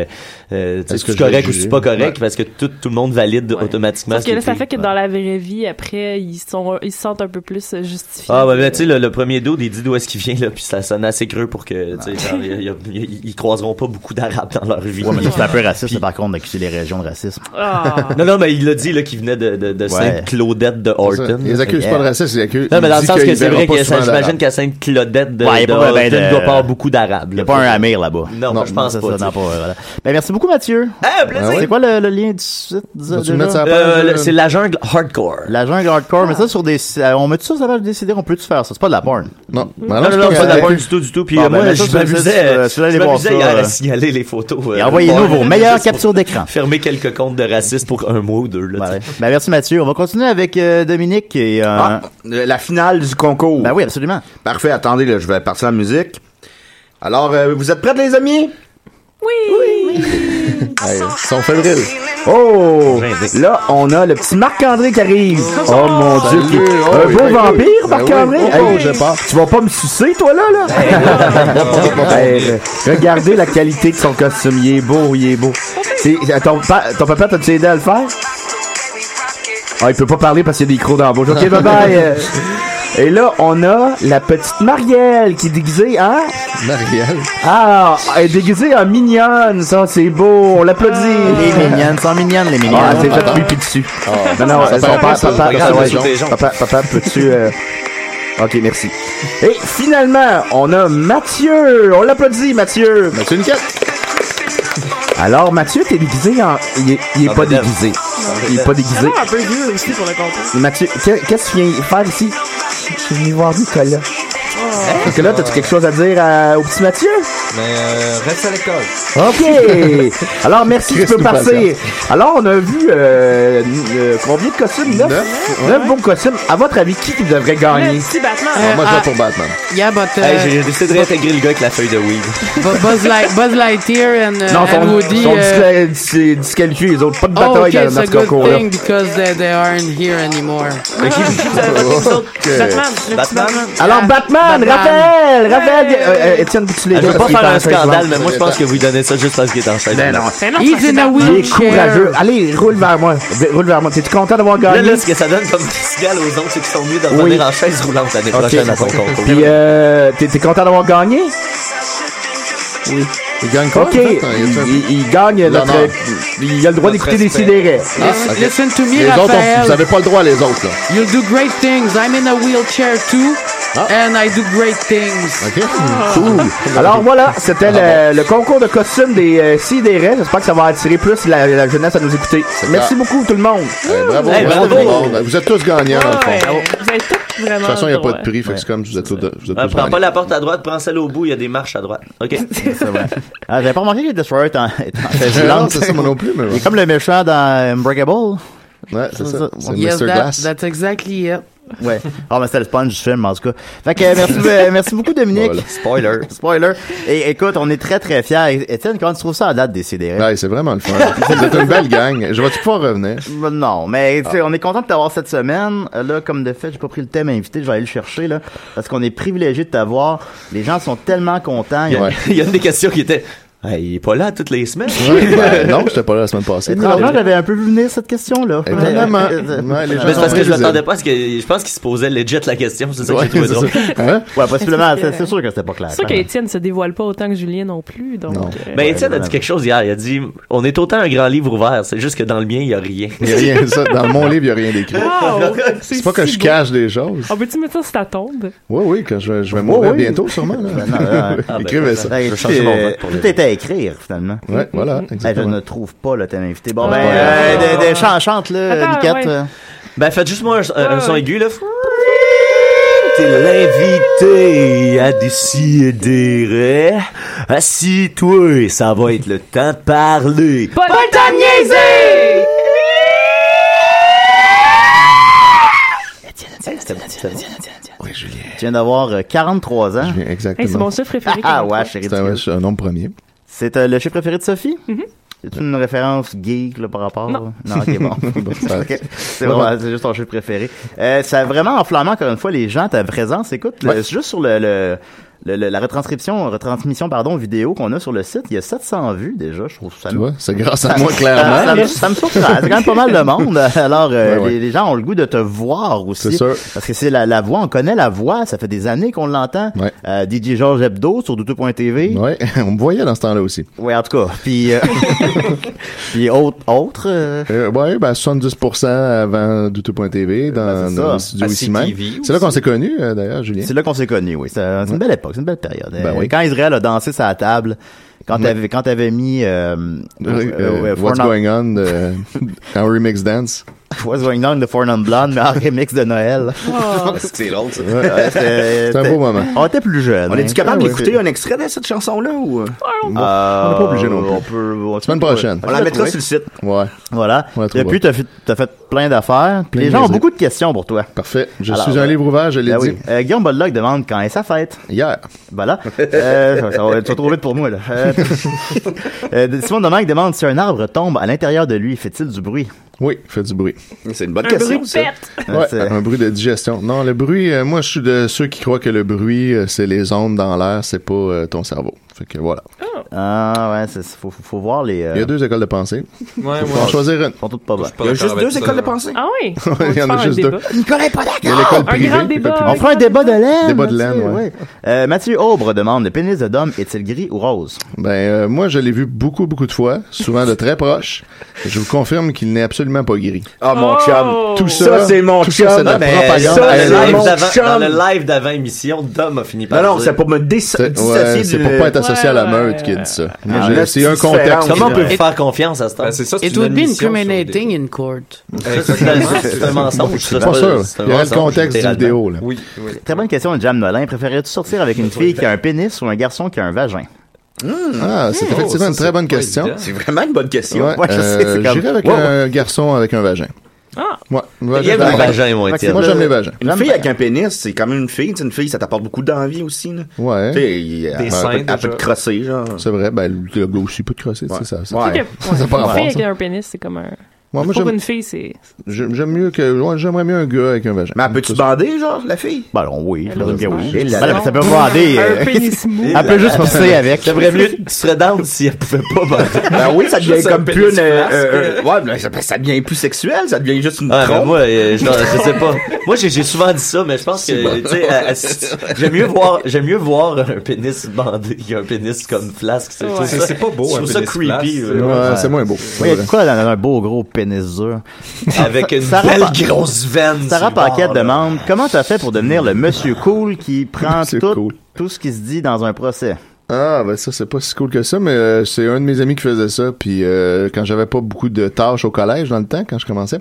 Speaker 3: euh, tu sais,
Speaker 4: Est-ce que
Speaker 3: c'est
Speaker 4: je vais
Speaker 3: correct ou
Speaker 4: juger?
Speaker 3: c'est pas correct,
Speaker 4: Ouais.
Speaker 3: parce que tout, tout le monde valide automatiquement
Speaker 7: Parce
Speaker 3: ce
Speaker 7: que
Speaker 3: qui
Speaker 7: là,
Speaker 3: est
Speaker 7: ça
Speaker 3: écrit.
Speaker 7: fait que dans la vraie vie, après, ils sont, ils se sentent un peu plus euh, justifiés.
Speaker 3: Ah, ben, ben, tu sais, le, le premier dos, il dit d'où est-ce qu'il vient, là, puis ça sonne assez creux pour que, tu sais, genre, y a- y a- y- ils croiseront pas beaucoup d'arabes dans leur vie.
Speaker 2: Ouais, mais ça, c'est un peu raciste, par contre, d'accuser les régions de racisme.
Speaker 7: Ah.
Speaker 3: non, non, mais il a dit, là, qu'il venait de, de, de Sainte-Claudette de
Speaker 4: C'est ça.
Speaker 3: Horton.
Speaker 4: Ils accusent pas de racisme, ils accusent.
Speaker 3: Non, mais dans
Speaker 4: ils
Speaker 3: le
Speaker 4: disent
Speaker 3: sens que
Speaker 4: qu'ils
Speaker 3: c'est vrai
Speaker 4: verront
Speaker 3: que
Speaker 4: pas
Speaker 3: ça-
Speaker 4: souvent
Speaker 3: j'imagine qu'à Sainte-Claudette de,
Speaker 2: Ouais, y a
Speaker 3: de
Speaker 2: pas ben, ben
Speaker 3: Horton, il
Speaker 2: de-
Speaker 3: doit pas avoir beaucoup d'arabes.
Speaker 2: Il n'y
Speaker 3: là.
Speaker 2: a pas un Amir là-bas.
Speaker 3: Non, je pense
Speaker 2: ça,
Speaker 3: pas,
Speaker 2: ça,
Speaker 3: tu
Speaker 2: non,
Speaker 3: sais.
Speaker 2: euh, voilà. Ben, merci beaucoup, Mathieu.
Speaker 3: Ah, plaisir.
Speaker 2: C'est quoi le, le lien du site? dis-
Speaker 4: Vas-tu
Speaker 2: déjà?
Speaker 4: me mettre ça à la
Speaker 3: Euh,
Speaker 4: page,
Speaker 3: le-
Speaker 4: euh,
Speaker 3: c'est la jungle hardcore.
Speaker 2: La jungle hardcore,
Speaker 4: Ah.
Speaker 2: mais ça sur des, euh, on met tout ça sur la page décider, on peut-tu faire ça? C'est pas de la porn.
Speaker 4: Non,
Speaker 8: Ah,
Speaker 3: Non, non, non,
Speaker 4: c'est
Speaker 3: pas
Speaker 4: correct.
Speaker 3: d'abord du tout, du tout. Puis
Speaker 2: Bon,
Speaker 3: euh,
Speaker 2: ben,
Speaker 3: moi,
Speaker 2: mettons
Speaker 3: je
Speaker 2: ça,
Speaker 3: m'amusais,
Speaker 2: ça, ça,
Speaker 3: euh,
Speaker 2: celui-là,
Speaker 3: je
Speaker 2: allez voir
Speaker 3: m'amusais
Speaker 2: ça,
Speaker 3: hier à
Speaker 2: euh.
Speaker 3: signaler les photos. euh,
Speaker 2: Et envoyez-nous
Speaker 3: pour-
Speaker 2: vos meilleures captures d'écran.
Speaker 3: Fermer quelques comptes de racistes pour un mois ou deux. Là,
Speaker 2: Ouais.
Speaker 3: tu sais.
Speaker 2: Ben, merci Mathieu. On va continuer avec euh, Dominique et, euh,
Speaker 13: Ah, euh, la finale du concours.
Speaker 2: ben oui, absolument.
Speaker 13: Parfait, attendez, là, je vais partir la musique. Alors, euh, vous êtes prêts, les amis?
Speaker 4: Hey, Ils sont fébriles.
Speaker 13: Oh! Là, on a le petit Marc-André qui arrive. Oh mon dieu!
Speaker 4: Salut, oh,
Speaker 13: un
Speaker 4: oui,
Speaker 13: beau
Speaker 4: ben
Speaker 13: vampire,
Speaker 4: oui. Ben
Speaker 13: Marc-André!
Speaker 4: oui. Oh,
Speaker 13: Hey,
Speaker 4: je pars.
Speaker 13: tu vas pas me sucer, toi, là, là?
Speaker 8: Ah,
Speaker 13: Hey,
Speaker 2: Ah,
Speaker 13: re- regardez la qualité de son costume. Il est beau, il est beau. C'est- euh, ton, pa- ton papa, t'as-tu aidé à le faire? Ah, il peut pas parler parce qu'il y a des crocs dans la bouche. Ok, bye bye! euh. Et là, on a la petite Marielle qui est déguisée en...
Speaker 4: Marielle?
Speaker 13: Ah, elle est déguisée en mignonne. Ça, c'est beau. On l'applaudit.
Speaker 2: Ah. Les mignonnes sont mignonnes, les mignonnes.
Speaker 13: Ah, c'est
Speaker 2: Ah.
Speaker 13: déjà pipi dessus.
Speaker 2: Ah.
Speaker 13: Non, non, son père,
Speaker 2: Ça paraît pas,
Speaker 13: papa,
Speaker 2: ça, c'est
Speaker 13: papa,
Speaker 2: grave,
Speaker 13: ouais,
Speaker 2: c'est
Speaker 13: papa,
Speaker 2: jaune.
Speaker 13: papa, papa, peux-tu... euh, Ok, merci. Et finalement, on a Mathieu. On l'applaudit, Mathieu.
Speaker 4: Mathieu Niquette.
Speaker 13: Alors, Mathieu, t'es déguisé en... Il est, il est
Speaker 4: En
Speaker 13: pas
Speaker 4: vedette.
Speaker 13: déguisé.
Speaker 4: En
Speaker 13: Il est
Speaker 4: vedette.
Speaker 13: pas déguisé.
Speaker 7: un peu vieux Ah, ben, aussi pour le comprendre.
Speaker 13: Mathieu, qu'est- qu'est-ce que tu viens faire ici? Hein? Je suis venu voir Nicolas. Nicolas, t'as-tu quelque chose à dire à- au petit Mathieu?
Speaker 5: Mais euh, reste à l'école.
Speaker 13: OK! Alors, merci, tu
Speaker 5: Christ
Speaker 13: peux
Speaker 5: nous
Speaker 13: partir.
Speaker 5: patience.
Speaker 13: Alors, on a vu euh, euh, combien de costumes? Neuf?
Speaker 8: Ah,
Speaker 4: Neuf,
Speaker 13: Neuf bons costumes. À votre avis, qui qui devrait gagner?
Speaker 8: petit Batman. Ah, moi, je vais pour
Speaker 4: Batman.
Speaker 8: Yeah, but... uh,
Speaker 3: Hey, j'ai décidé de réintégrer le gars avec la feuille de weed.
Speaker 8: bu- Buzz, Light, Buzz Lightyear and, uh,
Speaker 13: Non,
Speaker 8: and
Speaker 13: sont,
Speaker 8: Woody...
Speaker 13: sont
Speaker 8: uh,
Speaker 13: disqual- dis- disqualifiés, les autres. Pas de
Speaker 8: Oh,
Speaker 13: bataille
Speaker 8: okay,
Speaker 13: dans,
Speaker 8: it's
Speaker 13: dans
Speaker 8: a
Speaker 13: ce
Speaker 8: good
Speaker 13: concours-là.
Speaker 8: thing because they, they aren't here anymore.
Speaker 13: Batman,
Speaker 8: le petit Batman.
Speaker 4: Ah,
Speaker 13: Alors, Batman,
Speaker 8: Batman.
Speaker 13: Raphaël! Raphaël! euh, euh, Étienne, tu
Speaker 2: Ah,
Speaker 3: Je
Speaker 13: les
Speaker 3: veux pas faire un scandale, mais moi je pense que vous lui donnez ça juste parce qu'il est en chaise.
Speaker 13: Ben non.
Speaker 8: He's in a
Speaker 13: Il est
Speaker 8: wheelchair.
Speaker 13: courageux. Allez, roule vers moi. V- Roule vers moi. T'es-tu content d'avoir
Speaker 3: Là,
Speaker 13: gagné?
Speaker 3: là, ce que ça donne comme signal aux autres, c'est qu'ils sont mieux d'en
Speaker 13: Oui.
Speaker 3: venir en chaise roulante l'année
Speaker 13: Ok.
Speaker 3: prochaine à son concours.
Speaker 13: Puis, euh, t'es t'es content d'avoir gagné?
Speaker 4: Oui. Il gagne quoi?
Speaker 13: Ok.
Speaker 4: en fait?
Speaker 13: Il, il- il gagne
Speaker 4: L'honneur.
Speaker 13: notre. euh, Il a le droit d'écouter des sidérés.
Speaker 4: Ah, ok.
Speaker 8: Listen to me,
Speaker 4: les autres, on-
Speaker 8: Raphaël.
Speaker 4: vous avez pas le droit, les autres, là.
Speaker 8: You'll do great things. I'm in a wheelchair too, and I do great things.
Speaker 4: Ah.
Speaker 8: Oh.
Speaker 4: OK.
Speaker 13: Alors voilà, c'était
Speaker 4: Ah,
Speaker 13: le, le concours de costumes des euh, sidérés. J'espère que ça va attirer plus la, la jeunesse à nous écouter. Merci
Speaker 4: clair.
Speaker 13: beaucoup tout le monde.
Speaker 4: Eh, bravo,
Speaker 13: Hey,
Speaker 4: bravo,
Speaker 13: bravo.
Speaker 4: tout le monde. Vous êtes tous gagnants, dans le fond.
Speaker 7: Ouais,
Speaker 4: De
Speaker 7: Vous êtes tous vraiment.
Speaker 4: toute façon, il n'y a pas de prix, fait que c'est comme vous êtes tous vous êtes
Speaker 3: Ouais,
Speaker 4: tous
Speaker 3: prends pas
Speaker 4: gagnants.
Speaker 3: la porte à droite, prends celle au bout, il y a des marches à droite. OK.
Speaker 2: Ah, j'avais pas remarqué que Destroyer était en était en chaise
Speaker 4: Non,
Speaker 2: roulante.
Speaker 4: c'est ça, moi non plus, mais bon.
Speaker 2: Il est comme le méchant dans Unbreakable.
Speaker 4: Ouais, c'est ça. C'est
Speaker 8: Yes,
Speaker 4: Mr.
Speaker 8: that,
Speaker 4: Glass.
Speaker 8: that's exactly it.
Speaker 2: Ouais. Ah, mais c'était le sponge du film, en tout cas. Fait que, euh, merci, euh, merci beaucoup, Dominique.
Speaker 3: Spoiler.
Speaker 2: Spoiler. Et écoute, on est très, très fiers. Étienne, comment tu trouves ça à date des CDR?
Speaker 4: Ouais, c'est vraiment le fun. Vous êtes une belle gang. Je vais-tu pouvoir revenir?
Speaker 2: Non, mais
Speaker 4: Ah.
Speaker 2: tu sais, on est content de t'avoir cette semaine. Euh, Là, comme de fait, j'ai pas pris le thème invité, je vais aller le chercher, là. Parce qu'on est privilégié de t'avoir. Les gens sont tellement contents. Il y a-
Speaker 3: Il y a une des questions qui était Hey, il est pas là toutes les semaines.
Speaker 4: Ouais, ben, non, j'étais pas là la semaine passée.
Speaker 2: Étrangement, j'avais un peu vu venir cette question-là.
Speaker 4: Étonnamment.
Speaker 2: Euh, euh,
Speaker 4: Ouais, les gens
Speaker 3: Mais c'est parce
Speaker 4: sont
Speaker 3: que je
Speaker 4: invisibles.
Speaker 3: m'attendais pas à ce que je pense qu'il se posait legit la question, c'est ça que
Speaker 4: Ouais,
Speaker 3: j'ai trouvé
Speaker 4: c'est
Speaker 3: drôle.
Speaker 4: ça. Hein?
Speaker 2: Ouais, possiblement,
Speaker 7: Parce que-
Speaker 2: c'est c'est sûr que c'était pas clair.
Speaker 7: C'est sûr qu'Étienne se dévoile pas autant que Julien non plus. Donc,
Speaker 4: Ah, Non.
Speaker 7: euh,
Speaker 3: Ben Étienne a dit quelque chose hier, il a dit on est autant un grand livre ouvert, c'est juste que dans le mien, il y a rien.
Speaker 4: Il y a rien, ça. Dans mon livre, il y a rien d'écrit.
Speaker 7: wow,
Speaker 4: C'est pas que
Speaker 7: Ah, si
Speaker 4: je
Speaker 7: beau.
Speaker 4: cache des choses.
Speaker 7: On peut-tu Ah, mettre ça sur ta tombe?
Speaker 4: Oui, oui, quand je, je vais mourir
Speaker 2: oui. Ben
Speaker 4: bientôt, sûrement. Là.
Speaker 2: Non, Ah, non, non.
Speaker 4: Écrivez ça.
Speaker 2: Hey,
Speaker 3: Je vais changer mon vote pour
Speaker 2: Tout
Speaker 3: les-
Speaker 2: était à écrire, finalement.
Speaker 4: Ouais, voilà,
Speaker 2: Hey, Ben, je
Speaker 4: exactement.
Speaker 2: ne trouve pas le thème invité. Bon, ben, euh, des- des chants, chante-le,
Speaker 7: Ah. Attends,
Speaker 2: Niquette.
Speaker 7: ouais.
Speaker 2: euh.
Speaker 3: Ben faites juste moi un, un- un son
Speaker 7: ouais.
Speaker 3: aigu là. T'es l'invité à décider. Assis-toi, ça va être le temps de parler.
Speaker 7: Pas le temps de niaiser!
Speaker 4: Oui, Julien.
Speaker 2: Tu viens d'avoir euh, 43 ans.
Speaker 4: Julien,
Speaker 7: Hey, c'est
Speaker 4: Exactement.
Speaker 7: mon chiffre préféré.
Speaker 2: Ah
Speaker 7: quand même.
Speaker 2: ouais, chérie.
Speaker 4: C'est un, c'est un nom premier.
Speaker 2: C'est euh, le chiffre préféré de Sophie? C'est une référence geek là, par rapport?
Speaker 7: Non.
Speaker 2: ok, bon. Ok. C'est
Speaker 4: Bon,
Speaker 2: vraiment- c'est juste ton jeu préféré. Euh, ça a vraiment enflammé encore une fois les gens, ta présence. Écoute, le-
Speaker 4: Ouais.
Speaker 2: juste sur le, le- le- le- la retranscription, retransmission pardon, vidéo qu'on a sur le site, il y a 700 vues déjà. Je trouve ça Euh,
Speaker 4: Tu vois, c'est grâce à moi, clairement.
Speaker 2: Ça, ça me- ça me surprend. C'est quand même pas mal de monde. Alors, euh,
Speaker 4: Ouais, ouais.
Speaker 2: Les, les gens ont le goût de te voir aussi.
Speaker 4: C'est sûr.
Speaker 2: Parce que c'est la, la voix, on connaît la voix. Ça fait des années qu'on l'entend.
Speaker 4: Ouais.
Speaker 2: Euh, DJ Georges Hebdo sur douteux.tv.
Speaker 4: Ouais, on me voyait dans ce temps-là aussi.
Speaker 2: Oui, en tout cas. Puis, euh, puis autre, autre euh,
Speaker 4: Euh, ouais, ben 70% avant Douteux.tv dans,
Speaker 2: Ben, c'est ça.
Speaker 4: dans le studio
Speaker 3: À
Speaker 4: ici même.
Speaker 3: CTV
Speaker 4: C'est là qu'on s'est connus, euh, d'ailleurs, Julien.
Speaker 2: c'est là qu'on s'est connus, oui. C'est c'est une belle époque, c'est une belle période.
Speaker 4: Ben
Speaker 2: Euh,
Speaker 4: oui.
Speaker 2: Quand Israël a dansé sa table, quand t'avais, quand t'avais mis, euh,
Speaker 4: Euh,
Speaker 2: euh, ouais, Four
Speaker 4: what's
Speaker 2: Non-
Speaker 4: going on, euh, en remix dance.
Speaker 2: What's going on de Four Non Blonde, mais en remix de Noël.
Speaker 3: C'est long ça.
Speaker 4: Ouais.
Speaker 2: Ouais, c'était-
Speaker 4: C'est un beau moment.
Speaker 2: On était plus jeunes.
Speaker 13: On est-tu
Speaker 2: hein.
Speaker 13: capable
Speaker 2: Ah oui,
Speaker 13: d'écouter un extrait de cette chanson-là ou.
Speaker 2: Euh,
Speaker 4: On n'est pas obligé non plus.
Speaker 2: on peut- on-
Speaker 4: Semaine prochaine.
Speaker 13: On la mettra sur le site.
Speaker 4: Ouais,
Speaker 2: Voilà.
Speaker 4: On la trouve.
Speaker 2: Depuis, t'as fait, t'as fait plein d'affaires. Puis
Speaker 4: Plein
Speaker 2: les
Speaker 4: de
Speaker 2: gens ont
Speaker 4: niaiseries.
Speaker 2: beaucoup de questions pour toi.
Speaker 4: parfait. Je
Speaker 2: Alors,
Speaker 4: suis un
Speaker 2: euh,
Speaker 4: livre ouvert, je l'ai
Speaker 2: Ben
Speaker 4: dit.
Speaker 2: oui. Euh, Guillaume Bollock demande quand est sa fête.
Speaker 4: Hier.
Speaker 2: Voilà. Euh, ça, ça va être ça va trop vite pour moi, là. Euh, euh, Simon Domingue demande si un arbre tombe à l'intérieur de lui, fait-il du bruit?
Speaker 4: Oui, fait du bruit.
Speaker 13: C'est une bonne
Speaker 7: Un bruit de pète!
Speaker 2: Euh,
Speaker 4: Ouais,
Speaker 2: c'est-
Speaker 4: un bruit de digestion. Non, le bruit, euh, moi, je suis de ceux qui croient que le bruit, euh, c'est les ondes dans l'air, c'est pas euh, ton cerveau. Fait que voilà.
Speaker 2: Ah ouais, c'est faut, faut, faut voir les. euh,
Speaker 4: Il y a deux écoles de pensée.
Speaker 2: Ben
Speaker 5: Ouais,
Speaker 4: Faut en choisir une.
Speaker 2: Sont toutes pas bonnes.
Speaker 4: Il y a juste deux écoles de pensée.
Speaker 7: Ah oui?
Speaker 4: Il y en a juste deux.
Speaker 2: Nicolas est pas
Speaker 4: Il y a l'école privée.
Speaker 7: grand débat,
Speaker 4: l'école
Speaker 2: On
Speaker 4: publique.
Speaker 2: fera un débat de laine.
Speaker 4: Débat de
Speaker 2: Mathieu,
Speaker 4: laine, ouais.
Speaker 2: Euh, Mathieu Aubre demande le pénis de Dom est-il gris ou rose
Speaker 4: Ben, euh, moi, je l'ai vu beaucoup, beaucoup de fois, souvent de très proche. Je vous confirme qu'il n'est absolument pas guéri.
Speaker 13: Ah, mon
Speaker 7: Oh!
Speaker 13: chum.
Speaker 4: Tout ça,
Speaker 13: Ça, c'est mon
Speaker 4: tout ça, c'est
Speaker 13: chum.
Speaker 4: de la
Speaker 13: Mais
Speaker 4: propagande.
Speaker 13: ça,
Speaker 4: Elle
Speaker 13: c'est
Speaker 4: est
Speaker 13: mon
Speaker 3: Live d'avant-
Speaker 13: chum.
Speaker 3: Dans le live d'avant émission, Dom a fini par.
Speaker 13: Non, non,
Speaker 3: dire-
Speaker 13: c'est pour me dis-
Speaker 4: C'est
Speaker 13: dissocier
Speaker 4: ouais, c'est
Speaker 13: du...
Speaker 4: pour pas être associé à la meute qui a dit ça. Moi, j'ai- c'est un contexte.
Speaker 3: Comment on peut
Speaker 8: It-
Speaker 3: faire confiance à ce temps
Speaker 5: Ben, c'est ça, c'est
Speaker 8: It
Speaker 5: une
Speaker 8: would be
Speaker 5: admission
Speaker 8: incriminating in court.
Speaker 5: sur des- Exactement.
Speaker 3: C'est un mensonge. ça,
Speaker 4: C'est pas
Speaker 3: c'est
Speaker 4: sûr.
Speaker 3: c'est un
Speaker 4: Il y a le
Speaker 3: mensonge,
Speaker 4: contexte du
Speaker 3: littéralement.
Speaker 4: vidéo, là.
Speaker 5: Oui, oui.
Speaker 2: Très bonne question de Jam Nolin. Préférais-tu sortir avec une fille qui a un pénis ou un garçon qui a un vagin
Speaker 4: Ah, c'est effectivement
Speaker 5: Oh, ça,
Speaker 4: une
Speaker 5: c'est
Speaker 4: très bonne
Speaker 5: pas
Speaker 4: question.
Speaker 5: évident.
Speaker 13: C'est vraiment une bonne question.
Speaker 4: Ouais,
Speaker 2: Ouais, je sais,
Speaker 4: euh,
Speaker 2: c'est comme-
Speaker 4: J'irais avec
Speaker 2: Wow.
Speaker 4: un garçon avec un vagin.
Speaker 7: Ah.
Speaker 4: Ouais, un
Speaker 3: Il y a
Speaker 4: vagin.
Speaker 3: des vagins, moi, Étienne.
Speaker 4: Moi, j'aime les vagins.
Speaker 13: Une fille avec un pénis, c'est quand même une fille. Tu sais, Une fille, ça t'apporte beaucoup d'envie aussi.
Speaker 2: Hein?
Speaker 13: Là.
Speaker 4: Ouais.
Speaker 13: Tu sais, il- elle,
Speaker 5: Des
Speaker 13: peut-
Speaker 5: seins,
Speaker 13: elle peut
Speaker 5: déjà.
Speaker 13: te crosser, genre.
Speaker 4: C'est vrai, ben, le gars aussi peut te crosser, tu sais, ça. ça-
Speaker 13: Ouais.
Speaker 7: Tu sais que- ouais,
Speaker 4: Ça part
Speaker 7: une
Speaker 4: à
Speaker 7: fille
Speaker 4: fond,
Speaker 7: avec
Speaker 4: ça.
Speaker 7: un pénis, c'est comme un.
Speaker 4: Moi, moi,
Speaker 7: Pour
Speaker 4: j'aime-
Speaker 7: une fille, c'est.
Speaker 4: j'aime j'aime mieux que, ouais, j'aimerais mieux un gars avec un vagin.
Speaker 13: Mais elle peut-tu bander, genre, la fille?
Speaker 2: Ben alors, oui, je
Speaker 7: Elle
Speaker 2: présume que
Speaker 7: a
Speaker 2: oui.
Speaker 13: raison.
Speaker 2: Ben, mais ça peut bander.
Speaker 7: Un
Speaker 2: euh,
Speaker 7: pénis mou.
Speaker 2: Elle peut juste pisser avec.
Speaker 3: J'aimerais mieux, tu serais down si elle pouvait pas. ben.
Speaker 13: Ben oui, ça devient
Speaker 5: Juste
Speaker 13: comme
Speaker 5: un
Speaker 13: plus une.
Speaker 5: pénis
Speaker 13: euh,
Speaker 5: flasque.
Speaker 13: euh, ouais, ben, ça, ça devient plus sexuel, ça devient juste une
Speaker 3: Ah, mais
Speaker 13: trompe.
Speaker 3: moi, euh, je, je sais pas. Moi, j'ai j'ai souvent dit ça, mais je pense que, tu sais, à- à- si- j'aime mieux voir, j'aime mieux voir un pénis bandé qu'un pénis comme flasque. tu sais. Je trouve
Speaker 5: C'est-
Speaker 3: ça-
Speaker 5: c'est pas beau,
Speaker 3: Je trouve
Speaker 5: un
Speaker 3: ça
Speaker 5: pénis
Speaker 3: creepy.
Speaker 5: flasque.
Speaker 3: euh,
Speaker 4: Ouais,
Speaker 3: ouais.
Speaker 4: c'est moins beau.
Speaker 2: Oui,
Speaker 4: Ouais.
Speaker 2: il y a quoi dans un beau gros pénis dur
Speaker 3: Avec une
Speaker 2: Sarah
Speaker 3: belle
Speaker 2: Pa-
Speaker 3: grosse veine.
Speaker 2: Sarah
Speaker 3: sur le bord,
Speaker 2: Paquette
Speaker 3: là.
Speaker 2: demande comment t'as fait pour devenir le monsieur cool qui prend
Speaker 4: Monsieur
Speaker 2: tout,
Speaker 4: cool.
Speaker 2: tout ce qui se dit dans un procès
Speaker 4: Ah, ben ça, c'est pas si cool que ça, mais euh, c'est un de mes amis qui faisait ça. Puis euh, quand j'avais pas beaucoup de tâches au collège dans le temps, quand je commençais,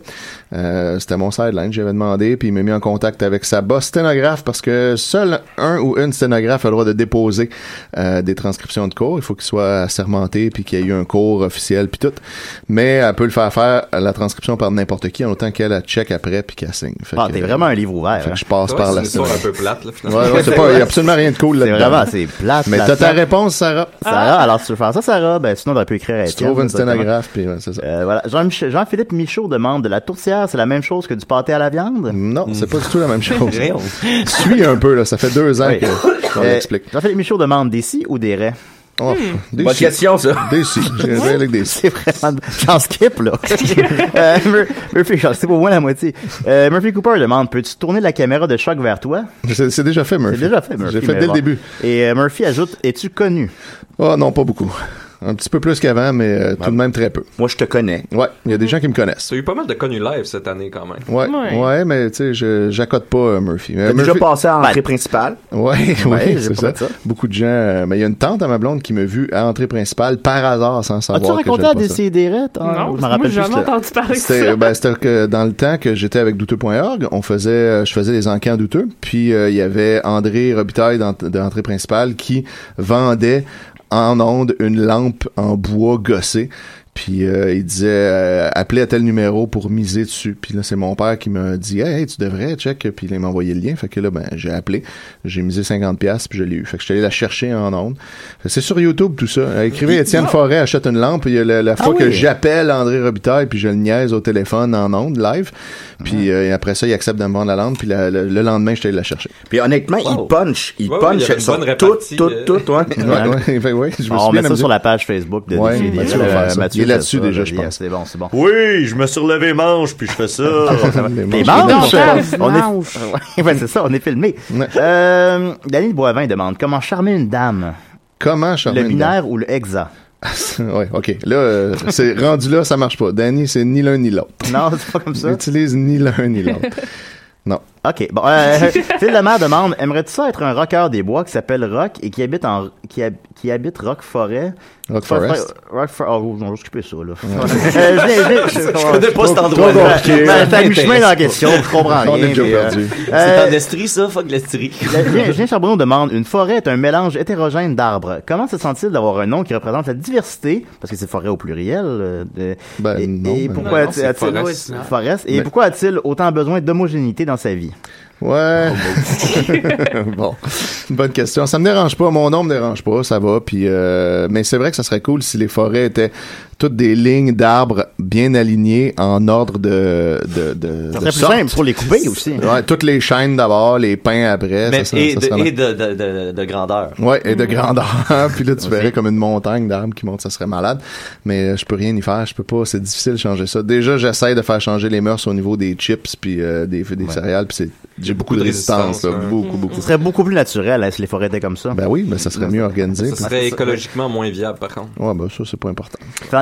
Speaker 4: euh, c'était mon sideline. J'avais demandé, puis il m'a mis en contact avec sa boss sténographe parce que seul un ou une sténographe a le droit de déposer euh, des transcriptions de cours. Il faut qu'il soit assermenté, puis qu'il y ait eu un cours officiel, puis tout. Mais elle peut le faire faire la transcription par n'importe qui en autant qu'elle la check après, puis qu'elle signe. Fait
Speaker 2: Ah,
Speaker 4: que-
Speaker 2: t'es vraiment un livre ouvert.
Speaker 4: Fait
Speaker 2: hein.
Speaker 4: que je passe
Speaker 5: Ouais,
Speaker 4: par
Speaker 5: c'est
Speaker 4: là.
Speaker 5: une histoire un peu plate, là, finalement.
Speaker 4: Ouais, ouais, c'est pas, il y a absolument rien de cool
Speaker 2: C'est
Speaker 4: là-dedans.
Speaker 2: vraiment, c'est plate.
Speaker 4: Mais
Speaker 2: la
Speaker 4: t'as ta
Speaker 2: plate.
Speaker 4: réponse, Sarah.
Speaker 2: Sarah, alors si tu veux faire ça, Sarah, ben, sinon on aurait pu écrire à
Speaker 4: Ah! Tu
Speaker 2: Étienne,
Speaker 4: trouves une
Speaker 2: exactement.
Speaker 4: sténographe, puis ouais, c'est ça.
Speaker 2: Euh, voilà. Jean- Jean-Philippe Michaud demande de la tourtière, c'est la même chose que du pâté à la viande? Euh,
Speaker 4: Non, c'est pas du tout la même chose.
Speaker 3: Rien.
Speaker 4: Suis un peu, là. Ça fait deux ans que- qu'on
Speaker 2: Euh,
Speaker 4: l'explique.
Speaker 2: Jean-Philippe Michaud demande des si ou des raies?
Speaker 4: Oh,
Speaker 13: Bonne
Speaker 4: déçu.
Speaker 13: question, ça.
Speaker 4: Déçu. J'ai rien avec des
Speaker 2: C'est vraiment. J'en skip, là. euh, Mur- Murphy, j'en sais pour moi la moitié. Euh, Murphy Cooper demande Peux-tu tourner la caméra de choc vers toi
Speaker 4: C'est c'est déjà fait, Murphy.
Speaker 2: C'est déjà fait, Murphy.
Speaker 4: J'ai fait
Speaker 2: mais
Speaker 4: dès
Speaker 2: bon.
Speaker 4: le début.
Speaker 2: Et euh, Murphy ajoute Es-tu connu
Speaker 4: Oh non, pas beaucoup. Un petit peu plus qu'avant, mais euh, tout de même très peu.
Speaker 13: Moi, je te connais.
Speaker 4: Ouais, il y a des gens qui me connaissent.
Speaker 5: T'as eu pas mal de connus live cette année, quand même.
Speaker 4: Ouais,
Speaker 7: Ouais.
Speaker 4: ouais, mais tu sais, je- j'accote pas euh, Murphy. Euh,
Speaker 13: T'as déjà
Speaker 4: Murphy-
Speaker 13: passé à
Speaker 2: Ben,
Speaker 13: l'entrée principale.
Speaker 4: Ouais,
Speaker 2: Ouais,
Speaker 4: ouais,
Speaker 2: j'ai
Speaker 4: c'est
Speaker 2: pas
Speaker 4: ça.
Speaker 2: fait ça.
Speaker 4: Beaucoup de gens. euh, mais il y a une tante à ma blonde qui m'a vu à l'entrée principale par hasard sans savoir.
Speaker 2: As-tu
Speaker 4: que
Speaker 2: raconté
Speaker 4: j'aime
Speaker 2: à
Speaker 4: pas ça.
Speaker 2: des des
Speaker 7: Non,
Speaker 2: je m'en
Speaker 7: moi,
Speaker 2: rappelle
Speaker 7: j'ai
Speaker 2: juste.
Speaker 7: jamais
Speaker 2: là.
Speaker 7: entendu parler de ça.
Speaker 4: C'était
Speaker 2: euh,
Speaker 4: ben, c'était que dans le temps que j'étais avec douteux.org, on faisait euh, je faisais les encans douteux, puis euh, il y avait André Robitaille dans- de l'entrée principale qui vendait en onde une lampe en bois gossé. Puis euh, il disait euh, appelez à tel numéro pour miser dessus. Puis là c'est mon père qui m'a dit hey, hey, tu devrais check puis il m'a envoyé le lien. Fait que là ben j'ai appelé, j'ai misé 50 pièces puis je l'ai eu. Fait que je suis allé la chercher en onde. C'est sur YouTube tout ça. Euh, Écrivez Étienne Forêt achète une lampe, il y a la, la fois
Speaker 2: Ah
Speaker 4: que
Speaker 2: oui.
Speaker 4: j'appelle André Robitaille puis je le niaise au téléphone en onde live. Puis euh, et après ça il accepte de me vendre la lampe puis la- le, le lendemain je suis allé la chercher.
Speaker 13: Puis honnêtement, il punch. Il
Speaker 5: Ouais, ouais, il y
Speaker 13: punch
Speaker 5: avait une bonne
Speaker 13: sur tout,
Speaker 5: répartie,
Speaker 13: tout,
Speaker 5: euh.
Speaker 13: tout, ouais.
Speaker 4: Ouais, ouais, fait que ouais, je me suis
Speaker 2: Ah, On
Speaker 4: bien
Speaker 2: met ça
Speaker 4: amusé.
Speaker 2: sur la page Facebook de
Speaker 4: Ouais,
Speaker 2: Défi et des
Speaker 4: Mathieu
Speaker 2: Raies.
Speaker 4: va faire ça. Il
Speaker 2: fait
Speaker 4: est là-dessus
Speaker 2: ça,
Speaker 4: déjà, je
Speaker 2: bien,
Speaker 4: pense.
Speaker 2: C'est bon, c'est bon.
Speaker 3: Oui, je me surlève les manches, puis je fais ça.
Speaker 4: Les
Speaker 2: Les
Speaker 4: manches.
Speaker 2: manches!
Speaker 8: Les
Speaker 2: On
Speaker 8: manches.
Speaker 2: est... ouais, c'est ça, on est filmé.
Speaker 4: Ouais.
Speaker 2: Euh, Daniel Boivin demande Comment charmer une dame?
Speaker 4: Comment charmer
Speaker 2: le
Speaker 4: une dame?
Speaker 2: binaire ou le hexa?
Speaker 4: ouais, ok. Là, euh, c'est rendu là, ça marche pas. Danny, c'est ni l'un ni l'autre.
Speaker 2: Non, c'est pas comme ça.
Speaker 4: N'utilise ni l'un ni l'autre. non.
Speaker 2: OK. Bon, euh, Phil Lemar demande Aimerais-tu ça être un rocker des bois qui s'appelle Rock et qui habite en qui, hab- qui habite Rock Forêt
Speaker 4: Rock Forest.
Speaker 2: Rock Forest. Oh, non, je vais skipper ça, là. Euh, je l'ai- je l'ai- je-
Speaker 3: Je connais pas cet endroit.
Speaker 2: Ben, ben, T'as mis chemin dans la question, je comprends rien.
Speaker 4: On est déjà
Speaker 2: mais, euh,
Speaker 4: perdu.
Speaker 3: C'est
Speaker 2: euh,
Speaker 3: en Estrie, ça? Fuck l'Estrie.
Speaker 2: Julien Julien Charbonneau demande Une forêt est un mélange hétérogène d'arbres. Comment se sent-il d'avoir un nom qui représente la diversité Parce que c'est forêt au pluriel. euh, de-
Speaker 4: Ben,
Speaker 2: et,
Speaker 4: non,
Speaker 2: et
Speaker 4: ben,
Speaker 2: pourquoi
Speaker 5: non. Non,
Speaker 2: a-t-il
Speaker 5: c'est
Speaker 2: a-t-il-
Speaker 5: forest.
Speaker 2: forest, Et
Speaker 4: Mais-
Speaker 2: pourquoi a-t-il autant besoin d'homogénéité dans sa vie
Speaker 4: Ouais.
Speaker 2: Oh,
Speaker 4: bon, bonne question. Ça me dérange pas, mon nom me dérange pas, ça va. Puis, euh, mais c'est vrai que ça serait cool si les forêts étaient toutes des lignes d'arbres bien alignées en ordre de de
Speaker 2: Ça
Speaker 4: de. de
Speaker 2: serait plus
Speaker 4: sorte.
Speaker 2: simple pour les couper aussi.
Speaker 4: Ouais, toutes les chaînes d'abord, les pins après.
Speaker 3: Mais,
Speaker 4: ça serait-
Speaker 3: et
Speaker 4: ça
Speaker 3: de,
Speaker 4: serait-
Speaker 3: et de, de, de, de grandeur.
Speaker 4: Ouais, et de grandeur. Puis là, tu verrais comme une montagne d'arbres qui monte, ça serait malade. Mais euh, je peux rien y faire, je peux pas, c'est difficile de changer ça. Déjà, j'essaie de faire changer les mœurs au niveau des chips puis euh, des, des céréales, puis c'est- j'ai beaucoup de résistance, Mm, là. beaucoup, beaucoup.
Speaker 2: Ce serait beaucoup plus naturel hein, si les forêts étaient comme ça.
Speaker 4: Ben oui, mais ça serait mieux organisé.
Speaker 5: Ça serait écologiquement moins viable, par contre.
Speaker 4: Ouais, ben ça, c'est pas important.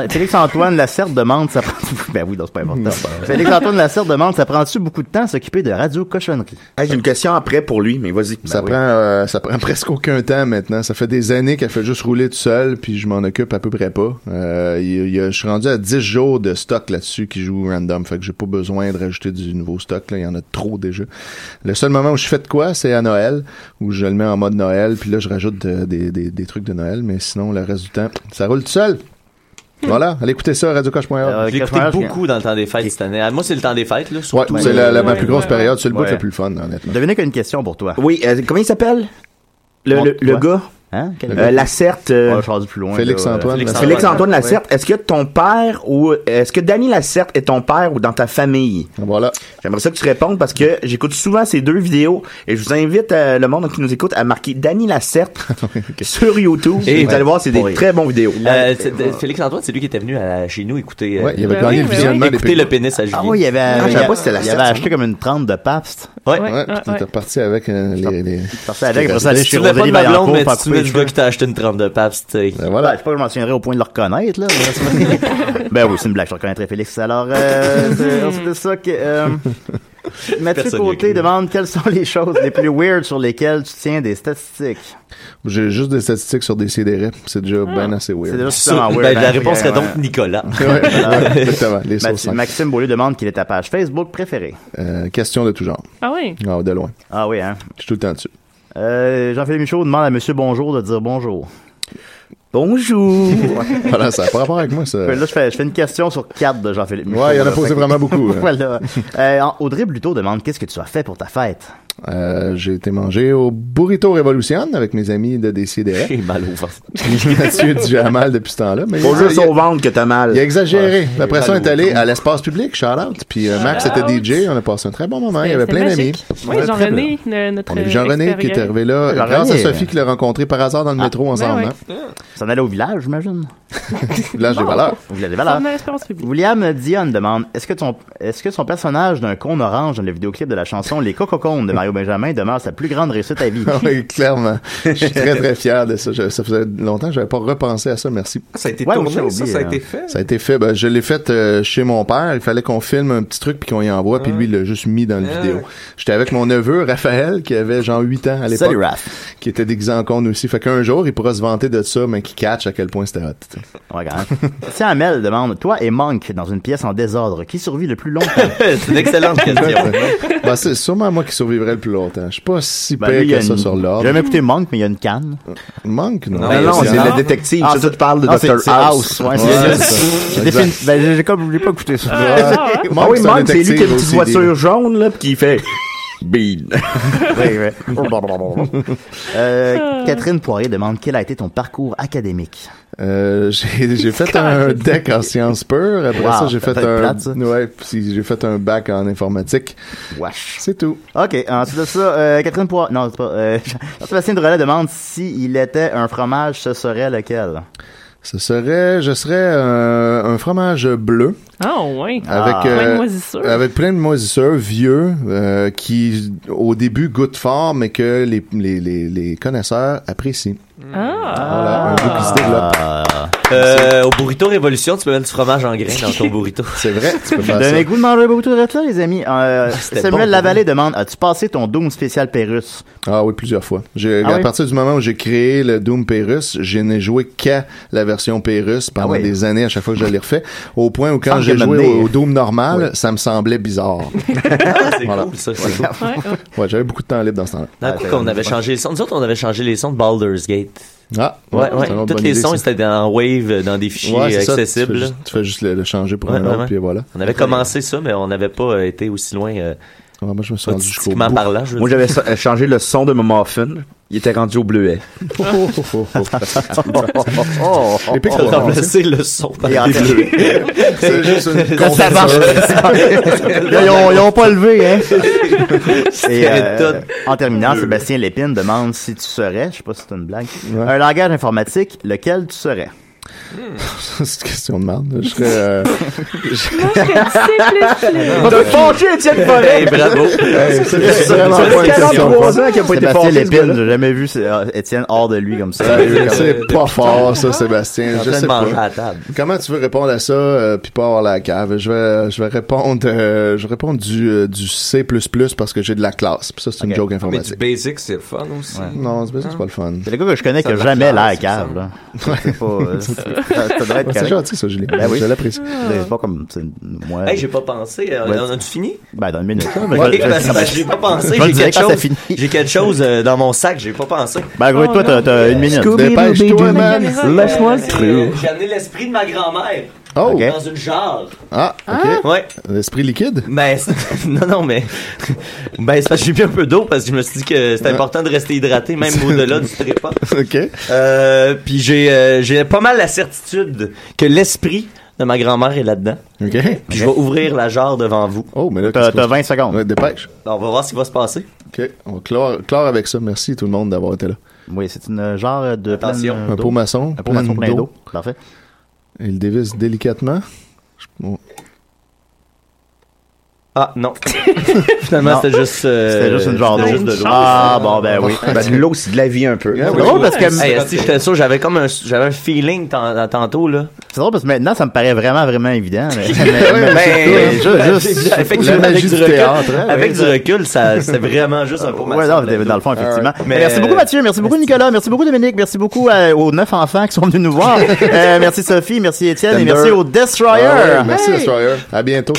Speaker 2: Félix-Antoine Lacerre demande, ça prend... Ben oui, non, c'est pas important. Félix-Antoine Lacerre demande, ça prend-tu beaucoup de temps à s'occuper de Radio Cochonnerie? Ben
Speaker 14: Hey, J'ai une question après pour lui, mais vas-y.
Speaker 4: Ça prend euh, ça prend presque aucun temps maintenant. Ça fait des années qu'elle fait juste rouler tout seul, puis je m'en occupe à peu près pas. Euh, il- il y a- je suis rendu à 10 jours de stock là-dessus qui joue random, fait que j'ai pas besoin de rajouter du nouveau stock. Là. Il y en a trop déjà. Le seul moment où je fais de quoi, c'est à Noël, où je le mets en mode Noël, puis là je rajoute de- des, des- des trucs de Noël, mais sinon le reste du temps, ça roule tout seul. Voilà, allez écouter ça, radiocoche.org.
Speaker 2: Euh,
Speaker 3: J'ai écouté beaucoup dans le temps des fêtes cette année. Ah, Moi, c'est le temps des fêtes, là.
Speaker 4: Ouais,
Speaker 3: surtout.
Speaker 4: c'est la, la- ma plus grosse période, c'est le bout
Speaker 3: Ouais.
Speaker 4: le plus fun, honnêtement.
Speaker 2: Devinez qu'une question pour toi.
Speaker 14: Oui, euh, comment il s'appelle? Le, le, le
Speaker 2: Ouais.
Speaker 14: gars?
Speaker 2: Hein? Quel
Speaker 14: Euh,
Speaker 2: gars?
Speaker 14: Lacerte. euh,
Speaker 2: Ouais, je suis plus loin. là, euh,
Speaker 14: Félix Antoine, Lacerte. Est-ce que ton père ou est-ce que Danny Lacerte est ton père ou dans ta famille
Speaker 4: Voilà.
Speaker 14: J'aimerais ça que tu répondes parce que j'écoute souvent ces deux vidéos et je vous invite euh, le monde qui nous écoute à marquer Danny Lacerte sur YouTube
Speaker 3: Et-
Speaker 14: et vous allez voir, c'est
Speaker 3: Ouais.
Speaker 14: des très bons vidéos.
Speaker 3: Euh, c'est- euh, Félix Antoine, c'est lui qui était venu à- chez nous écouter. euh,
Speaker 4: Ouais, il avait Ben gagné oui, le ben visionnement oui. des
Speaker 3: Écouter
Speaker 4: pénis.
Speaker 3: le pénis à Julien.
Speaker 2: Ah oui, il y avait,
Speaker 3: Ah,
Speaker 2: il y
Speaker 3: je savais
Speaker 2: avait-
Speaker 3: pas si c'était la
Speaker 2: il avait
Speaker 3: Serre.
Speaker 2: acheté comme une trente de Pabst.
Speaker 3: Ouais.
Speaker 4: Ouais, puis t'es reparti avec euh, les, les...
Speaker 2: Parti avec, après ça, aller
Speaker 3: Si
Speaker 2: chez
Speaker 3: tu voulais pas
Speaker 2: Rosalie
Speaker 3: de ma blonde,
Speaker 2: Vaillancourt,
Speaker 3: mais
Speaker 2: faire
Speaker 3: tu mets
Speaker 2: couper
Speaker 3: du
Speaker 2: les
Speaker 3: gars
Speaker 2: cheveux.
Speaker 3: qui t'a acheté une trempe de pape,
Speaker 2: Ben, je sais pas, je m'en souviendrai au point de le reconnaître, là. ben oui, c'est une blague, je reconnaîtrai Félix. Alors, euh, c'est- c'est de ça que, euh, Mathieu
Speaker 3: Personne
Speaker 2: Côté
Speaker 3: n'est connu.
Speaker 2: demande quelles sont les choses les plus weird sur lesquelles tu tiens des statistiques.
Speaker 4: J'ai juste des statistiques sur des CDR. C'est déjà bien assez weird.
Speaker 2: C'est déjà suffisamment weird, hein,
Speaker 3: Ben, la réponse
Speaker 2: c'est
Speaker 3: serait
Speaker 2: quand même,
Speaker 3: donc Nicolas.
Speaker 4: Ouais, ouais, exactement. Les
Speaker 2: Mathieu-
Speaker 4: sauces.
Speaker 2: Maxime Beaulieu demande quelle est ta page Facebook préférée.
Speaker 4: Euh, question de tout genre.
Speaker 7: Ah oui.
Speaker 4: Ah, de loin.
Speaker 2: Ah oui, hein.
Speaker 4: Je suis tout le temps dessus.
Speaker 2: Euh, Jean-Philippe Michaud demande à Monsieur Bonjour de dire bonjour.
Speaker 14: Bonjour!
Speaker 4: voilà, ça n'a pas rapport avec moi, ça.
Speaker 2: Là, je fais, je fais une question sur quatre de Jean-Philippe Michaud.
Speaker 4: Ouais, il y en a
Speaker 2: là,
Speaker 4: posé
Speaker 2: fait que-
Speaker 4: vraiment beaucoup, hein.
Speaker 2: voilà. Euh, Audrey Bluto demande qu'est-ce que tu as fait pour ta fête?
Speaker 4: Euh, J'ai été manger au Burrito Revolution avec mes amis de DCDR.
Speaker 3: J'ai mal au ventre.
Speaker 4: Mathieu du mal depuis ce temps-là. mais
Speaker 14: Faut
Speaker 4: il-
Speaker 14: juste
Speaker 4: il-
Speaker 14: au ventre que t'as mal.
Speaker 4: Il a exagéré.
Speaker 14: Ouais.
Speaker 4: La pression
Speaker 14: Allô.
Speaker 4: est allée à l'espace public, shout out. Puis euh, Max était DJ, on a passé un très bon moment. Il y avait plein d'amis.
Speaker 7: Oui,
Speaker 4: Ouais, très
Speaker 7: Jean-René, le- notre.
Speaker 4: On a vu Jean-René qui est
Speaker 7: expérience.
Speaker 4: arrivé là,
Speaker 2: Jean-René. euh,
Speaker 4: grâce à Sophie qui l'a rencontré par hasard dans le métro en
Speaker 7: Ben
Speaker 4: s'en
Speaker 7: ouais.
Speaker 4: venant.
Speaker 2: Ça en allait au village, j'imagine?
Speaker 4: Village des valeurs.
Speaker 2: Au village des
Speaker 7: Ça
Speaker 2: valeurs.
Speaker 7: venait de l'espérance publique.
Speaker 2: William Dion demande est-ce que ton est-ce que son personnage d'un con orange dans le vidéoclip de la chanson Les Cococones de Mario Benjamin demeure sa plus grande réussite à vie?
Speaker 4: Ah oui, clairement. Je suis très, très fier de ça. Je- ça faisait longtemps que j'avais pas repensé à ça. Merci.
Speaker 5: Ça a été
Speaker 2: Ouais,
Speaker 5: tourné,
Speaker 2: moi, j'ai
Speaker 5: ça,
Speaker 4: hein.
Speaker 5: ça a
Speaker 2: oublié,
Speaker 5: été fait.
Speaker 4: Ça a été fait. Ben, je l'ai fait euh, chez mon père. Il fallait qu'on filme un petit truc puis qu'on y envoie. Puis lui, il l'a juste mis dans la
Speaker 5: Ah.
Speaker 4: vidéo. J'étais avec mon neveu, Raphaël, qui avait genre 8 ans à l'époque.
Speaker 2: Salut, Raph.
Speaker 4: Qui était déguisé en con aussi. Fait qu'un jour, il pourra se vanter de ça, mais qui catch à quel point c'était hot. tu sais.
Speaker 2: Ouais, quand même. Tiens, Amel demande toi et Monk dans une pièce en désordre qui survit le plus longtemps?
Speaker 3: C'est une excellente question.
Speaker 4: Ben, c'est sûrement moi qui survivrai le plus longtemps. Je suis pas si
Speaker 2: Ben,
Speaker 4: pire
Speaker 2: lui, il y a
Speaker 4: que ça
Speaker 2: une-
Speaker 4: sur
Speaker 2: J'ai
Speaker 4: l'ordre.
Speaker 2: jamais écouté Monk, mais il y a une canne.
Speaker 4: Manque, non?
Speaker 5: Non,
Speaker 14: Non, non, c'est
Speaker 5: Non.
Speaker 14: le détective.
Speaker 2: Ah,
Speaker 14: ça,
Speaker 2: c'est-
Speaker 14: tu parles de
Speaker 2: Non, c'est-
Speaker 14: Dr.
Speaker 2: c'est
Speaker 14: House.
Speaker 2: ouais,
Speaker 4: Ouais,
Speaker 2: c'est-
Speaker 4: c'est ça.
Speaker 2: j'ai
Speaker 4: Exact.
Speaker 2: défini- ben, j'ai- j'ai comme- j'ai pas écouté ça.
Speaker 7: Ah, ouais.
Speaker 14: Ah oui,
Speaker 4: c'est un
Speaker 14: Monk, c'est lui qui a une petite
Speaker 4: détective aussi,
Speaker 14: voiture jaune, là, pis qui fait Bean.
Speaker 2: Ouais, ouais. Euh, Catherine Poirier demande quel a été ton parcours académique?
Speaker 4: Euh, j'ai j'ai fait un deck en sciences pures. Après
Speaker 2: Wow,
Speaker 4: ça, j'ai
Speaker 2: ça
Speaker 4: fait
Speaker 2: peut être
Speaker 4: un
Speaker 2: plate, ça.
Speaker 4: ouais, puis j'ai fait un bac en informatique.
Speaker 2: Wesh.
Speaker 4: C'est tout.
Speaker 2: OK, ensuite de ça, euh, Catherine Poirier... Non, c'est pas... Euh, Jean-Sébastien Drolet demande s'il était un fromage, ce serait lequel?
Speaker 4: Ce serait, je serais euh, un fromage bleu
Speaker 7: Ah, ouais.
Speaker 4: avec
Speaker 7: Plein de
Speaker 4: euh,
Speaker 7: moisissures.
Speaker 4: avec plein de moisissures, vieux, euh, qui au début goûte fort, mais que les les les, les connaisseurs apprécient.
Speaker 7: Ah.
Speaker 4: Voilà, un goût qui se développe.
Speaker 2: Ah.
Speaker 3: Euh, au burrito révolution, tu peux mettre du fromage en grain dans ton burrito.
Speaker 4: C'est vrai, tu peux faire Ben, ça.
Speaker 2: Donnez goût de manger beaucoup de là, les amis. Euh,
Speaker 3: C'était
Speaker 2: Samuel
Speaker 3: bon,
Speaker 2: Lavallée demande, as-tu passé ton Doom spécial Pérus?
Speaker 4: Ah oui, plusieurs fois. J'ai-
Speaker 2: Ah
Speaker 4: à
Speaker 2: oui?
Speaker 4: partir du moment où j'ai créé le Doom Pérus, je n'ai joué qu'à la version Pérus pendant
Speaker 2: Ah oui.
Speaker 4: des années à chaque fois que je l'ai refait. Au point où
Speaker 2: Sans
Speaker 4: quand j'ai
Speaker 2: qu'elle
Speaker 4: joué
Speaker 2: m'amène.
Speaker 4: au, au Doom normal, ça me semblait bizarre.
Speaker 3: C'est cool, ça. C'est cool.
Speaker 7: Ouais, ouais.
Speaker 4: ouais, j'avais beaucoup de temps libre dans ce temps-là.
Speaker 3: D'un coup, quand on avait changé les sons, nous autres, on avait changé les sons de Baldur's Gate.
Speaker 4: Ah,
Speaker 3: Ouais, ouais.
Speaker 4: c'est une autre
Speaker 3: Tous
Speaker 4: bonne
Speaker 3: les
Speaker 4: idée,
Speaker 3: sons,
Speaker 4: ça.
Speaker 3: ils étaient en wave, euh, dans des fichiers
Speaker 4: Ouais, c'est ça. Tu
Speaker 3: accessibles.
Speaker 4: fais juste, tu fais juste le, le changer pour
Speaker 3: Ouais,
Speaker 4: un
Speaker 3: ouais,
Speaker 4: autre,
Speaker 3: ouais.
Speaker 4: puis voilà.
Speaker 3: On avait commencé ça, mais on n'avait pas euh, été aussi loin. euh,
Speaker 4: Moi, je me suis rendu jusqu'au
Speaker 3: Artistiquement
Speaker 4: bout.
Speaker 3: parlant, je veux
Speaker 14: Moi,
Speaker 3: dire.
Speaker 14: j'avais so- changé le son de mon muffin. Il était rendu au bleuet.
Speaker 4: Oh,
Speaker 2: Oh,
Speaker 4: Les pics
Speaker 3: On
Speaker 4: pour
Speaker 3: a remplacé le son par des bleus.
Speaker 4: oh, C'est juste une
Speaker 2: Ça marche. ils, ont, ils ont pas levé, hein. Et, euh,
Speaker 3: Arrête-toi.
Speaker 2: en terminant, Sébastien Lépine demande si tu serais, je sais pas si c'est une blague, un langage informatique, lequel tu serais?
Speaker 4: C'est une question de merde. Je serais. euh,
Speaker 2: T'as fâché Étienne Forêt!
Speaker 3: Hey, bravo.
Speaker 4: hey, c'est
Speaker 2: C'est
Speaker 4: vraiment
Speaker 2: vrai,
Speaker 4: pas une question.
Speaker 2: 43 ans qu'il a pas été
Speaker 4: Sébastien
Speaker 2: fâché.
Speaker 4: Lépine,
Speaker 2: Lépine, j'ai jamais vu euh, Étienne hors de lui comme ça.
Speaker 4: Sérieux, C'est pas fort, ça, Sébastien.
Speaker 3: en
Speaker 4: Je
Speaker 3: train
Speaker 4: sais
Speaker 3: de manger à
Speaker 4: pas.
Speaker 3: la table.
Speaker 4: Comment tu veux répondre à ça, euh, puis pas avoir la cave? Je vais, je vais répondre, euh, je vais répondre du, euh, du C++ parce que j'ai de la classe. Puis ça, c'est une
Speaker 2: Ok.
Speaker 4: joke
Speaker 5: Mais du
Speaker 4: informatique.
Speaker 5: basic, c'est le fun aussi.
Speaker 4: Non, c'est pas- c'est pas le fun.
Speaker 2: C'est le gars que je connais qui a
Speaker 5: Ça
Speaker 2: jamais l'air
Speaker 5: marche,
Speaker 2: cave, là. C'est pas, euh, ça, ça devrait être
Speaker 4: Ouais, C'est
Speaker 2: correct.
Speaker 4: gentil, ça, Julie.
Speaker 2: Ben oui.
Speaker 4: Je l'apprécie.
Speaker 2: C'est pas comme, tu sais, moi.
Speaker 3: Hey, j'ai pas pensé. euh,
Speaker 2: Ouais.
Speaker 3: On a-tu fini?
Speaker 2: Ben, dans une minute.
Speaker 3: Ok, parce que j'ai pas pensé.
Speaker 2: Je le
Speaker 3: J'ai
Speaker 2: dirais
Speaker 3: quelque
Speaker 2: quand ça
Speaker 3: chose.
Speaker 2: finit.
Speaker 3: J'ai quelque chose euh, dans mon sac. J'ai pas pensé.
Speaker 2: Ben, gros, toi, t'as- t'as une minute.
Speaker 4: Dépêche-toi, man.
Speaker 6: Lâche-moi le
Speaker 3: Euh,
Speaker 6: trou.
Speaker 3: J'ai amené l'esprit de ma grand-mère
Speaker 4: Oh!
Speaker 2: Ok.
Speaker 3: dans une jarre.
Speaker 4: Ah, ok.
Speaker 3: Ouais.
Speaker 4: L'esprit liquide?
Speaker 3: Ben, c'est- non, non, mais. Ben, c'est parce que j'ai bu un peu d'eau parce que je me suis dit que c'était important de rester hydraté, même au-delà du trépas.
Speaker 4: Ok.
Speaker 3: Euh, puis j'ai euh, j'ai pas mal la certitude que l'esprit de ma grand-mère est là-dedans.
Speaker 4: Ok.
Speaker 3: Puis je vais ouvrir la jarre devant vous.
Speaker 4: Oh, mais là,
Speaker 2: T'as
Speaker 4: qu'est-ce que-
Speaker 2: t'as 20 secondes.
Speaker 4: Ouais, dépêche.
Speaker 3: On va voir ce qui va se passer.
Speaker 4: OK. On va clore, clore avec ça. Merci tout le monde d'avoir été là.
Speaker 2: Oui, c'est une euh, genre de pleine,
Speaker 3: Attention.
Speaker 2: euh,
Speaker 4: Un
Speaker 2: d'eau.
Speaker 4: pot maçon.
Speaker 2: Un pot maçon plein d'eau. Parfait.
Speaker 4: Il dévisse délicatement. Je- bon.
Speaker 3: Ah, non. Finalement,
Speaker 2: Non.
Speaker 3: c'était juste. euh,
Speaker 2: C'était juste une genre
Speaker 3: c'était
Speaker 2: d'eau.
Speaker 3: juste de l'eau.
Speaker 2: Ah, bon, ben oui.
Speaker 14: Ben, de l'eau, c'est de la vie un peu.
Speaker 4: Ah
Speaker 2: C'est
Speaker 4: oui.
Speaker 2: drôle parce que
Speaker 3: Hey, esti, j'étais sûr, j'avais comme un, j'avais un feeling tant- tantôt, là.
Speaker 2: c'est drôle parce que maintenant ça me paraît vraiment vraiment évident mais, mais- mais-
Speaker 3: Ben,
Speaker 2: juste- juste-
Speaker 3: effectivement,
Speaker 4: La
Speaker 3: avec
Speaker 4: magie
Speaker 3: du
Speaker 4: du
Speaker 3: recul,
Speaker 4: théâtre, hein,
Speaker 3: avec du recul, ça, c'est vraiment juste un pot
Speaker 2: Ouais, non, dans le fond, effectivement. Ben,
Speaker 3: Mais-
Speaker 2: Merci beaucoup, Mathieu. Merci beaucoup, Nicolas. Merci beaucoup, Dominique. Merci beaucoup euh, aux neuf enfants qui sont venus nous voir. Euh, merci, Sophie. Merci, Étienne. Et
Speaker 4: Tender.
Speaker 2: merci au Destroyer.
Speaker 4: Ah ouais, merci, Ah Destroyer. À bientôt.